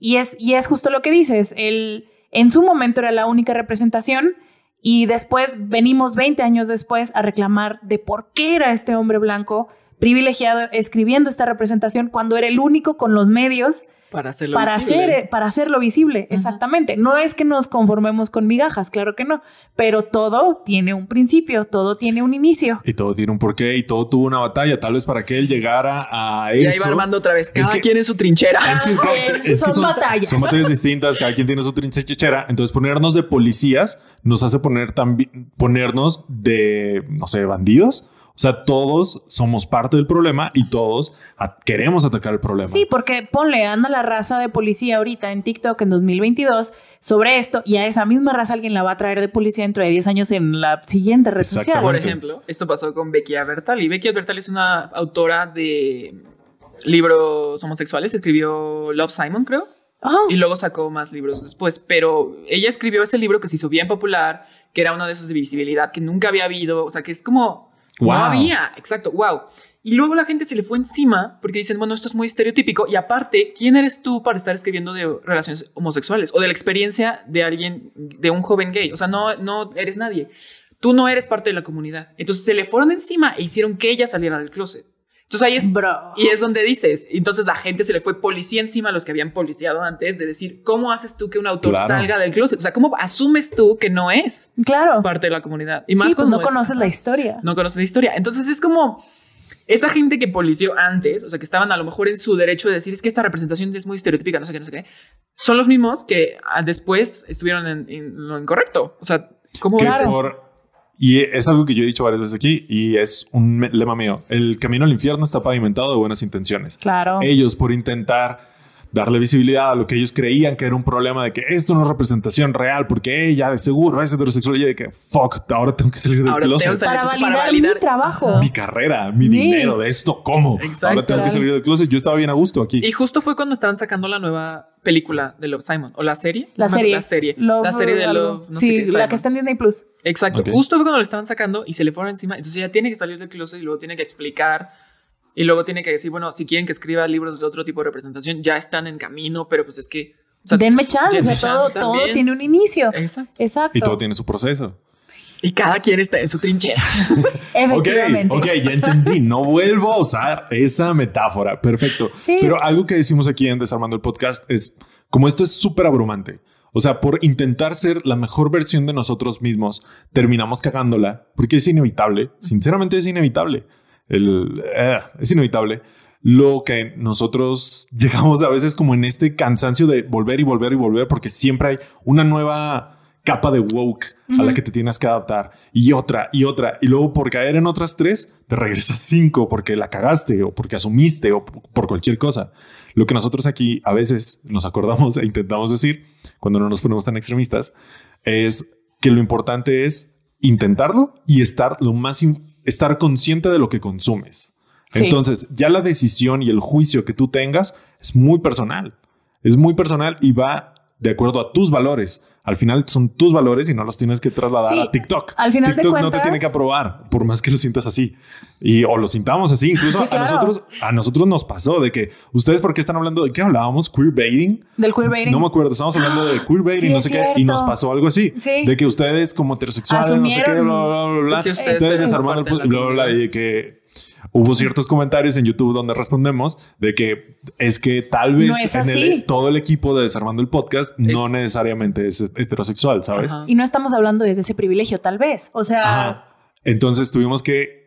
[SPEAKER 1] Y es, y es justo lo que dices. Él en su momento era la única representación. Y después venimos 20 años después a reclamar de por qué era este hombre blanco privilegiado escribiendo esta representación cuando era el único con los medios
[SPEAKER 3] Para hacerlo
[SPEAKER 1] para,
[SPEAKER 3] visible.
[SPEAKER 1] hacer, eh, para hacerlo visible,
[SPEAKER 3] Ajá.
[SPEAKER 1] exactamente. No es que nos conformemos con migajas, claro que no, pero todo tiene un principio, todo tiene un inicio.
[SPEAKER 2] Y todo tiene un porqué y todo tuvo una batalla, tal vez para que él llegara a
[SPEAKER 3] Y
[SPEAKER 2] eso.
[SPEAKER 3] ahí va armando otra vez.
[SPEAKER 2] Es
[SPEAKER 3] Cada
[SPEAKER 2] que-
[SPEAKER 3] quien en su trinchera.
[SPEAKER 2] Es que,
[SPEAKER 1] Ah,
[SPEAKER 2] es
[SPEAKER 1] ok.
[SPEAKER 2] que
[SPEAKER 1] Son batallas.
[SPEAKER 2] Son batallas distintas, cada quien tiene su trinchera. Entonces, ponernos de policías nos hace poner también ponernos de, no sé, bandidos. O sea, todos somos parte del problema y todos a- queremos atacar el problema.
[SPEAKER 1] Sí, porque ponle, anda la raza de policía ahorita en TikTok en 2022 sobre esto y a esa misma raza alguien la va a traer de policía dentro de 10 años en la siguiente red social.
[SPEAKER 2] Exactamente.
[SPEAKER 3] Por ejemplo, esto pasó con Becky Bertali. Becky Bertali es una autora de libros homosexuales. Escribió Love Simon, creo.
[SPEAKER 1] Ah,
[SPEAKER 3] Y luego sacó más libros después. Pero ella escribió ese libro que se hizo bien popular, que era uno de esos de visibilidad que nunca había habido. O sea, que es como.
[SPEAKER 2] Wow.
[SPEAKER 3] No había, exacto, wow. Y luego la gente se le fue encima porque dicen, bueno, esto es muy estereotípico. Y aparte, ¿quién eres tú para estar escribiendo de relaciones homosexuales o de la experiencia de alguien, de un joven gay? O sea, no, no eres nadie. Tú no eres parte de la comunidad. Entonces se le fueron encima e hicieron que ella saliera del closet. Entonces ahí es,
[SPEAKER 1] Bro.
[SPEAKER 3] y es donde dices, entonces la gente se le fue policía encima a los que habían policiado antes de decir, ¿cómo haces tú que un autor
[SPEAKER 2] Claro.
[SPEAKER 3] salga del closet? O sea, ¿cómo asumes tú que no es
[SPEAKER 1] Claro.
[SPEAKER 3] parte de la comunidad? Y
[SPEAKER 1] Sí,
[SPEAKER 3] más
[SPEAKER 1] pues
[SPEAKER 3] cuando
[SPEAKER 1] no
[SPEAKER 3] es-
[SPEAKER 1] conoces la historia.
[SPEAKER 3] no conoces la historia. Entonces es como esa gente que polició antes, o sea, que estaban a lo mejor en su derecho de decir es que esta representación es muy estereotípica, no sé qué, no sé qué, son los mismos que ah, después estuvieron en, en lo incorrecto. O sea, ¿cómo
[SPEAKER 2] Que
[SPEAKER 3] ves?
[SPEAKER 2] es por- y es algo que yo he dicho varias veces aquí y es un me- lema mío. El camino al infierno está pavimentado de buenas intenciones.
[SPEAKER 1] Claro.
[SPEAKER 3] Eh,
[SPEAKER 2] Ellos por intentar darle visibilidad a lo que ellos creían que era un problema de que esto no es representación real porque ella de seguro es heterosexual y ella de que fuck, ahora tengo que salir del
[SPEAKER 3] Ahora tengo que
[SPEAKER 2] closet.
[SPEAKER 3] salir
[SPEAKER 1] Para
[SPEAKER 3] Entonces,
[SPEAKER 1] validar,
[SPEAKER 3] validar-
[SPEAKER 1] mi trabajo.
[SPEAKER 2] Mi carrera, mi
[SPEAKER 1] Sí.
[SPEAKER 2] dinero, de esto, ¿cómo?
[SPEAKER 3] Exacto.
[SPEAKER 2] Ahora tengo que salir del closet. Yo estaba bien a gusto aquí.
[SPEAKER 3] Y justo fue cuando estaban sacando la nueva película de Love Simon o la serie.
[SPEAKER 1] La
[SPEAKER 3] No me acuerdo,
[SPEAKER 1] serie.
[SPEAKER 3] La serie.
[SPEAKER 1] Love-
[SPEAKER 3] la serie de
[SPEAKER 1] algo.
[SPEAKER 3] Love. No
[SPEAKER 1] sí,
[SPEAKER 3] sé qué,
[SPEAKER 1] la
[SPEAKER 3] Simon.
[SPEAKER 1] que está en Disney Plus.
[SPEAKER 3] Exacto.
[SPEAKER 2] Ok.
[SPEAKER 3] Justo fue cuando lo estaban sacando y se le fueron encima. Entonces ella tiene que salir del closet y luego tiene que explicar. Y luego tiene que decir, bueno, si quieren que escriba libros de otro tipo de representación, ya están en camino, pero pues es que. o sea,
[SPEAKER 1] Denme chance, o sea,
[SPEAKER 3] denme
[SPEAKER 1] todo,
[SPEAKER 3] chance
[SPEAKER 1] todo
[SPEAKER 3] también.
[SPEAKER 1] tiene un inicio.
[SPEAKER 3] Exacto.
[SPEAKER 1] Exacto.
[SPEAKER 2] Y todo tiene su proceso.
[SPEAKER 3] Y cada quien está en su trinchera.
[SPEAKER 2] Ok,
[SPEAKER 1] Efectivamente.
[SPEAKER 2] ok, ya entendí. No vuelvo a usar esa metáfora. Perfecto.
[SPEAKER 1] Sí.
[SPEAKER 2] Pero algo que decimos aquí en Desarmando el Podcast es, como esto es súper abrumante, o sea, por intentar ser la mejor versión de nosotros mismos, terminamos cagándola, porque es inevitable, sinceramente es inevitable, El, eh, es inevitable lo que nosotros llegamos a veces como en este cansancio de volver y volver y volver, porque siempre hay una nueva capa de woke a la
[SPEAKER 1] Ujú.
[SPEAKER 2] que te tienes que adaptar y otra y otra y luego por caer en otras tres te regresas cinco porque la cagaste o porque asumiste o por por cualquier cosa lo que nosotros aquí a veces nos acordamos e intentamos decir cuando no nos ponemos tan extremistas es que lo importante es intentarlo y estar lo más in- estar consciente de lo que consumes.
[SPEAKER 1] Sí.
[SPEAKER 2] Entonces, ya la decisión y el juicio que tú tengas es muy personal. Es muy personal y va de acuerdo a tus valores. Al final son tus valores y no los tienes que trasladar
[SPEAKER 1] Sí,
[SPEAKER 2] a TikTok.
[SPEAKER 1] al final de
[SPEAKER 2] TikTok no te
[SPEAKER 1] cuentas-
[SPEAKER 2] tiene que aprobar, por más que lo sientas así. Y o lo sintamos así. Incluso
[SPEAKER 1] Sí,
[SPEAKER 2] a
[SPEAKER 1] claro.
[SPEAKER 2] nosotros, a nosotros nos pasó de que ustedes por qué están hablando de qué hablábamos queerbaiting.
[SPEAKER 1] Del queerbaiting.
[SPEAKER 2] No me acuerdo, estábamos hablando de queerbaiting,
[SPEAKER 1] Sí,
[SPEAKER 2] no
[SPEAKER 1] es
[SPEAKER 2] sé qué, y nos
[SPEAKER 1] cierto.
[SPEAKER 2] pasó algo así.
[SPEAKER 1] Sí.
[SPEAKER 2] De que ustedes como heterosexuales, no sé qué,
[SPEAKER 1] Asumieron
[SPEAKER 2] bla, bla, bla, bla,
[SPEAKER 3] que
[SPEAKER 2] bla,
[SPEAKER 3] ustedes
[SPEAKER 2] ustedes,
[SPEAKER 3] eran
[SPEAKER 2] desarmaron
[SPEAKER 3] parte de
[SPEAKER 2] el
[SPEAKER 3] la
[SPEAKER 2] pu- bla, bla, bla, y que hubo ciertos comentarios en YouTube donde respondemos de que es que tal vez
[SPEAKER 1] No es
[SPEAKER 2] en el-
[SPEAKER 1] así.
[SPEAKER 2] todo el equipo de Desarmando el Podcast no
[SPEAKER 3] Es-
[SPEAKER 2] necesariamente es heterosexual, ¿sabes?
[SPEAKER 3] Ajá.
[SPEAKER 1] Y no estamos hablando desde ese privilegio, tal vez. O sea,
[SPEAKER 2] Ajá. Entonces tuvimos que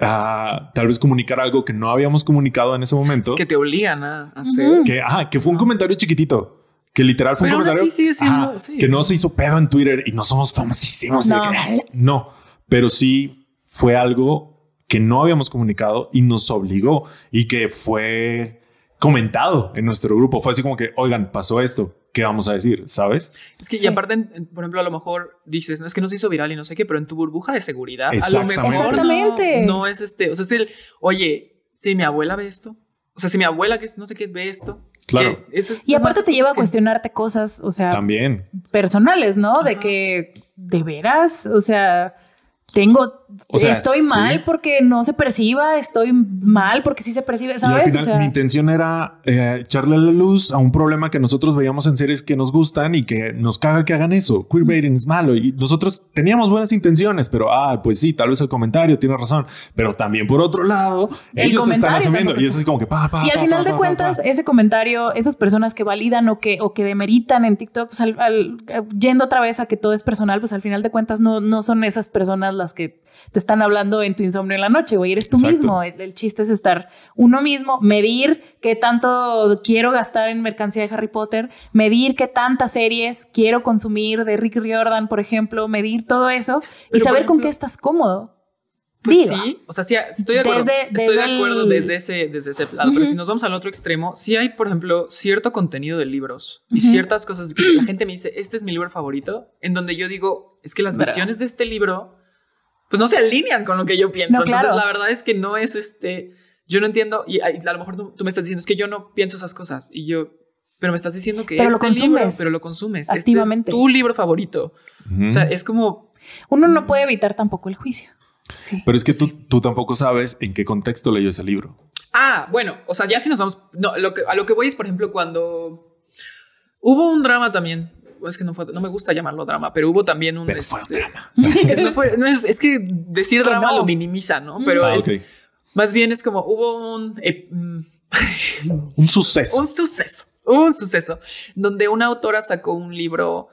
[SPEAKER 2] ah, tal vez comunicar algo que no habíamos comunicado en ese momento.
[SPEAKER 3] Que te obligan a hacer.
[SPEAKER 1] Ujú.
[SPEAKER 2] Que, ajá, que fue un comentario chiquitito. Que literal fue
[SPEAKER 3] Pero
[SPEAKER 2] un
[SPEAKER 3] aún
[SPEAKER 2] comentario
[SPEAKER 3] así sigue siendo-
[SPEAKER 2] ajá,
[SPEAKER 3] sí.
[SPEAKER 2] que no se hizo pedo en Twitter y no somos famosísimos.
[SPEAKER 1] No.
[SPEAKER 2] No. no, pero sí fue algo que no habíamos comunicado y nos obligó y que fue comentado en nuestro grupo. Fue así como que, oigan, pasó esto. ¿Qué vamos a decir? ¿Sabes?
[SPEAKER 3] Es que, y
[SPEAKER 1] Sí.
[SPEAKER 3] aparte, en- en- por ejemplo, a lo mejor dices, no es que no se hizo viral y no sé qué, pero en tu burbuja de seguridad, a lo
[SPEAKER 2] Exactamente.
[SPEAKER 3] mejor. no-
[SPEAKER 1] Exactamente.
[SPEAKER 3] No, es este. O sea, es el, oye, si mi abuela ve esto. O sea, si mi abuela, que es no sé qué, ve esto.
[SPEAKER 2] Claro.
[SPEAKER 3] que esas
[SPEAKER 1] y
[SPEAKER 3] son
[SPEAKER 1] aparte
[SPEAKER 3] las
[SPEAKER 1] te
[SPEAKER 3] cosas
[SPEAKER 1] lleva a
[SPEAKER 3] que-
[SPEAKER 1] cuestionarte cosas, o sea,
[SPEAKER 2] También.
[SPEAKER 1] personales, ¿no? De
[SPEAKER 3] Ajá.
[SPEAKER 1] que, ¿de veras? O sea, tengo,
[SPEAKER 2] O sea,
[SPEAKER 1] estoy
[SPEAKER 2] sí.
[SPEAKER 1] mal porque no se perciba, estoy mal porque sí se percibe,
[SPEAKER 2] Y al
[SPEAKER 1] ¿sabes?
[SPEAKER 2] final,
[SPEAKER 1] O sea,
[SPEAKER 2] mi intención era eh, echarle la luz a un problema que nosotros veíamos en series que nos gustan y que nos caga que hagan eso. Queerbaiting es malo y nosotros teníamos buenas intenciones, pero ah, pues sí, tal vez el comentario tiene razón, pero también por otro lado,
[SPEAKER 1] El
[SPEAKER 2] ellos están
[SPEAKER 1] comentario
[SPEAKER 2] asumiendo
[SPEAKER 1] tampoco
[SPEAKER 2] y eso es como que pa, pa,
[SPEAKER 1] Y al
[SPEAKER 2] pa,
[SPEAKER 1] final de
[SPEAKER 2] pa, pa,
[SPEAKER 1] cuentas,
[SPEAKER 2] pa, pa.
[SPEAKER 1] ese comentario, esas personas que validan o que, o que demeritan en TikTok, pues al- al- yendo otra vez a que todo es personal, pues al final de cuentas no, no son esas personas las que te están hablando en tu insomnio en la noche, güey. Eres tú
[SPEAKER 2] Exacto.
[SPEAKER 1] mismo. El, el chiste es estar uno mismo, medir qué tanto quiero gastar en mercancía de Harry Potter, medir qué tantas series quiero consumir de Rick Riordan, por ejemplo, medir todo eso y
[SPEAKER 3] Pero, por
[SPEAKER 1] saber con
[SPEAKER 3] ejemplo,
[SPEAKER 1] qué estás cómodo.
[SPEAKER 3] Pues
[SPEAKER 1] Viva.
[SPEAKER 3] sí, o sea, sí, estoy de acuerdo.
[SPEAKER 1] Desde-
[SPEAKER 3] estoy de
[SPEAKER 1] desde
[SPEAKER 3] acuerdo
[SPEAKER 1] el-
[SPEAKER 3] desde, ese, desde ese lado. Pero
[SPEAKER 1] Ujú.
[SPEAKER 3] si nos vamos al otro extremo, sí hay, por ejemplo, cierto contenido de libros y
[SPEAKER 1] Ujú.
[SPEAKER 3] ciertas cosas que la gente me dice, este es mi libro favorito, en donde yo digo, es que las
[SPEAKER 1] Verdad.
[SPEAKER 3] versiones de este libro, pues no se alinean con lo que yo pienso.
[SPEAKER 1] No, claro.
[SPEAKER 3] Entonces, la verdad es que no es este. Yo no entiendo, y a, y a lo mejor tú, tú me estás diciendo, es que yo no pienso esas cosas. Y yo, pero me estás diciendo que
[SPEAKER 1] Pero lo
[SPEAKER 3] este libro-
[SPEAKER 1] consumes.
[SPEAKER 3] pero lo consumes.
[SPEAKER 1] Activamente.
[SPEAKER 3] Este es tu libro favorito.
[SPEAKER 2] Ujú.
[SPEAKER 3] O sea, es como
[SPEAKER 1] Uno no puede evitar tampoco el juicio. Sí.
[SPEAKER 2] Pero es que tú, tú tampoco sabes en qué contexto leyó ese libro.
[SPEAKER 3] Ah, bueno, o sea, ya si nos vamos. No, lo que, a lo que voy es, por ejemplo, cuando hubo un drama también. bueno, Es que no, fue, no me gusta llamarlo drama, pero hubo también un.
[SPEAKER 2] Pero fue un
[SPEAKER 3] este, Es que, no fue- no es, es que decir drama
[SPEAKER 1] no.
[SPEAKER 3] lo minimiza, ¿no? Pero
[SPEAKER 2] Ah,
[SPEAKER 3] es,
[SPEAKER 2] ok.
[SPEAKER 3] más bien es como hubo un. eh, mm,
[SPEAKER 2] Un suceso.
[SPEAKER 3] un suceso, un suceso, donde una autora sacó un libro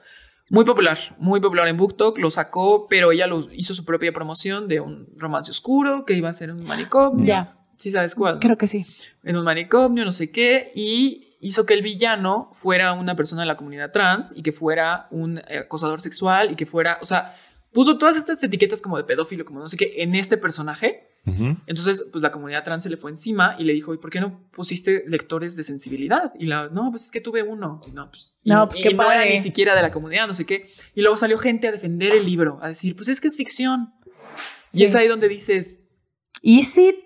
[SPEAKER 3] muy popular, muy popular en BookTok, lo sacó, pero ella lo hizo su propia promoción de un romance oscuro que iba a ser en un manicomio.
[SPEAKER 1] Ya.
[SPEAKER 3] Sí sabes cuál. ¿no?
[SPEAKER 1] Creo que sí.
[SPEAKER 3] En un manicomio, no sé qué, y hizo que el villano fuera una persona de la comunidad trans y que fuera un eh, acosador sexual y que fuera, o sea, puso todas estas etiquetas como de pedófilo, como no sé qué, en este personaje.
[SPEAKER 2] Ujú.
[SPEAKER 3] Entonces, pues la comunidad trans se le fue encima y le dijo, ¿y por qué no pusiste lectores de sensibilidad? Y la, no, pues es que tuve uno. Y no, pues, y-
[SPEAKER 1] No, pues,
[SPEAKER 3] y
[SPEAKER 1] qué
[SPEAKER 3] no era
[SPEAKER 1] padre.
[SPEAKER 3] ni siquiera de la comunidad, no sé qué. Y luego salió gente a defender el libro, a decir, pues es que es ficción.
[SPEAKER 1] Sí.
[SPEAKER 3] Y es ahí donde dices,
[SPEAKER 1] ¿Is it?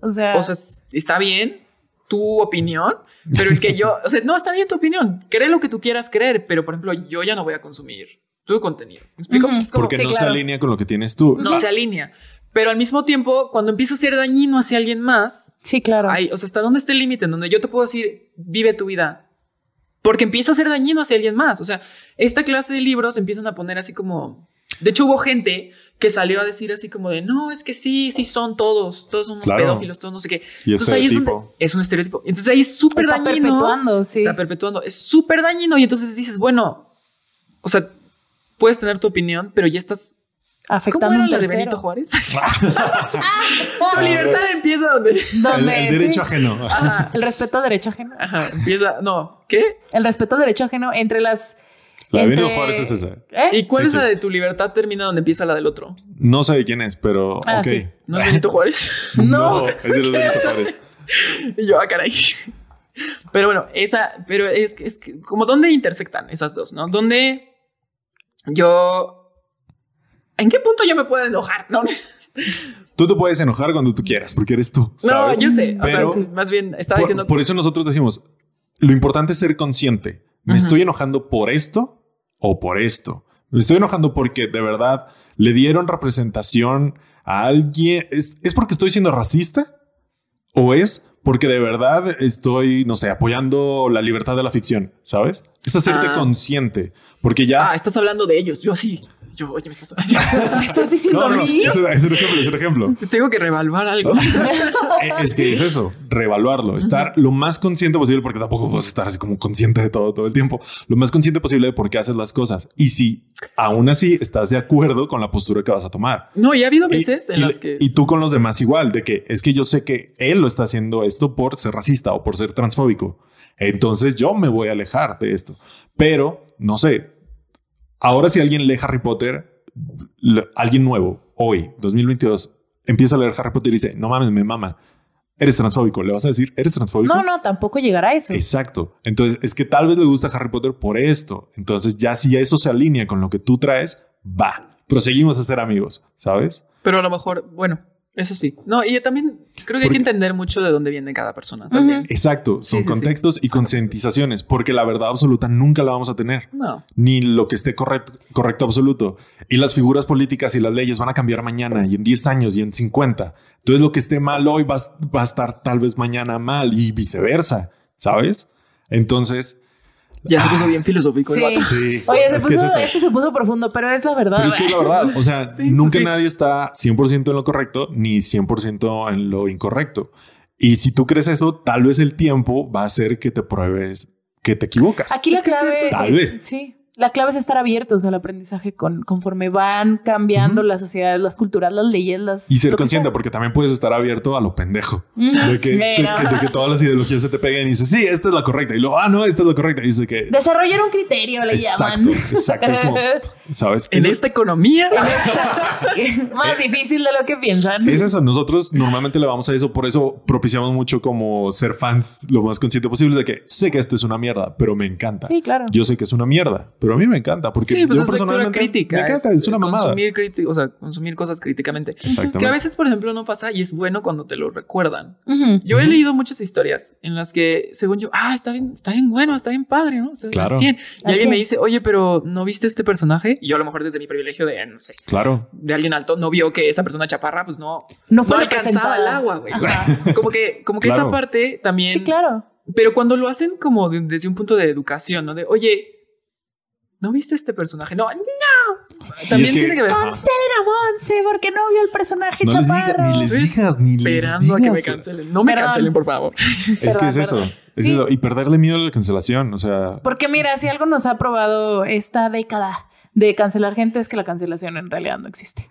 [SPEAKER 1] O sea,
[SPEAKER 3] o sea, s- está bien tu opinión, pero el que yo, o sea, no, está bien tu opinión, cree lo que tú quieras creer, pero por ejemplo, yo ya no voy a consumir tu contenido. ¿Me explico?
[SPEAKER 1] Ujú.
[SPEAKER 3] Es como-
[SPEAKER 2] Porque
[SPEAKER 1] sí,
[SPEAKER 2] no se
[SPEAKER 1] claro.
[SPEAKER 2] alinea con lo que tienes tú.
[SPEAKER 3] no se alinea. Pero al mismo tiempo, cuando empieza a ser dañino hacia alguien más,
[SPEAKER 1] sí, claro.
[SPEAKER 3] Ay, o sea, ¿hasta dónde está el límite en donde yo te puedo decir, vive tu vida? Porque empieza a ser dañino hacia alguien más. O sea, esta clase de libros empiezan a poner así como... De hecho, hubo gente que salió a decir así como de, no, es que sí, sí son todos, todos son unos
[SPEAKER 2] Claro.
[SPEAKER 3] pedófilos, todos no sé qué.
[SPEAKER 2] Y
[SPEAKER 3] Entonces ahí es, donde-
[SPEAKER 2] estereotipo.
[SPEAKER 3] es un estereotipo. Entonces ahí es súper
[SPEAKER 1] está
[SPEAKER 3] dañino.
[SPEAKER 1] perpetuando, sí.
[SPEAKER 3] Está perpetuando. Es súper dañino y entonces dices, bueno, o sea, puedes tener tu opinión, pero ya estás...
[SPEAKER 1] afectando
[SPEAKER 3] ¿Cómo era
[SPEAKER 1] un
[SPEAKER 3] la de
[SPEAKER 1] tercero.
[SPEAKER 3] Benito Juárez? tu libertad empieza donde...
[SPEAKER 2] El,
[SPEAKER 1] Donde,
[SPEAKER 2] el
[SPEAKER 1] sí,
[SPEAKER 2] derecho ajeno.
[SPEAKER 3] Ajá.
[SPEAKER 1] el respeto al derecho ajeno.
[SPEAKER 3] Ajá, empieza. No, ¿qué?
[SPEAKER 1] El respeto al derecho ajeno entre las.
[SPEAKER 2] La de Benito
[SPEAKER 1] entre-
[SPEAKER 2] Juárez es esa.
[SPEAKER 1] ¿Eh?
[SPEAKER 3] ¿Y cuál es
[SPEAKER 2] Sí, sí.
[SPEAKER 3] la de tu libertad termina donde empieza la del otro?
[SPEAKER 2] No sé de quién es, pero
[SPEAKER 1] Ah,
[SPEAKER 2] ok.
[SPEAKER 1] sí.
[SPEAKER 3] ¿No es Benito Juárez?
[SPEAKER 1] No.
[SPEAKER 2] es el de Benito Juárez.
[SPEAKER 3] y yo, ah, caray. Pero bueno, esa, pero es que, es que, como dónde intersectan esas dos, ¿no? ¿Dónde yo, en qué punto yo me puedo enojar? No, no,
[SPEAKER 2] Tú te puedes enojar cuando tú quieras, porque eres tú. ¿sabes?
[SPEAKER 3] yo sé, o
[SPEAKER 2] Pero-
[SPEAKER 3] sea, más bien estaba
[SPEAKER 2] por,
[SPEAKER 3] diciendo,
[SPEAKER 2] por eso nosotros decimos, lo importante es ser consciente. ¿Me
[SPEAKER 3] Ajá.
[SPEAKER 2] estoy enojando por esto o por esto? Me estoy enojando porque de verdad le dieron representación a alguien. ¿Es, es porque estoy siendo racista? ¿O es porque de verdad estoy, no sé, apoyando la libertad de la ficción? ¿Sabes? Es hacerte
[SPEAKER 3] Ah.
[SPEAKER 2] consciente. Porque ya...
[SPEAKER 3] ah, estás hablando de ellos, yo así, yo, oye, me estás,
[SPEAKER 1] ¿Me estás diciendo
[SPEAKER 2] no,
[SPEAKER 1] a
[SPEAKER 2] no,
[SPEAKER 1] mí?
[SPEAKER 2] es, un- es un ejemplo, es un ejemplo.
[SPEAKER 3] tengo que revaluar algo.
[SPEAKER 2] Eh, es que es eso, reevaluarlo, estar lo más consciente posible, porque tampoco puedes estar así como consciente de todo todo el tiempo, lo más consciente posible de por qué haces las cosas. Y si aún así estás de acuerdo con la postura que vas a tomar.
[SPEAKER 3] No, y ha habido
[SPEAKER 2] Y-
[SPEAKER 3] veces en
[SPEAKER 2] y-
[SPEAKER 3] las que...
[SPEAKER 2] y tú con los demás igual, de que es que yo sé que él lo está haciendo esto por ser racista o por ser transfóbico. Entonces yo me voy a alejar de esto. Pero, no sé, ahora si alguien lee Harry Potter, l- alguien nuevo, hoy, 2022, empieza a leer Harry Potter y dice, no mames, me mama, eres transfóbico, le vas a decir, eres transfóbico.
[SPEAKER 1] No, no, tampoco llegará a eso.
[SPEAKER 2] Exacto. Entonces, es que tal vez le gusta Harry Potter por esto. Entonces, ya si eso se alinea con lo que tú traes, va. Proseguimos a ser amigos, ¿sabes?
[SPEAKER 3] Pero a lo mejor, bueno, eso sí. No, y yo también creo que hay
[SPEAKER 2] Porque-
[SPEAKER 3] que entender mucho de dónde viene cada persona también.
[SPEAKER 2] Exacto. Son
[SPEAKER 3] sí, sí.
[SPEAKER 2] contextos y concientizaciones, porque la verdad absoluta nunca la vamos a tener,
[SPEAKER 3] No.
[SPEAKER 2] ni lo que esté correcto, correcto absoluto. Y las figuras políticas y las leyes van a cambiar mañana y en 10 años y en 50. Entonces, lo que esté mal hoy va, a- va a estar tal vez mañana mal y viceversa, ¿sabes? Entonces,
[SPEAKER 3] Ya se
[SPEAKER 2] Ah.
[SPEAKER 3] puso bien filosófico. el
[SPEAKER 1] Sí.
[SPEAKER 3] vato.
[SPEAKER 2] sí.
[SPEAKER 1] Oye, se
[SPEAKER 2] es que es
[SPEAKER 1] puso,
[SPEAKER 2] eso.
[SPEAKER 1] esto se puso profundo, pero es la verdad.
[SPEAKER 2] Pero es que es la verdad. O sea,
[SPEAKER 3] Sí,
[SPEAKER 2] nunca
[SPEAKER 3] sí.
[SPEAKER 2] nadie está 100% en lo correcto ni 100% en lo incorrecto. Y si tú crees eso, tal vez el tiempo va a hacer que te pruebes que te equivocas.
[SPEAKER 1] Aquí la
[SPEAKER 3] Es que es
[SPEAKER 1] clave.
[SPEAKER 2] cierto. Tal vez.
[SPEAKER 1] Sí. La clave es estar abiertos al aprendizaje con, conforme van cambiando las sociedades, las culturas, las leyes, las.
[SPEAKER 2] y ser
[SPEAKER 1] lo que sea.
[SPEAKER 2] consciente, porque también puedes estar abierto a lo pendejo.
[SPEAKER 1] Mm,
[SPEAKER 2] De que, de
[SPEAKER 1] mira.
[SPEAKER 2] que- de que todas las ideologías se te peguen y dices, sí, esta es la correcta. Y luego, ah, no, esta es la correcta. Y dice que...
[SPEAKER 1] Desarrollar un criterio, le
[SPEAKER 2] Este, exacto,
[SPEAKER 1] llaman.
[SPEAKER 2] exacto. Es como, ¿sabes?
[SPEAKER 3] En
[SPEAKER 2] Eso-
[SPEAKER 3] esta economía.
[SPEAKER 1] Más difícil de lo que piensan.
[SPEAKER 2] Eh, Sí, es eso. Nosotros normalmente le vamos a eso. Por eso propiciamos mucho como ser fans lo más consciente posible de que sé que esto es una mierda, pero me encanta.
[SPEAKER 1] Sí, claro.
[SPEAKER 2] Yo sé que es una mierda, Pero a mí me encanta porque
[SPEAKER 3] sí, pues
[SPEAKER 2] yo
[SPEAKER 3] es lectura
[SPEAKER 2] personalmente
[SPEAKER 3] crítica.
[SPEAKER 2] me encanta, es, una mamada.
[SPEAKER 3] Consumir, criti- o sea, consumir cosas críticamente. Que a
[SPEAKER 2] Exactamente.
[SPEAKER 3] veces, por ejemplo, no pasa y es bueno cuando te lo recuerdan.
[SPEAKER 1] Ujú.
[SPEAKER 3] Yo he leído muchas historias en las que, según yo, ah, está bien, está bien bueno, está bien padre, ¿no? O sea,
[SPEAKER 2] Claro.
[SPEAKER 3] al 100. Y
[SPEAKER 1] Al
[SPEAKER 3] alguien me
[SPEAKER 1] 100.
[SPEAKER 3] dice, oye, pero ¿no viste este personaje? Y yo a lo mejor desde mi privilegio de, eh, no sé,
[SPEAKER 2] Claro.
[SPEAKER 3] de alguien alto, no vio que esa persona chaparra, pues no,
[SPEAKER 1] No
[SPEAKER 3] no,
[SPEAKER 1] fue representada.
[SPEAKER 3] alcanzaba el agua, güey.
[SPEAKER 1] Ajá.
[SPEAKER 3] Como que, como que
[SPEAKER 2] Claro.
[SPEAKER 3] esa parte también...
[SPEAKER 1] Sí, claro.
[SPEAKER 3] Pero cuando lo hacen como de- desde un punto de educación, ¿no? De, oye, ¿no viste este personaje? No, no. También
[SPEAKER 2] que- ah,
[SPEAKER 3] tiene que ver.
[SPEAKER 2] Ajá.
[SPEAKER 1] Cancelen a Monse porque no vio el personaje
[SPEAKER 2] No les digas,
[SPEAKER 1] chaparro.
[SPEAKER 2] ni les
[SPEAKER 3] Estoy
[SPEAKER 2] digas, ni les
[SPEAKER 3] Esperando a que me
[SPEAKER 2] digas.
[SPEAKER 3] cancelen. No me
[SPEAKER 1] Perdón.
[SPEAKER 3] cancelen, por favor.
[SPEAKER 2] Es que
[SPEAKER 1] Perdón,
[SPEAKER 2] es eso.
[SPEAKER 1] perdón.
[SPEAKER 2] Es
[SPEAKER 1] Sí.
[SPEAKER 2] eso. Y perderle miedo a la cancelación. O sea,
[SPEAKER 1] Porque mira, si algo nos ha probado esta década de cancelar gente es que la cancelación en realidad no existe.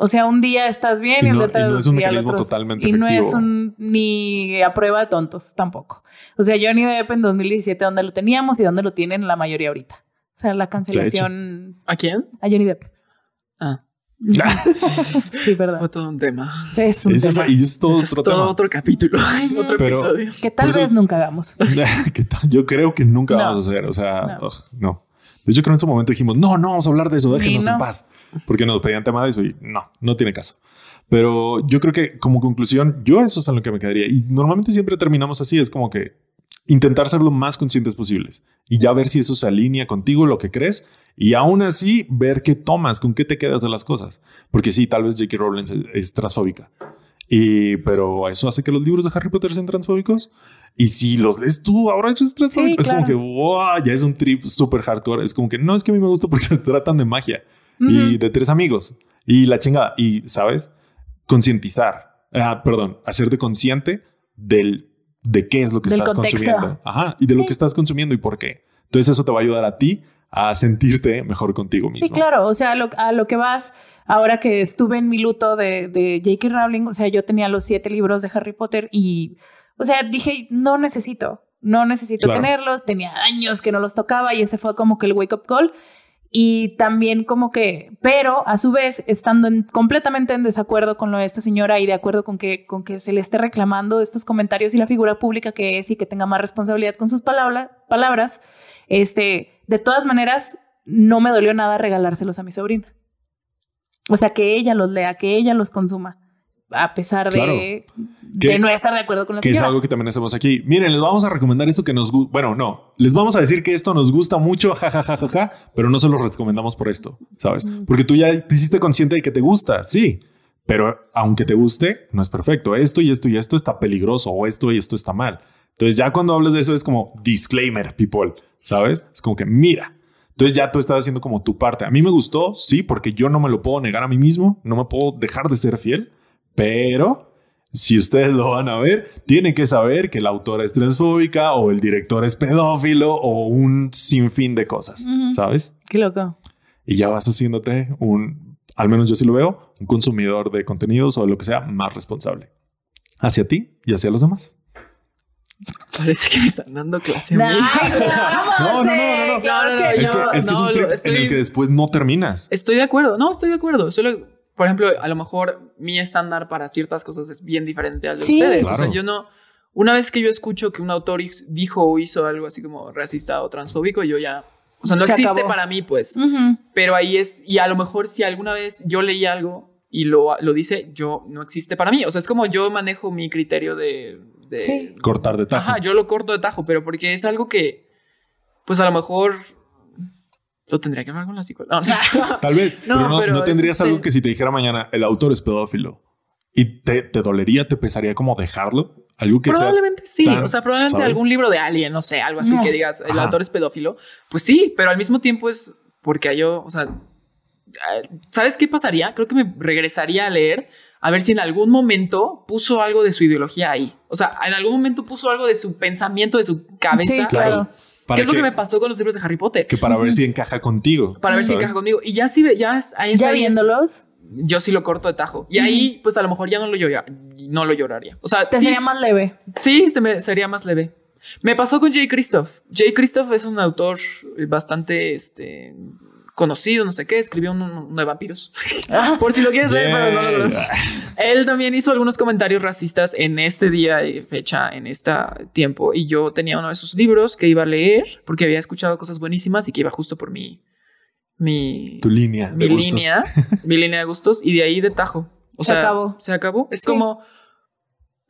[SPEAKER 1] O sea, un día estás bien
[SPEAKER 2] Y
[SPEAKER 1] y, el
[SPEAKER 2] no-
[SPEAKER 1] otro
[SPEAKER 2] y no es un
[SPEAKER 1] día al
[SPEAKER 2] mecanismo
[SPEAKER 1] otro-
[SPEAKER 2] totalmente
[SPEAKER 1] Y no es
[SPEAKER 2] efectivo.
[SPEAKER 1] un ni a prueba de tontos tampoco. O sea, Johnny Depp en 2017 donde lo teníamos y donde lo tienen la mayoría ahorita. O sea, la cancelación
[SPEAKER 3] ¿A quién?
[SPEAKER 1] a Johnny Depp.
[SPEAKER 3] Ah.
[SPEAKER 1] sí,
[SPEAKER 3] Fue
[SPEAKER 1] verdad.
[SPEAKER 3] todo un tema.
[SPEAKER 1] Es un
[SPEAKER 2] es
[SPEAKER 1] tema
[SPEAKER 2] y es todo
[SPEAKER 3] Eso es
[SPEAKER 2] otro
[SPEAKER 3] todo
[SPEAKER 2] tema.
[SPEAKER 3] otro capítulo, otro
[SPEAKER 2] Pero-
[SPEAKER 3] episodio.
[SPEAKER 1] que tal
[SPEAKER 2] Por eso
[SPEAKER 1] vez
[SPEAKER 2] es-
[SPEAKER 1] nunca hagamos.
[SPEAKER 2] ¿Qué tal? Yo creo que nunca
[SPEAKER 1] No.
[SPEAKER 2] vamos a hacer. O sea,
[SPEAKER 1] No.
[SPEAKER 2] ugh, no. De hecho, creo que en su momento dijimos, no, no vamos a hablar de eso, déjenos
[SPEAKER 1] no.
[SPEAKER 2] en paz. Porque nos pedían tema de eso y no, no tiene caso. Pero yo creo que como conclusión, yo eso es en lo que me quedaría. Y normalmente siempre terminamos así, es como que intentar ser lo más conscientes posibles y ya ver si eso se alinea contigo, lo que crees, y aún así ver qué tomas, con qué te quedas de las cosas. Porque sí, tal vez J.K. Rowling es, es transfóbica. Y, pero eso hace que los libros de Harry Potter sean transfóbicos. Y si los lees tú, ahora eres transfóbico.
[SPEAKER 1] Sí,
[SPEAKER 2] es como
[SPEAKER 1] claro.
[SPEAKER 2] que, wow, ya es un trip súper hardcore. Es como que no, es que a mí me gusta porque se tratan de magia y
[SPEAKER 1] Ujú.
[SPEAKER 2] de tres amigos y la chingada. Y, ¿sabes? Concientizar. Ah, perdón, hacerte consciente del de qué es lo que
[SPEAKER 1] Del
[SPEAKER 2] estás
[SPEAKER 1] contexto.
[SPEAKER 2] consumiendo. Ajá, y de lo
[SPEAKER 1] Sí.
[SPEAKER 2] que estás consumiendo y por qué. Entonces eso te va a ayudar a ti a sentirte mejor contigo mismo.
[SPEAKER 1] Sí, claro. O sea, a lo, a lo que vas, ahora que estuve en mi luto de, de J.K. Rowling, o sea, yo tenía los siete libros de Harry Potter y, o sea, dije, no necesito, no necesito
[SPEAKER 2] Claro.
[SPEAKER 1] tenerlos. Tenía años que no los tocaba y ese fue como que el wake up call. Y también como que, pero a su vez, estando en- completamente en desacuerdo con lo de esta señora y de acuerdo con que, con que se le esté reclamando estos comentarios y la figura pública que es y que tenga más responsabilidad con sus palabra- palabras, este, de todas maneras, no me dolió nada regalárselos a mi sobrina. O sea, que ella los lea, que ella los consuma, a pesar
[SPEAKER 2] Claro.
[SPEAKER 1] de,
[SPEAKER 2] Que-
[SPEAKER 1] de no estar de acuerdo con la
[SPEAKER 2] Que es
[SPEAKER 1] señora.
[SPEAKER 2] algo que también hacemos aquí. Miren, les vamos a recomendar esto que nos gusta. Bueno, no, les vamos a decir que esto nos gusta mucho, jajajajaja, pero no se los recomendamos por esto, ¿sabes?
[SPEAKER 1] Mm.
[SPEAKER 2] Porque tú ya te hiciste consciente de que te gusta, sí, pero aunque te guste, no es perfecto. Esto y esto y esto está peligroso, o esto y esto está mal. Entonces, ya cuando hablas de eso, es como disclaimer, people, ¿sabes? Es como que mira. Entonces ya tú estás haciendo como tu parte. A mí me gustó, sí, porque yo no me lo puedo negar a mí mismo, no me puedo dejar de ser fiel, pero si ustedes lo van a ver, tienen que saber que la autora es transfóbica o el director es pedófilo o un sinfín de cosas,
[SPEAKER 1] Ujú.
[SPEAKER 2] ¿sabes?
[SPEAKER 1] Qué loco.
[SPEAKER 2] Y ya vas haciéndote un, al menos yo sí lo veo, un consumidor de contenidos o de lo que sea más responsable hacia ti y hacia los demás.
[SPEAKER 3] Parece que me están dando clase. a mí.
[SPEAKER 2] No, no, no, no, no.
[SPEAKER 1] Claro
[SPEAKER 3] No, no, no,
[SPEAKER 1] que
[SPEAKER 2] Es
[SPEAKER 3] yo-
[SPEAKER 2] que, es, que es
[SPEAKER 3] no,
[SPEAKER 2] un
[SPEAKER 3] lo-
[SPEAKER 2] trip
[SPEAKER 3] estoy-
[SPEAKER 2] en el que después no terminas.
[SPEAKER 3] Estoy de acuerdo. No, estoy de acuerdo. Solo, por ejemplo, a lo mejor mi estándar para ciertas cosas es bien diferente al de
[SPEAKER 1] Sí.
[SPEAKER 3] ustedes. O
[SPEAKER 2] Claro.
[SPEAKER 3] sea, yo no. Una vez que yo escucho que un autor hiz- dijo o hizo algo así como racista o transfóbico, yo ya. O sea, no
[SPEAKER 1] Se
[SPEAKER 3] existe
[SPEAKER 1] acabó.
[SPEAKER 3] para mí, pues.
[SPEAKER 1] Ujú.
[SPEAKER 3] Pero ahí es. Y a lo mejor si alguna vez yo leí algo y lo, lo dice, yo no existe para mí. O sea, es como yo manejo mi criterio de. de-
[SPEAKER 1] Sí.
[SPEAKER 2] Cortar de tajo.
[SPEAKER 3] Ajá, yo lo corto de tajo, pero porque es algo que. Pues a lo mejor. Lo tendría que hablar con la psicóloga. No, no es cierto.
[SPEAKER 2] Tal vez,
[SPEAKER 3] No,
[SPEAKER 2] pero no,
[SPEAKER 3] pero
[SPEAKER 2] no tendrías
[SPEAKER 3] este-
[SPEAKER 2] algo que si te dijera mañana el autor es pedófilo y te, te dolería, te pesaría como dejarlo. Algo que sea
[SPEAKER 3] probablemente sí.
[SPEAKER 2] tan-
[SPEAKER 3] o sea, probablemente
[SPEAKER 2] ¿sabes?
[SPEAKER 3] algún libro de Alien, no sé, algo así
[SPEAKER 1] No.
[SPEAKER 3] que digas, el
[SPEAKER 2] Ajá.
[SPEAKER 3] autor es pedófilo. Pues sí, pero al mismo tiempo es porque yo, o sea, eh, ¿sabes qué pasaría? Creo que me regresaría a leer a ver si en algún momento puso algo de su ideología ahí. O sea, en algún momento puso algo de su pensamiento, de su cabeza.
[SPEAKER 1] Sí,
[SPEAKER 2] claro.
[SPEAKER 1] Claro.
[SPEAKER 2] Para
[SPEAKER 3] ¿Qué es lo
[SPEAKER 2] que-
[SPEAKER 3] que me pasó con los libros de Harry Potter?
[SPEAKER 2] que para ver si encaja contigo.
[SPEAKER 3] Para ver si
[SPEAKER 2] ¿sabes?
[SPEAKER 3] encaja conmigo. Y ya sí, ve- ya, es- ahí es-
[SPEAKER 1] Ya
[SPEAKER 3] ahí es-
[SPEAKER 1] viéndolos,
[SPEAKER 3] yo sí lo corto de tajo. Y ahí, pues a lo mejor ya no lo, llora- no lo lloraría. O sea,
[SPEAKER 1] te
[SPEAKER 3] sí,
[SPEAKER 1] sería más leve.
[SPEAKER 3] Sí, se me, sería más leve. Me pasó con Jay Christoph. Jay Christoph es un autor bastante eh, este, conocido, no sé qué, escribió un- uno de vampiros. Por si lo quieres ver, pero no lo logró.
[SPEAKER 2] Yeah.
[SPEAKER 3] Él también hizo algunos comentarios racistas en este día y fecha, en este tiempo. Y yo tenía uno de sus libros que iba a leer porque había escuchado cosas buenísimas y que iba justo por mi, mi,
[SPEAKER 2] Tu línea.
[SPEAKER 3] mi
[SPEAKER 2] de gustos.
[SPEAKER 3] línea, mi línea de gustos y de ahí de tajo. O
[SPEAKER 1] Se
[SPEAKER 3] sea,
[SPEAKER 1] acabó.
[SPEAKER 3] Se acabó. Es
[SPEAKER 1] Sí.
[SPEAKER 3] como.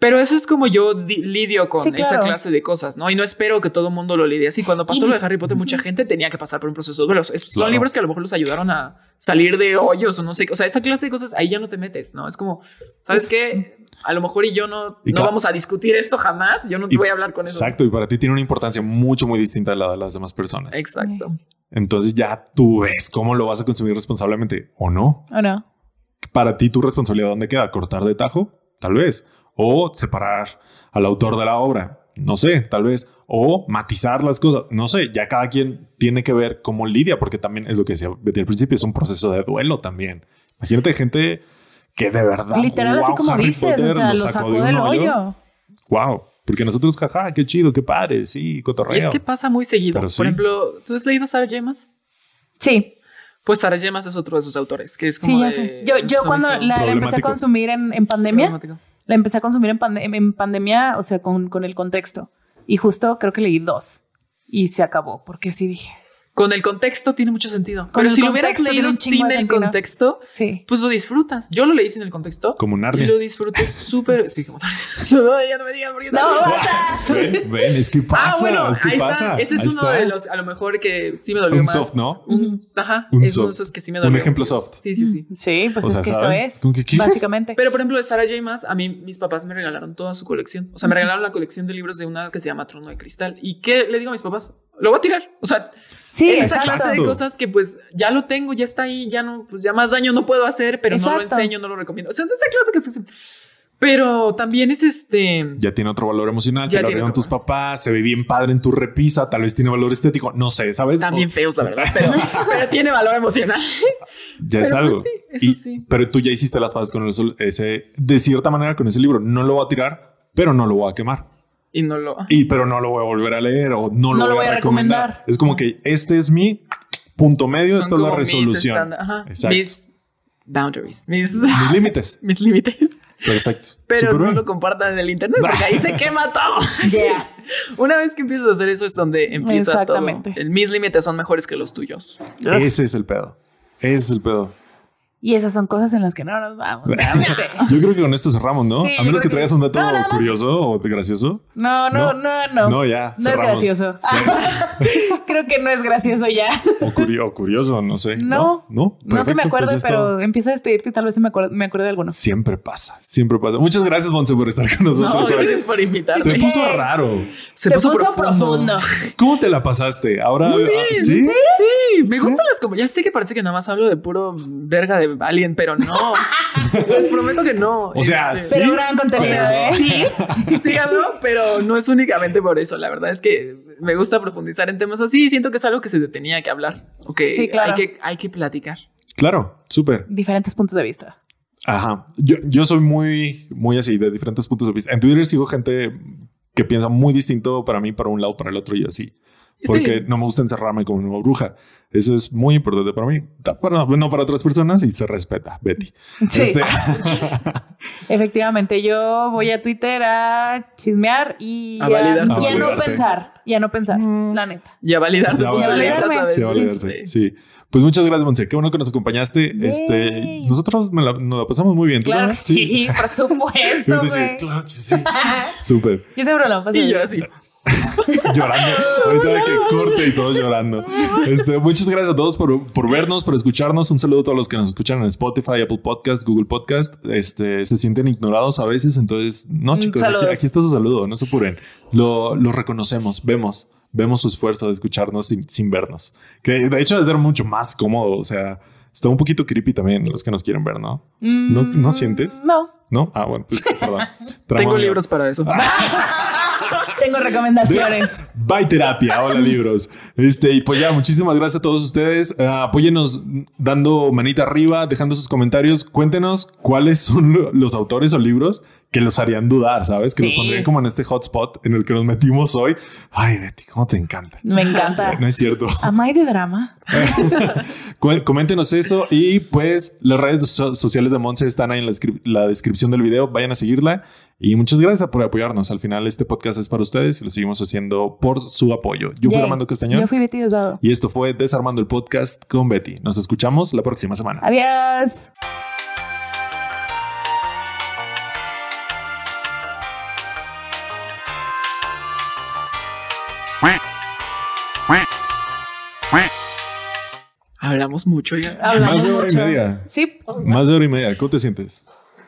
[SPEAKER 3] Pero eso es como yo di- lidio con
[SPEAKER 1] Sí,
[SPEAKER 3] esa
[SPEAKER 1] claro.
[SPEAKER 3] clase de cosas, ¿no? Y no espero que todo el mundo lo lidie así. Cuando pasó
[SPEAKER 1] Y-
[SPEAKER 3] lo de Harry Potter, mucha gente tenía que pasar por un proceso de duelo. Es- Son
[SPEAKER 2] Claro.
[SPEAKER 3] libros que a lo mejor los ayudaron a salir de hoyos o no sé. qué. O sea, esa clase de cosas ahí ya no te metes, ¿no? Es como, ¿sabes qué? A lo mejor y yo no,
[SPEAKER 2] Y
[SPEAKER 3] no
[SPEAKER 2] ca-
[SPEAKER 3] vamos a discutir esto jamás. Yo no te
[SPEAKER 2] Y-
[SPEAKER 3] voy a hablar con eso.
[SPEAKER 2] Exacto, y para ti tiene una importancia mucho, muy distinta a la de las demás personas.
[SPEAKER 3] Exacto.
[SPEAKER 2] Entonces ya tú ves cómo lo vas a consumir responsablemente o no.
[SPEAKER 1] ¿O no?
[SPEAKER 2] Para ti tu responsabilidad, ¿dónde queda? ¿Cortar de tajo? Tal vez. O separar al autor de la obra. No sé, tal vez. O matizar las cosas. No sé, ya cada quien tiene que ver cómo lidia, porque también es lo que decía Betty al principio, es un proceso de duelo también. Imagínate gente que de verdad...
[SPEAKER 1] Literal, así
[SPEAKER 2] wow,
[SPEAKER 1] como
[SPEAKER 2] Harry
[SPEAKER 1] dices,
[SPEAKER 2] Potter
[SPEAKER 1] o sea,
[SPEAKER 2] nos
[SPEAKER 1] lo sacó
[SPEAKER 2] de un
[SPEAKER 1] del hoyo.
[SPEAKER 2] Wow. Porque nosotros, jaja, qué chido, qué padre, sí, cotorreo.
[SPEAKER 3] Y es que pasa muy seguido.
[SPEAKER 2] Pero
[SPEAKER 3] Por
[SPEAKER 2] sí.
[SPEAKER 3] ejemplo, ¿tú has leído a Sarah J. Maas?
[SPEAKER 1] Sí,
[SPEAKER 3] Pues Sarah J. Maas es otro de sus autores, que es como
[SPEAKER 1] sí, ya
[SPEAKER 3] de-
[SPEAKER 1] sé. Yo, yo
[SPEAKER 3] se me
[SPEAKER 1] cuando la,
[SPEAKER 3] hizo
[SPEAKER 1] la empecé a
[SPEAKER 2] Problemático.
[SPEAKER 1] consumir en, en pandemia,
[SPEAKER 3] problemático.
[SPEAKER 1] la empecé a consumir en, pande- en pandemia, o sea, con, con el contexto. Y justo creo que leí dos y se acabó, porque sí dije.
[SPEAKER 3] Con el contexto tiene mucho sentido.
[SPEAKER 1] Con
[SPEAKER 3] Pero
[SPEAKER 1] el
[SPEAKER 3] si lo hubieras
[SPEAKER 1] contexto tiene
[SPEAKER 3] leído
[SPEAKER 1] un chingo
[SPEAKER 3] sin
[SPEAKER 1] de
[SPEAKER 3] el
[SPEAKER 1] sentido.
[SPEAKER 3] contexto,
[SPEAKER 1] Sí.
[SPEAKER 3] pues lo disfrutas. Yo lo leí sin el contexto.
[SPEAKER 2] Como
[SPEAKER 3] Y
[SPEAKER 2] Narnia.
[SPEAKER 3] lo disfruté súper. Sí, como No, no, ya no me digas porque
[SPEAKER 1] No, basta.
[SPEAKER 2] Ven, ven, es que pasa,
[SPEAKER 3] Ah, bueno,
[SPEAKER 2] es que
[SPEAKER 3] ahí
[SPEAKER 2] pasa.
[SPEAKER 3] está. Ese es
[SPEAKER 2] ahí
[SPEAKER 3] uno
[SPEAKER 2] está.
[SPEAKER 3] de los, a lo mejor que sí me dolió
[SPEAKER 2] Un
[SPEAKER 3] más.
[SPEAKER 2] soft, ¿no?
[SPEAKER 3] Un, ajá.
[SPEAKER 2] Un
[SPEAKER 3] es uno de
[SPEAKER 2] soft.
[SPEAKER 3] esos que sí me
[SPEAKER 2] Un
[SPEAKER 3] dolió.
[SPEAKER 2] ejemplo soft.
[SPEAKER 3] Sí, sí, sí.
[SPEAKER 1] Sí, pues
[SPEAKER 2] O
[SPEAKER 1] es
[SPEAKER 2] sea,
[SPEAKER 1] que
[SPEAKER 2] ¿saben?
[SPEAKER 1] eso
[SPEAKER 2] ¿Cómo
[SPEAKER 1] es.
[SPEAKER 2] que qué?
[SPEAKER 1] Básicamente.
[SPEAKER 3] Pero por ejemplo, de Sarah J. Maas, a mí mis papás me regalaron toda su colección. O sea, me regalaron la colección de libros de una que se llama Trono de Cristal. ¿Y qué le digo a mis papás? Lo voy a tirar. O sea,
[SPEAKER 1] sí,
[SPEAKER 3] esa
[SPEAKER 1] exacto.
[SPEAKER 3] clase de
[SPEAKER 2] Exacto.
[SPEAKER 3] cosas que pues ya lo tengo, ya está ahí, ya no, pues ya más daño no puedo hacer, pero no lo
[SPEAKER 1] Exacto.
[SPEAKER 3] enseño, no lo recomiendo. O sea, esa clase de cosas. Pero también es este.
[SPEAKER 2] Ya tiene otro valor emocional,
[SPEAKER 3] Ya
[SPEAKER 2] te lo
[SPEAKER 3] tiene
[SPEAKER 2] dieron
[SPEAKER 3] otro
[SPEAKER 2] tus papás, se ve bien padre en tu repisa, tal vez tiene valor estético, no sé, ¿sabes?
[SPEAKER 3] Están bien feos, la verdad, pero, pero tiene valor emocional.
[SPEAKER 2] Ya es
[SPEAKER 3] pero
[SPEAKER 2] algo.
[SPEAKER 3] pues sí, eso
[SPEAKER 2] Y-
[SPEAKER 3] sí.
[SPEAKER 2] Pero tú ya hiciste las paces con el sol, ese, de cierta manera con ese libro. No lo voy a tirar, pero no lo voy a quemar.
[SPEAKER 3] Y no lo.
[SPEAKER 2] Y pero no lo voy a volver a leer o no lo, voy, a recomendar.
[SPEAKER 1] recomendar.
[SPEAKER 2] Es como que este es mi punto medio, esta es la
[SPEAKER 3] como mis
[SPEAKER 2] resolución.
[SPEAKER 3] estándar- ajá,
[SPEAKER 2] Exacto.
[SPEAKER 3] Mis boundaries, mis,
[SPEAKER 2] Mis límites.
[SPEAKER 3] mis límites.
[SPEAKER 2] Perfecto.
[SPEAKER 3] Pero
[SPEAKER 2] Súper
[SPEAKER 3] no
[SPEAKER 2] bien.
[SPEAKER 3] lo compartan en el internet porque ahí se quema todo.
[SPEAKER 1] Yeah.
[SPEAKER 3] Una vez que empiezas a hacer eso es donde empieza
[SPEAKER 1] Exactamente.
[SPEAKER 3] todo. El- mis límites son mejores que los tuyos.
[SPEAKER 2] Ese es el pedo. Ese es el pedo.
[SPEAKER 1] Y esas son cosas en las que no nos vamos. realmente.
[SPEAKER 2] Yo creo que con esto cerramos, ¿no?
[SPEAKER 1] Sí,
[SPEAKER 2] a
[SPEAKER 1] yo
[SPEAKER 2] menos
[SPEAKER 1] creo
[SPEAKER 2] que
[SPEAKER 1] que-
[SPEAKER 2] traigas un dato
[SPEAKER 1] No, nada más.
[SPEAKER 2] curioso o gracioso.
[SPEAKER 1] No, no,
[SPEAKER 2] No.
[SPEAKER 1] no, no.
[SPEAKER 2] No,
[SPEAKER 1] No
[SPEAKER 2] ya,
[SPEAKER 1] es
[SPEAKER 2] cerramos.
[SPEAKER 1] gracioso.
[SPEAKER 2] Sí.
[SPEAKER 1] Creo que no es gracioso ya.
[SPEAKER 2] O, curio- o curioso, no sé.
[SPEAKER 1] No, no
[SPEAKER 2] no.
[SPEAKER 1] que me
[SPEAKER 2] Perfecto,
[SPEAKER 1] acuerde,
[SPEAKER 2] pues ya
[SPEAKER 1] pero
[SPEAKER 2] está.
[SPEAKER 1] empieza a despedirte y tal vez se me, acuer- me acuerde de alguno.
[SPEAKER 2] Siempre pasa, siempre pasa. Muchas gracias, Monse, por estar con
[SPEAKER 3] No,
[SPEAKER 2] nosotros. hoy.
[SPEAKER 3] gracias por invitarme.
[SPEAKER 2] Se puso raro.
[SPEAKER 1] Se, puso, profundo.
[SPEAKER 2] ¿Cómo te la pasaste? Ahora
[SPEAKER 3] Muy bien,
[SPEAKER 2] ah, sí.
[SPEAKER 3] Sí, me
[SPEAKER 2] Sí.
[SPEAKER 3] gustan las como. Ya sé que parece que nada más hablo de puro verga de alguien, pero no. Les prometo que no.
[SPEAKER 2] O sea,
[SPEAKER 3] Este,
[SPEAKER 1] Pero
[SPEAKER 2] Sí,
[SPEAKER 1] gran contenido,
[SPEAKER 2] pero-
[SPEAKER 1] ¿eh?
[SPEAKER 3] Sí, síganlo, pero no es únicamente por eso. La verdad es que me gusta profundizar en temas así y siento que es algo que se te tenía que hablar. Ok,
[SPEAKER 1] Sí, claro.
[SPEAKER 3] hay, que, hay que platicar.
[SPEAKER 2] Claro, súper.
[SPEAKER 1] Diferentes puntos de vista.
[SPEAKER 2] Ajá. Yo, yo soy muy, muy así de diferentes puntos de vista. En Twitter sigo gente que piensa muy distinto para mí, para un lado, para el otro y así. Porque
[SPEAKER 3] Sí.
[SPEAKER 2] no me gusta encerrarme como una bruja. Eso es muy importante para mí. Ta- Para, no para otras personas y se respeta, Betty.
[SPEAKER 1] Sí.
[SPEAKER 2] Este,
[SPEAKER 1] Efectivamente, yo voy a Twitter a chismear y
[SPEAKER 3] A
[SPEAKER 1] a,
[SPEAKER 3] validar.
[SPEAKER 1] y
[SPEAKER 2] A
[SPEAKER 1] a no
[SPEAKER 2] validarte.
[SPEAKER 1] pensar. Y a no pensar,
[SPEAKER 2] Mm.
[SPEAKER 1] la neta.
[SPEAKER 3] Y a validar tu
[SPEAKER 2] Ya
[SPEAKER 3] punto de
[SPEAKER 1] validarme.
[SPEAKER 3] vista, ¿sabes?
[SPEAKER 2] se va a
[SPEAKER 3] Sí,
[SPEAKER 2] leerse.
[SPEAKER 3] sí.
[SPEAKER 2] Sí. Pues muchas gracias, Monse. Qué bueno que nos acompañaste.
[SPEAKER 1] Yay.
[SPEAKER 2] Este, nosotros me la- nos la pasamos muy bien. ¿Tú
[SPEAKER 1] Claro que
[SPEAKER 2] también?
[SPEAKER 1] sí, por
[SPEAKER 2] Yo
[SPEAKER 1] supuesto.
[SPEAKER 2] creo que sí.
[SPEAKER 1] güey.
[SPEAKER 2] Claro que sí. Súper.
[SPEAKER 1] Yo seguro lo paso
[SPEAKER 3] Y yo
[SPEAKER 1] bien.
[SPEAKER 3] así.
[SPEAKER 2] llorando. Ahorita de que corte y todos llorando. Este, muchas gracias a todos por, por vernos, por escucharnos. Un saludo a todos los que nos escuchan en Spotify, Apple Podcast, Google Podcast. Este, se sienten ignorados a veces, entonces, no,
[SPEAKER 1] Mm,
[SPEAKER 2] chicos, aquí,
[SPEAKER 1] saludos.
[SPEAKER 2] aquí está su saludo, no se apuren. Lo, lo reconocemos, vemos. Vemos su esfuerzo de escucharnos sin, sin vernos. Que de hecho debe ser mucho más cómodo. O sea, está un poquito creepy también los que nos quieren ver, ¿no? ¿No, no sientes?
[SPEAKER 1] Mm, No,
[SPEAKER 2] ¿No? Ah, bueno, pues perdón. Trauma
[SPEAKER 3] Tengo
[SPEAKER 2] mío.
[SPEAKER 3] libros para eso.
[SPEAKER 1] Ah. tengo recomendaciones.
[SPEAKER 2] Bye Terapia, hola libros. Este, y pues ya, muchísimas gracias a todos ustedes. Ah, apóyenos dando manita arriba, dejando sus comentarios. Cuéntenos cuáles son lo- los autores o libros que los harían dudar, ¿sabes? Que los
[SPEAKER 1] Sí.
[SPEAKER 2] pondrían como en este hotspot en el que nos metimos hoy. Ay, Betty, cómo te encanta.
[SPEAKER 1] Me encanta.
[SPEAKER 2] No es cierto.
[SPEAKER 1] Amai de drama.
[SPEAKER 2] Cu- Coméntenos eso y pues las redes so- sociales de Monse están ahí en la, descri- la descripción del video. Vayan a seguirla y muchas gracias por apoyarnos. Al final este podcast es para ustedes y lo seguimos haciendo por su apoyo. Yo fui
[SPEAKER 1] Yay.
[SPEAKER 2] Armando Castañón
[SPEAKER 1] Yo fui Betty Desdado.
[SPEAKER 2] y esto fue Desarmando el Podcast con Betty. Nos escuchamos la próxima semana.
[SPEAKER 1] Adiós.
[SPEAKER 3] Hablamos mucho ya.
[SPEAKER 1] Hablamos
[SPEAKER 2] Más de hora y
[SPEAKER 1] mucho.
[SPEAKER 2] media.
[SPEAKER 1] Sí.
[SPEAKER 2] Más de hora y media. ¿Cómo te sientes?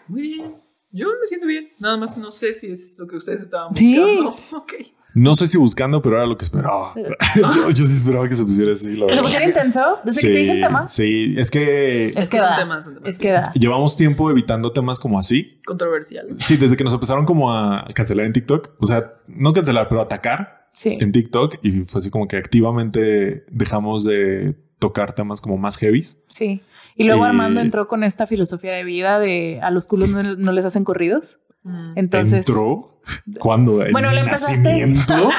[SPEAKER 3] Muy bien. Yo me siento bien. Nada más no sé si es lo que ustedes estaban
[SPEAKER 1] Sí.
[SPEAKER 3] buscando. Ok.
[SPEAKER 2] No sé si buscando, pero era lo que esperaba. yo, yo sí esperaba que se pusiera así. La
[SPEAKER 1] ¿Lo
[SPEAKER 2] verdad.
[SPEAKER 1] pusieron intenso? Desde que te dije el tema.
[SPEAKER 2] sí, es que
[SPEAKER 1] Es que
[SPEAKER 3] Son
[SPEAKER 1] da.
[SPEAKER 3] temas, son temas.
[SPEAKER 1] Es que da.
[SPEAKER 2] llevamos tiempo evitando temas como así
[SPEAKER 3] Controversial.
[SPEAKER 2] Sí, desde que nos empezaron como a cancelar en TikTok, o sea, no cancelar, pero atacar
[SPEAKER 1] Sí.
[SPEAKER 2] en TikTok y fue así como que activamente dejamos de tocar temas como más heavy.
[SPEAKER 1] Sí. Y luego
[SPEAKER 2] Eh,
[SPEAKER 1] Armando entró con esta filosofía de vida de a los culos no, no les hacen corridos.
[SPEAKER 3] Mm.
[SPEAKER 1] Entonces,
[SPEAKER 2] Entró cuando ¿En
[SPEAKER 1] Bueno,
[SPEAKER 2] mi
[SPEAKER 1] le empezaste.
[SPEAKER 2] nacimiento?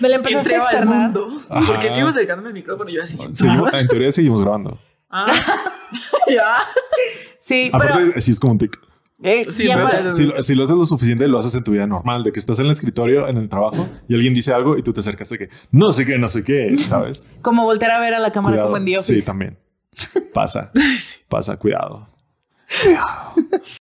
[SPEAKER 1] me la empezaste a
[SPEAKER 3] Entré al
[SPEAKER 1] externar.
[SPEAKER 3] mundo.
[SPEAKER 2] Ajá.
[SPEAKER 3] Porque sigo acercándome al micrófono y yo así.
[SPEAKER 2] Seguimos- en teoría seguimos grabando.
[SPEAKER 3] Ah. ya.
[SPEAKER 1] Sí, pero.
[SPEAKER 2] Aparte, sí es como un tic.
[SPEAKER 1] eh,
[SPEAKER 3] Sí,
[SPEAKER 1] y
[SPEAKER 3] pero-
[SPEAKER 1] aparte-
[SPEAKER 2] Si, lo- si lo haces lo suficiente, lo haces en tu vida normal, de que estás en el escritorio, en el trabajo, y alguien dice algo y tú te acercas de que no sé qué, no sé qué, ¿sabes?
[SPEAKER 1] como voltear a ver a la cámara
[SPEAKER 2] Cuidado.
[SPEAKER 1] como en The
[SPEAKER 2] Sí,
[SPEAKER 1] Office.
[SPEAKER 2] también. Pasa, pasa, cuidado.